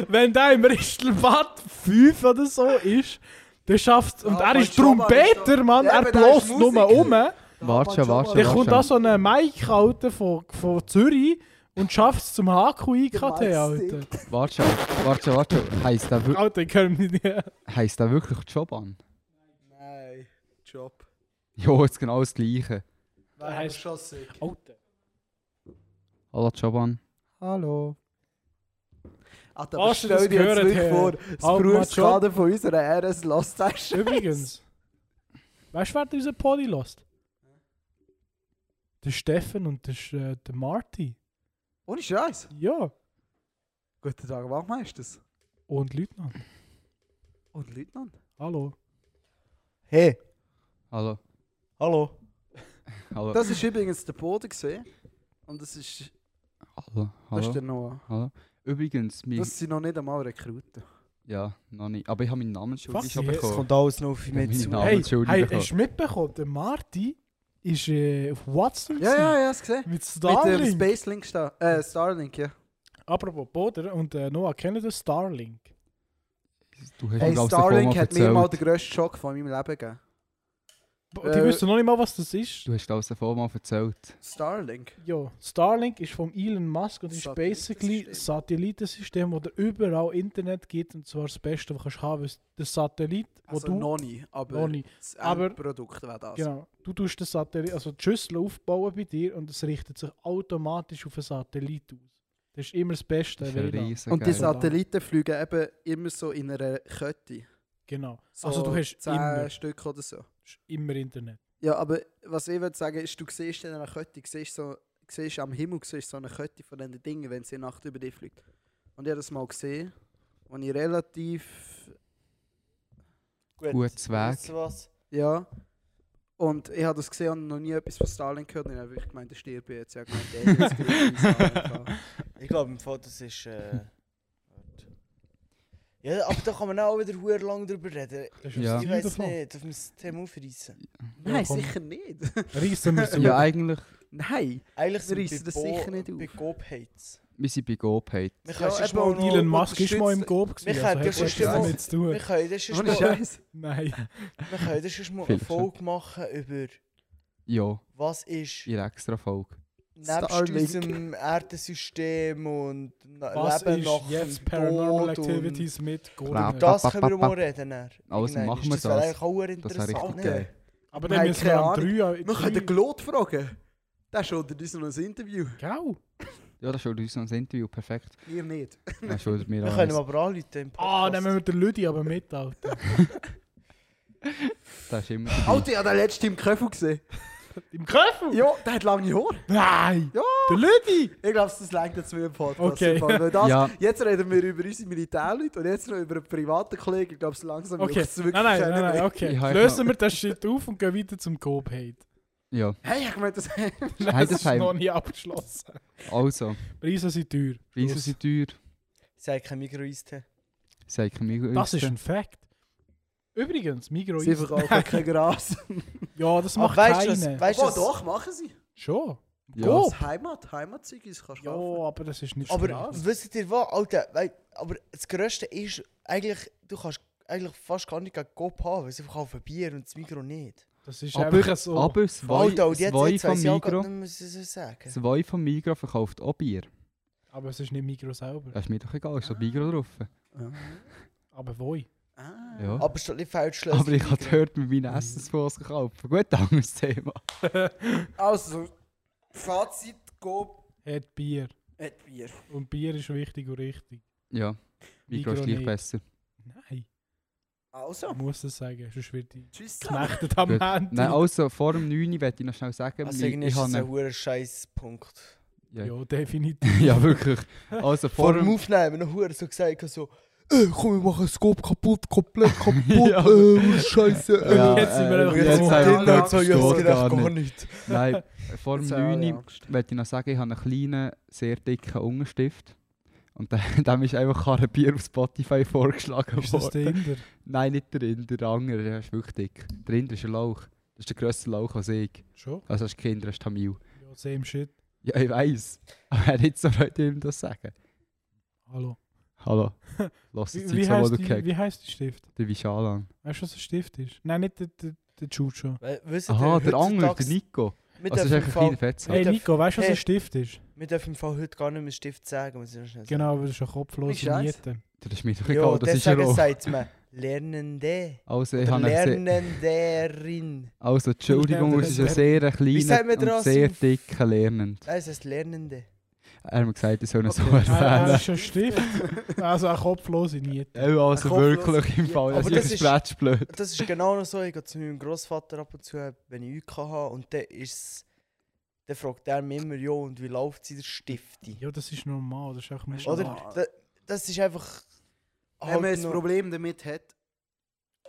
Speaker 4: wenn der im Ristelbad 5 oder so ist, der schafft. Und
Speaker 5: Ja,
Speaker 4: er ist
Speaker 5: Joban ist
Speaker 4: Trompeter,
Speaker 5: doch-
Speaker 4: Mann.
Speaker 5: Ja,
Speaker 4: Er
Speaker 5: aber der ist
Speaker 4: bläst nur um.
Speaker 5: Musiker.
Speaker 3: Warte schon, warte schon,
Speaker 4: Dann
Speaker 3: Ja,
Speaker 4: kommt
Speaker 3: schon.
Speaker 4: da so ein Mike Alter, von, von Zürich und schafft es zum HQ IKT,
Speaker 5: Der
Speaker 4: Alter.
Speaker 5: Mike
Speaker 3: Warte schon, warte schon, warte schon. Heisst der, wir
Speaker 4: Alter, ich kann mich nicht.
Speaker 3: heisst der wirklich Joban?
Speaker 5: Nein. Job.
Speaker 3: Jo, jetzt genau das Gleiche.
Speaker 5: Wer
Speaker 4: heißt-
Speaker 5: heißt schon sick?
Speaker 4: Alter.
Speaker 3: Hallo Joban.
Speaker 5: Hallo. Alter,
Speaker 4: Hast du
Speaker 5: aber
Speaker 4: das
Speaker 5: stell dir jetzt
Speaker 4: gehört,
Speaker 5: wirklich
Speaker 4: Herr?
Speaker 5: vor,
Speaker 4: Hauptmann
Speaker 5: das Berufskader von unserer RS lässt das schon.
Speaker 4: Übrigens, weißt du, wer unseren Podi lässt? Der Steffen und der, Sch- äh, der Marty.
Speaker 5: Ohne Scheiß.
Speaker 4: Ja.
Speaker 5: Guten Tag, Wachmeister.
Speaker 4: Und Leutnant.
Speaker 5: Und Leutnant.
Speaker 4: Hallo.
Speaker 1: Hey,
Speaker 3: Hallo.
Speaker 1: hallo.
Speaker 3: Hallo.
Speaker 5: Das war übrigens der Boden. Gewesen. Und das ist,
Speaker 3: Hallo.
Speaker 5: das ist
Speaker 3: Hallo.
Speaker 5: der Noah.
Speaker 3: Hallo. Übrigens, mein...
Speaker 5: Das sind noch nicht einmal Rekruten.
Speaker 3: Ja, noch nicht. Aber ich habe meinen Namen schon
Speaker 4: Was?
Speaker 3: schon
Speaker 4: Jetzt
Speaker 3: bekommen.
Speaker 1: alles noch auf
Speaker 5: Ah,
Speaker 3: Meine
Speaker 1: mich zu.
Speaker 3: Name.
Speaker 4: hey,
Speaker 3: Entschuldigung.
Speaker 4: hey, hast du mitbekommen, der Marty ist äh, auf Watson.
Speaker 5: Ja, ja, ja, hast du gesehen.
Speaker 4: Mit
Speaker 5: Mit dem
Speaker 4: Starlink.
Speaker 5: Space Link sta äh, Starlink, ja.
Speaker 4: Apropos Boden und äh, Noah, kennen das Starlink?
Speaker 3: Du hast
Speaker 5: Hey,
Speaker 3: mir, glaub ich, davon mal
Speaker 5: Starlink hat mir mal den
Speaker 3: erzählt.
Speaker 5: grössten Schock von meinem Leben gegeben.
Speaker 4: Bo- Die
Speaker 5: Äh.
Speaker 4: wissen noch nicht mal, was das ist.
Speaker 3: Du hast, glaube ich, davon mal erzählt.
Speaker 5: Starlink?
Speaker 4: Ja, Starlink ist von Elon Musk und ist basically
Speaker 5: Satellitensystem.
Speaker 4: ein Satellitensystem, wo dir überall Internet gibt und zwar das Beste, was du kannst haben kannst. Der Satellit, wo
Speaker 5: Also
Speaker 4: du...
Speaker 5: noch nie, aber
Speaker 4: noch nie.
Speaker 5: das
Speaker 4: Aber-
Speaker 5: Endprodukt wäre das.
Speaker 4: Genau. Du tust den Satellit, also die Schüssel aufbauen bei dir und es richtet sich automatisch auf einen Satellit aus. Das ist immer das Beste.
Speaker 3: Das ist ja
Speaker 4: WLAN.
Speaker 3: riesig.
Speaker 5: Und die
Speaker 3: geil.
Speaker 5: Satelliten fliegen eben immer so in einer Kette.
Speaker 4: Genau.
Speaker 5: So
Speaker 4: also du hast
Speaker 5: 10
Speaker 4: immer,
Speaker 5: Stück oder so.
Speaker 4: hast immer Internet.
Speaker 5: Ja, aber was ich würde sagen ist, du siehst in einer Kette, du siehst, so, siehst am Himmel siehst so eine Kette von diesen Dingen, wenn sie in der Nacht über dich fliegt. Und ich habe das mal gesehen, und ich relativ
Speaker 3: Gutes Werk.
Speaker 1: Weißt du was?
Speaker 5: Ja. Und ich habe das gesehen und noch nie etwas von Starlink gehört. Und ich habe wirklich gemeint, ich stirbe jetzt. Ich habe gemeint, ey, jetzt gibt es Starlink. an.
Speaker 1: Ich glaube, im Fall, das ist. Äh, warte. ja, aber da kann man auch wieder huere nou lang drüber reden.
Speaker 4: Das
Speaker 3: Ja.
Speaker 1: Ich weiß nicht, ob wir das Thema aufreißen.
Speaker 5: Nein,
Speaker 4: komm.
Speaker 5: sicher nicht.
Speaker 4: Reissen wir es
Speaker 3: Also, Ja,
Speaker 4: auf.
Speaker 3: eigentlich,
Speaker 5: Nein.
Speaker 1: Eigentlich
Speaker 5: Wir
Speaker 1: sind wir
Speaker 5: reissen
Speaker 1: bei
Speaker 5: das
Speaker 1: Bo-
Speaker 5: sicher nicht auf.
Speaker 1: Bei Gopheits.
Speaker 3: wir sind bei Gopheit.
Speaker 1: Wir
Speaker 5: Ja,
Speaker 1: können sonst
Speaker 5: eben,
Speaker 1: mal
Speaker 5: und
Speaker 1: noch-
Speaker 4: Elon Musk ist mal im
Speaker 1: unterstützen-
Speaker 4: Gob gewesen.
Speaker 1: Michael, das
Speaker 4: Also, hat
Speaker 5: ist
Speaker 4: etwas
Speaker 5: ja-
Speaker 4: damit zu tun.
Speaker 1: Wir können das sonst
Speaker 5: Ohne
Speaker 1: mal-
Speaker 5: Scheiß.
Speaker 4: Nein.
Speaker 1: wir können das sonst mal eine
Speaker 3: Vielleicht schon.
Speaker 1: Folge machen über
Speaker 3: Ja,
Speaker 1: was ist
Speaker 3: in einer extra Folge.
Speaker 1: nebst
Speaker 5: Starlink.
Speaker 1: unserem Erdensystem und na-
Speaker 4: Was
Speaker 1: Leben
Speaker 4: ist
Speaker 1: nach
Speaker 4: jetzt
Speaker 1: dem
Speaker 4: Paranormal
Speaker 1: Tod und-
Speaker 4: Activities mit
Speaker 3: Klappt.
Speaker 4: Gold?
Speaker 1: Das können wir mal reden. dann.
Speaker 3: Also
Speaker 1: Irgendwann.
Speaker 3: machen wir
Speaker 1: Das wäre
Speaker 3: das.
Speaker 1: eigentlich auch
Speaker 3: Das wäre
Speaker 1: interessant.
Speaker 3: richtig
Speaker 1: ne?
Speaker 3: geil.
Speaker 4: Aber
Speaker 5: Nein,
Speaker 4: dann müssen
Speaker 5: keine
Speaker 4: wir am
Speaker 5: Ahnung.
Speaker 4: 3
Speaker 5: Wir können den Glot fragen. Der schuldet uns noch ein Interview.
Speaker 4: Genau.
Speaker 3: Ja, das schuldet uns noch ein Interview, perfekt.
Speaker 5: Wir nicht.
Speaker 3: Das schuldet mir
Speaker 1: Wir können ihm
Speaker 3: alles.
Speaker 1: aber anrufen im
Speaker 4: Ah,
Speaker 1: Podcast.
Speaker 4: nehmen wir den Lüdi aber mit, Alter.
Speaker 3: Das ist immer dabei.
Speaker 5: Alter, ich habe den letzten im Köffel gesehen.
Speaker 4: Im Köffel?
Speaker 5: Ja, der hat lange Haare.
Speaker 4: Nein!
Speaker 5: Ja.
Speaker 4: Der Lüdi!
Speaker 5: Ich glaube, das reicht jetzt mir im Podcast.
Speaker 4: Okay.
Speaker 5: Weil das,
Speaker 3: Ja.
Speaker 5: Jetzt reden wir über unsere Militärleute und jetzt noch über einen privaten Kollegen. Ich glaube, es langsam
Speaker 4: Okay,
Speaker 5: juckt's
Speaker 4: nein, nein, nein, nein, okay.
Speaker 3: Ich hab
Speaker 4: Lösen wir das Shit auf und gehen weiter zum Gob-Hate.
Speaker 3: Ja,
Speaker 5: Hey, ich habe gemeint, das
Speaker 4: Nein, das ist
Speaker 3: Heidenheim.
Speaker 4: noch nie abgeschlossen.
Speaker 3: also,
Speaker 4: Preise sind teuer.
Speaker 3: Preise sind teuer.
Speaker 1: Sag kein Mikroeistee.
Speaker 3: Sag mir
Speaker 4: Das ist ein Fact. Übrigens, Migros
Speaker 5: Sie verkaufen kein Gras.
Speaker 4: Ja, das macht
Speaker 1: Ah, weißt du,
Speaker 4: keiner.
Speaker 1: das- weißt du,
Speaker 5: Oh,
Speaker 1: das-
Speaker 5: doch, machen sie.
Speaker 4: Schon.
Speaker 3: Ja.
Speaker 4: Gob.
Speaker 5: Das Heimat, Heimatzeug ist, kannst du
Speaker 4: Ja,
Speaker 5: kaufen.
Speaker 4: aber das ist nicht
Speaker 1: Aber
Speaker 4: Straße.
Speaker 1: wisst ihr was, Alter, weil, aber das Größte ist eigentlich, du kannst eigentlich fast gar nicht gegen Coop haben, weil sie verkaufen Bier und das Mikro nicht.
Speaker 4: Das ist
Speaker 3: Aber,
Speaker 4: einfach so.
Speaker 3: aber
Speaker 1: Alter,
Speaker 3: zwei,
Speaker 1: und jetzt,
Speaker 3: zwei
Speaker 1: jetzt
Speaker 3: vom
Speaker 1: weiss ich auch grad
Speaker 3: Migros
Speaker 1: nicht, mehr, was ich soll sagen soll.
Speaker 3: zwei vom Migro verkauft auch Bier.
Speaker 4: aber es ist nicht Migros selber.
Speaker 3: Das ist mir doch egal, ist so Migro drauf.
Speaker 4: Aber wo?
Speaker 5: Ah.
Speaker 3: Ja.
Speaker 1: Aber statt nicht falsch
Speaker 3: Aber ich habe gehört, mit meinen Essensfonds gekauft. Gut, anderes Thema.
Speaker 5: Also, Fazit, go, Äh,
Speaker 4: Hat Bier.
Speaker 5: et Bier.
Speaker 4: Und Bier ist wichtig und richtig.
Speaker 3: Ja, Migro ist
Speaker 4: Migros
Speaker 3: gleich
Speaker 4: nicht.
Speaker 3: besser.
Speaker 4: Nein,
Speaker 5: Also,
Speaker 4: ich muss das sagen. Sonst wird die
Speaker 5: tschüss zusammen.
Speaker 4: geknechtet am
Speaker 3: Gut.
Speaker 4: Ende.
Speaker 3: Nein, also, vor dem 9. Uhr möchte ich noch schnell sagen,
Speaker 1: Also
Speaker 3: ich,
Speaker 1: irgendwie
Speaker 3: ich
Speaker 1: ist das
Speaker 3: habe
Speaker 1: ein
Speaker 3: einen-
Speaker 1: hoher Scheißpunkt.
Speaker 3: Ja.
Speaker 4: Ja, definitiv.
Speaker 3: Ja, wirklich. Also,
Speaker 1: Vor
Speaker 3: vor
Speaker 1: dem
Speaker 3: dem...
Speaker 1: Aufnehmen noch hoher so gesagt, so,
Speaker 6: Äh, komm, wir machen das Scope kaputt, komplett kaputt.
Speaker 3: Ja.
Speaker 6: Äh, scheiße. Äh.
Speaker 3: Ja,
Speaker 4: Jetzt sind wir
Speaker 3: äh,
Speaker 4: einfach
Speaker 3: jetzt haben
Speaker 4: so-
Speaker 3: wir
Speaker 1: Genau,
Speaker 3: gedacht,
Speaker 1: so, ich
Speaker 3: das
Speaker 1: hab's
Speaker 3: geht
Speaker 1: gedacht,
Speaker 3: gar
Speaker 1: gar
Speaker 3: nicht.
Speaker 1: nicht.
Speaker 3: Nein, vor dem
Speaker 5: Jetzt habe ich
Speaker 3: 9. Uhr
Speaker 5: Angst.
Speaker 3: möchte ich noch sagen, ich habe einen kleinen, sehr dicken Ungenstift. Und de- dem ist einfach ein Bier auf Spotify vorgeschlagen
Speaker 4: ist das der
Speaker 3: worden.
Speaker 4: Inder?
Speaker 3: Nein, nicht der Inder, der andere, der ist wirklich dick. Der Inder ist ein Lauch. Das ist der grösste Lauch als ich.
Speaker 4: Schon?
Speaker 3: Also das ist kein Inder, das ist Tamil.
Speaker 4: Ja, same shit.
Speaker 3: Ja, ich weiss. Aber er hat so Leute, ihm das sagen.
Speaker 4: Hallo.
Speaker 3: Hallo. Lass das
Speaker 4: Wie,
Speaker 3: Zeug
Speaker 4: wie,
Speaker 3: so, wo
Speaker 4: heisst
Speaker 3: du
Speaker 4: die,
Speaker 3: kennst.
Speaker 4: wie heisst die Stift?
Speaker 3: Der Vishalan.
Speaker 4: Weißt du, was ein Stift ist? Nein, nicht der, der, der Chucho.
Speaker 1: Weil, wisst ihr,
Speaker 3: Aha, der andere,
Speaker 1: heutzutage-
Speaker 3: der Nico.
Speaker 1: wir
Speaker 3: Also das ist
Speaker 1: dürfen im
Speaker 3: eigentlich ein kleiner
Speaker 1: Fall-
Speaker 3: Fettsack.
Speaker 4: Hey
Speaker 1: darf-
Speaker 4: Nico, weißt du, was
Speaker 1: hey.
Speaker 4: ein Stift ist?
Speaker 1: wir dürfen im Fall heute gar nicht mehr Stift sagen, muss ich noch schnell sagen.
Speaker 4: Genau, weil das ist eine
Speaker 5: Wie
Speaker 4: kopflose
Speaker 5: scheiss.
Speaker 4: Miete.
Speaker 3: Das ist mir doch
Speaker 1: Ja,
Speaker 3: egal, das ist ja
Speaker 1: deswegen
Speaker 3: auch.
Speaker 1: sagt man Lernende.
Speaker 3: Also, ich
Speaker 1: Oder
Speaker 3: habe gesehen.
Speaker 1: Lernenderin.
Speaker 3: Also, Entschuldigung, es ist ein sehr
Speaker 1: sagt man
Speaker 3: kleiner und
Speaker 1: das
Speaker 3: sehr
Speaker 1: auf-
Speaker 3: dicker Lernend.
Speaker 1: Nein, es heißt Lernende.
Speaker 3: Er hat mir gesagt, ich soll ihn so
Speaker 5: Okay.
Speaker 4: Ah,
Speaker 3: erwähnen.
Speaker 4: Das ist ein Stift. Also eine kopflose Niete.
Speaker 3: Ja, also
Speaker 5: Ein kopfloses
Speaker 3: wirklich im
Speaker 5: Bier.
Speaker 3: Fall, das
Speaker 1: Aber das
Speaker 3: ist ein
Speaker 1: ist-
Speaker 3: Splätschblöd.
Speaker 1: Das ist genau noch so. Ich gehe zu meinem Großvater ab und zu, wenn ich UK habe. Und dann ist Dann fragt er mich immer, ja, und wie läuft sie der Stifti?
Speaker 4: Ja, das ist normal. Das ist einfach
Speaker 5: Weißt du,
Speaker 1: Oder?
Speaker 5: normal.
Speaker 1: Da, das ist einfach. halt
Speaker 5: Wenn man ein
Speaker 1: noch-
Speaker 5: Problem damit hat,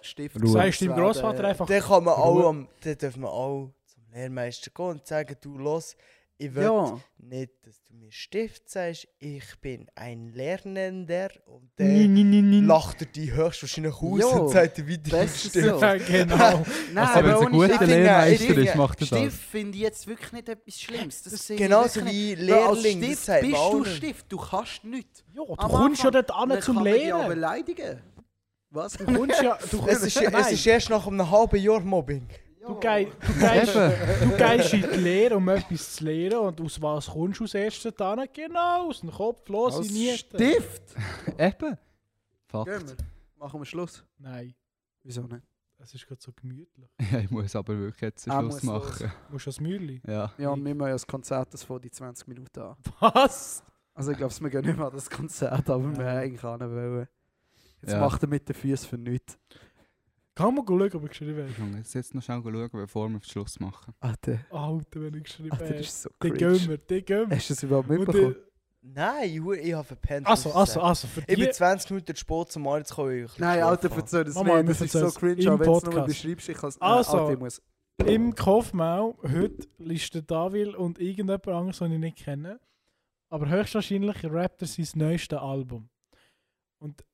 Speaker 5: Stift.
Speaker 3: Ruhe.
Speaker 4: Sagst du deinem Großvater einfach,
Speaker 1: Dann kann man
Speaker 4: Ruhe.
Speaker 1: auch am, dann dürfen wir auch zum Lehrmeister gehen und sagen, du los, Ich will
Speaker 7: Ja.
Speaker 1: nicht, dass du mir Stift sagst, ich bin ein Lernender und
Speaker 7: Nee,
Speaker 1: dann
Speaker 7: nee, nee, nee.
Speaker 1: lacht er dich höchstwahrscheinlich aus
Speaker 5: Jo,
Speaker 1: und sagt dir wieder
Speaker 5: Bestes
Speaker 1: Stift.
Speaker 5: so.
Speaker 4: Ja, genau.
Speaker 5: Nein,
Speaker 3: Also, wenn es ein
Speaker 5: ohne Scheiß.
Speaker 3: guter
Speaker 5: Ich finde-
Speaker 3: Lehrmeister
Speaker 5: ich
Speaker 3: ist,
Speaker 5: finde-
Speaker 3: macht er das.
Speaker 5: Stift finde ich jetzt wirklich nicht etwas Schlimmes. Das sehe ich
Speaker 1: Genauso
Speaker 5: wirklich
Speaker 1: genau wie
Speaker 5: nicht. Ja, als
Speaker 1: Lehrling, das
Speaker 5: Stift
Speaker 1: sagt
Speaker 5: bist
Speaker 1: man auch
Speaker 5: du
Speaker 1: nicht.
Speaker 5: Stift, du kannst nichts.
Speaker 4: Jo, du
Speaker 5: Am
Speaker 4: kommst schon
Speaker 5: Anfang,
Speaker 4: dort an
Speaker 5: Dann
Speaker 4: zum
Speaker 5: kann man dich auch
Speaker 4: Lehren.
Speaker 5: beleidigen. Was?
Speaker 4: Du kommst ja... Du
Speaker 1: Es ist, es ist erst nach einem halben Jahr Mobbing.
Speaker 4: Du gehst, du, gehst, du gehst in die Lehre, um etwas zu lehren und aus was kommst du als erstes dann? Genau, aus dem Kopf, los,
Speaker 5: Als
Speaker 4: in die Niete.
Speaker 5: Stift?
Speaker 3: Eben. Fakt.
Speaker 5: Gehen wir. Machen wir Schluss.
Speaker 4: Nein,
Speaker 5: Wieso nicht?
Speaker 4: es ist gerade so gemütlich.
Speaker 3: Ja, ich muss aber wirklich jetzt
Speaker 5: Ah,
Speaker 3: einen Schluss
Speaker 5: muss los.
Speaker 3: machen.
Speaker 4: Du musst das Mühle.
Speaker 3: Ja.
Speaker 5: Ja, wir müssen ja das Konzert, das vor die 20 Minuten an.
Speaker 4: Was?
Speaker 5: Also ich glaube, wir gehen nicht mehr an das Konzert, aber wir haben eigentlich auch nicht wollen. Jetzt
Speaker 3: Ja.
Speaker 5: macht er mit den Füßen für nichts.
Speaker 4: Kann man schauen, ob ich geschrieben habe.
Speaker 3: Junge, jetzt- jetzt noch schnell schauen, bevor wir den Schluss machen.
Speaker 5: Alter,
Speaker 4: Alter, wenn ich geschrieben
Speaker 5: Alter, das
Speaker 4: habe.
Speaker 5: ist so
Speaker 4: Dann
Speaker 5: cringe.
Speaker 4: gehen wir, dann gehen wir.
Speaker 5: Hast du es überhaupt
Speaker 4: Und
Speaker 5: mitbekommen?
Speaker 4: dann-
Speaker 1: Nein, Hure, ich habe verpennt.
Speaker 4: Also,
Speaker 1: muss ich
Speaker 4: also,
Speaker 1: sagen.
Speaker 4: also, für
Speaker 1: Ich
Speaker 4: die...
Speaker 1: bin 20 Minuten zu spät zum Arzt gekommen.
Speaker 5: Nein, Alter, verzeih das
Speaker 4: Mama,
Speaker 5: nicht.
Speaker 4: wir
Speaker 5: Das ist so
Speaker 4: verzeihen's.
Speaker 5: cringe,
Speaker 4: Im
Speaker 5: aber wenn du es nur
Speaker 4: Podcast.
Speaker 5: beschreibst, ich kann es...
Speaker 4: Also.
Speaker 5: Alter, ich muss...
Speaker 4: Im Kaufmau, heute listet Davil und irgendjemand anderes, den ich nicht kenne. Aber höchstwahrscheinlich rappt er sein neuestes Album. Und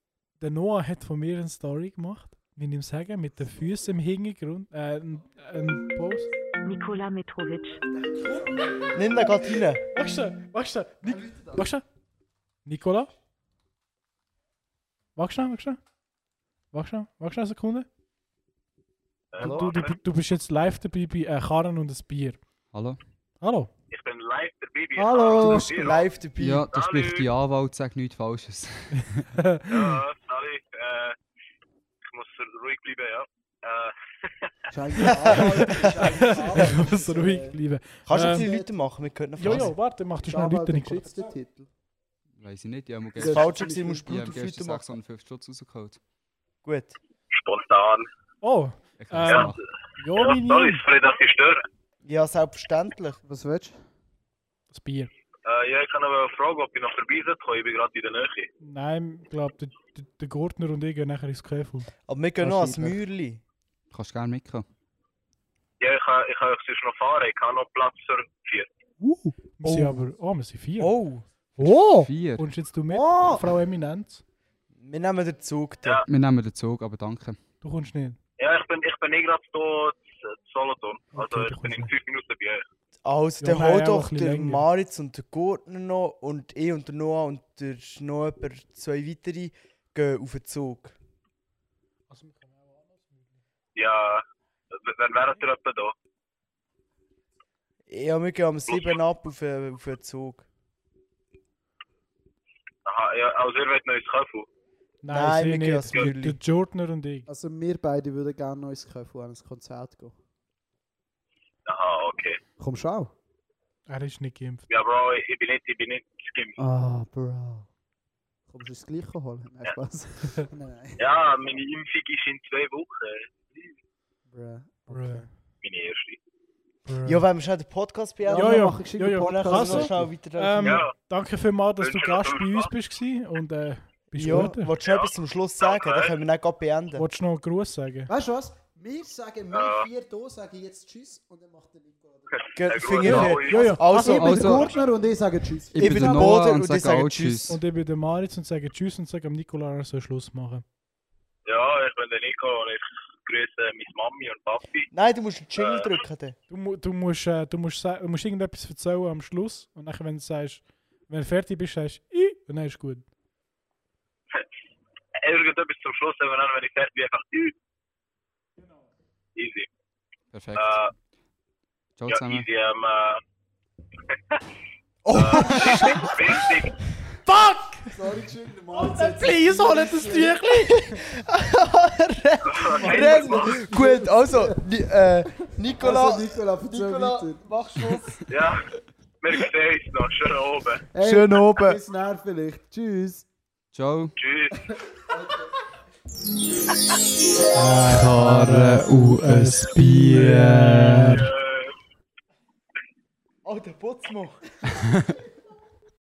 Speaker 4: der Noah hat von mir eine Story gemacht, wie ich ihm sagen, mit den Füßen im Hintergrund. Äh, ein, ein Post.
Speaker 8: Nikola Mitrovic.
Speaker 1: Nimm den gerade rein.
Speaker 4: Wachst du, wachst du, Ni wachst du? Nikola? Wachst du, wachst du? Wachst du, wachst du eine Sekunde? Du, du, du, du bist jetzt live dabei bei äh, Karren und ein Bier.
Speaker 3: Hallo?
Speaker 4: Hallo.
Speaker 9: Ich bin live dabei. bei
Speaker 4: Hallo.
Speaker 1: Du bist live dabei.
Speaker 3: Ja, da
Speaker 9: Hallo.
Speaker 3: spricht die Anwalt, sagt nichts Falsches.
Speaker 9: Ja, sorry. Äh, ich muss ruhig bleiben, ja. Äh,
Speaker 4: Ich muss ruhig bleiben.
Speaker 1: Kannst du
Speaker 4: Ähm,
Speaker 1: jetzt die Leute machen? Wir können
Speaker 4: Jojo, warte, mach du schnell Leute, Nico.
Speaker 5: Titel.
Speaker 3: Weiß ich nicht, ja, muss
Speaker 1: Das ist
Speaker 3: gestern,
Speaker 1: falsch, gewesen, du musst
Speaker 3: ich habe
Speaker 1: Bluetooth-Leute
Speaker 3: gestern
Speaker 1: machen.
Speaker 3: 650 Schutz rausgeholt.
Speaker 1: Gut.
Speaker 9: spontan.
Speaker 4: Oh,
Speaker 3: Ich kann es
Speaker 4: Ähm,
Speaker 3: machen.
Speaker 4: ja,
Speaker 9: Ja, sorry,
Speaker 4: Mini.
Speaker 9: sorry, dass ich störe.
Speaker 1: Ja, selbstverständlich.
Speaker 5: Was willst du?
Speaker 4: Das Bier.
Speaker 9: Äh, ja, ich kann aber fragen, ob ich noch vorbei sein kann. Ich bin gerade in der Nähe.
Speaker 4: Nein, ich glaube, der, der, der Gurtner und ich gehen nachher ins Käfer.
Speaker 1: Aber wir gehen noch ans
Speaker 5: Wahrscheinlich.
Speaker 1: Mäuerli.
Speaker 3: Du kannst gerne mitkommen.
Speaker 9: Ja, ich kann, ich kann euch sonst noch fahren. Ich habe noch Platz für vier.
Speaker 4: Uh, wir sind
Speaker 1: Oh.
Speaker 4: aber, oh, wir sind vier.
Speaker 1: Oh,
Speaker 4: oh.
Speaker 3: Vier.
Speaker 4: Und jetzt du mit,
Speaker 1: Oh.
Speaker 4: Frau Eminenz?
Speaker 1: wir nehmen den Zug. da.
Speaker 9: Ja.
Speaker 3: Wir nehmen den Zug, aber danke.
Speaker 4: Du kommst nicht.
Speaker 9: Ja, ich bin, ich bin eh gerade hier zu zu Solothurn. Also,
Speaker 4: Okay, du
Speaker 9: ich bin in
Speaker 4: kommst
Speaker 9: fünf Minuten bei euch.
Speaker 1: Also,
Speaker 4: Ja,
Speaker 1: dann
Speaker 4: nein,
Speaker 1: hol
Speaker 4: auch
Speaker 1: doch
Speaker 4: ein bisschen
Speaker 1: der
Speaker 4: länger.
Speaker 1: Maritz und der Gurtner noch und ich und der Noah und der noch jemand, zwei weitere gehen auf den Zug.
Speaker 9: Ja, w- wann wären ihr etwa da?
Speaker 1: Ja, wir gehen um 7 ab auf den, auf den Zug.
Speaker 9: Aha, ja, also, ihr wollt noch ins Kaffee.
Speaker 1: Nein, wir gehen
Speaker 4: Nein, Nein
Speaker 1: ans
Speaker 4: sie nicht. Der
Speaker 1: Bierli.
Speaker 4: Gurtner und ich.
Speaker 5: Also wir beide würden gerne noch ins Köpfe an ein Konzert gehen.
Speaker 9: Aha, okay.
Speaker 5: Kommst du auch?
Speaker 4: Er ist nicht geimpft.
Speaker 9: Ja, Bro, ich ich bin nicht, ich bin nicht geimpft.
Speaker 5: Ah, Bro. Kommst du das Gleiche holen? Nein, Spaß. Nein.
Speaker 9: Ja, meine Impfung ist in zwei Wochen.
Speaker 5: Bro.
Speaker 4: Bruh.
Speaker 9: Meine erste.
Speaker 4: Bruh.
Speaker 1: Ja, wenn wir schon den Podcast beenden,
Speaker 4: Ja, ja.
Speaker 5: machen geschickt
Speaker 4: Ja, ja.
Speaker 5: einen
Speaker 1: dann
Speaker 5: Podcast.
Speaker 1: können wir noch
Speaker 4: Kasse?
Speaker 1: schnell weiter.
Speaker 4: Ähm,
Speaker 9: Ja.
Speaker 4: Danke vielmals, dass du
Speaker 9: Wünsche
Speaker 4: Gast
Speaker 9: noch
Speaker 4: bei uns bist gewesen und äh, bist
Speaker 1: ja,
Speaker 4: ja.
Speaker 1: willst du noch etwas zum Schluss sagen? Dann können wir dann gerade beenden.
Speaker 4: Wolltest du noch einen Gruß sagen?
Speaker 5: Weißt du was? Wir sagen, wir vier hier sagen jetzt Tschüss und dann macht der Nico.
Speaker 1: Ge-
Speaker 9: Ja,
Speaker 1: Finger
Speaker 9: gut,
Speaker 1: her.
Speaker 9: ja.
Speaker 4: Ja, ja.
Speaker 1: Also,
Speaker 5: Ich bin
Speaker 3: Also-
Speaker 5: der Gurtner und ich sage Tschüss.
Speaker 3: Ich, bin der Noah und
Speaker 1: ich
Speaker 3: sage auch Tschüss.
Speaker 4: Und ich bin der Maritz und sage Tschüss und sage am Nikola, er soll Schluss machen.
Speaker 9: Ja, ich bin der Nico und ich grüße meine Mami und Papi.
Speaker 1: Nein, du musst den Jingle drücken. Dann.
Speaker 4: Du, mu- du, musst, äh, du, musst, sa- du musst irgendetwas erzählen am Schluss und nachher, wenn du sagst, wenn du fertig bist, sagst du «Ih», und dann ist gut.
Speaker 9: Irgendetwas zum Schluss, wenn dann, wenn ich fertig bin, einfach «Tü». Easy.
Speaker 3: Perfekt.
Speaker 9: Äh,
Speaker 3: Ciao
Speaker 9: ja,
Speaker 3: zusammen.
Speaker 9: easy. Ähm, äh,
Speaker 1: Oh,
Speaker 9: wichtig.
Speaker 1: please, hol das Tüchli! Gut, also, Ni- äh, Nicola,
Speaker 5: Nicola, verzeih
Speaker 1: Nicola, mach Schluss.
Speaker 9: ja, wir sehen uns noch. Schön oben.
Speaker 5: Hey,
Speaker 1: Schön oben.
Speaker 5: Bis näher vielleicht. Tschüss.
Speaker 3: Ciao.
Speaker 9: Tschüss.
Speaker 4: Karre und ein Bier.
Speaker 1: Äh, Oh, der Putzmuch.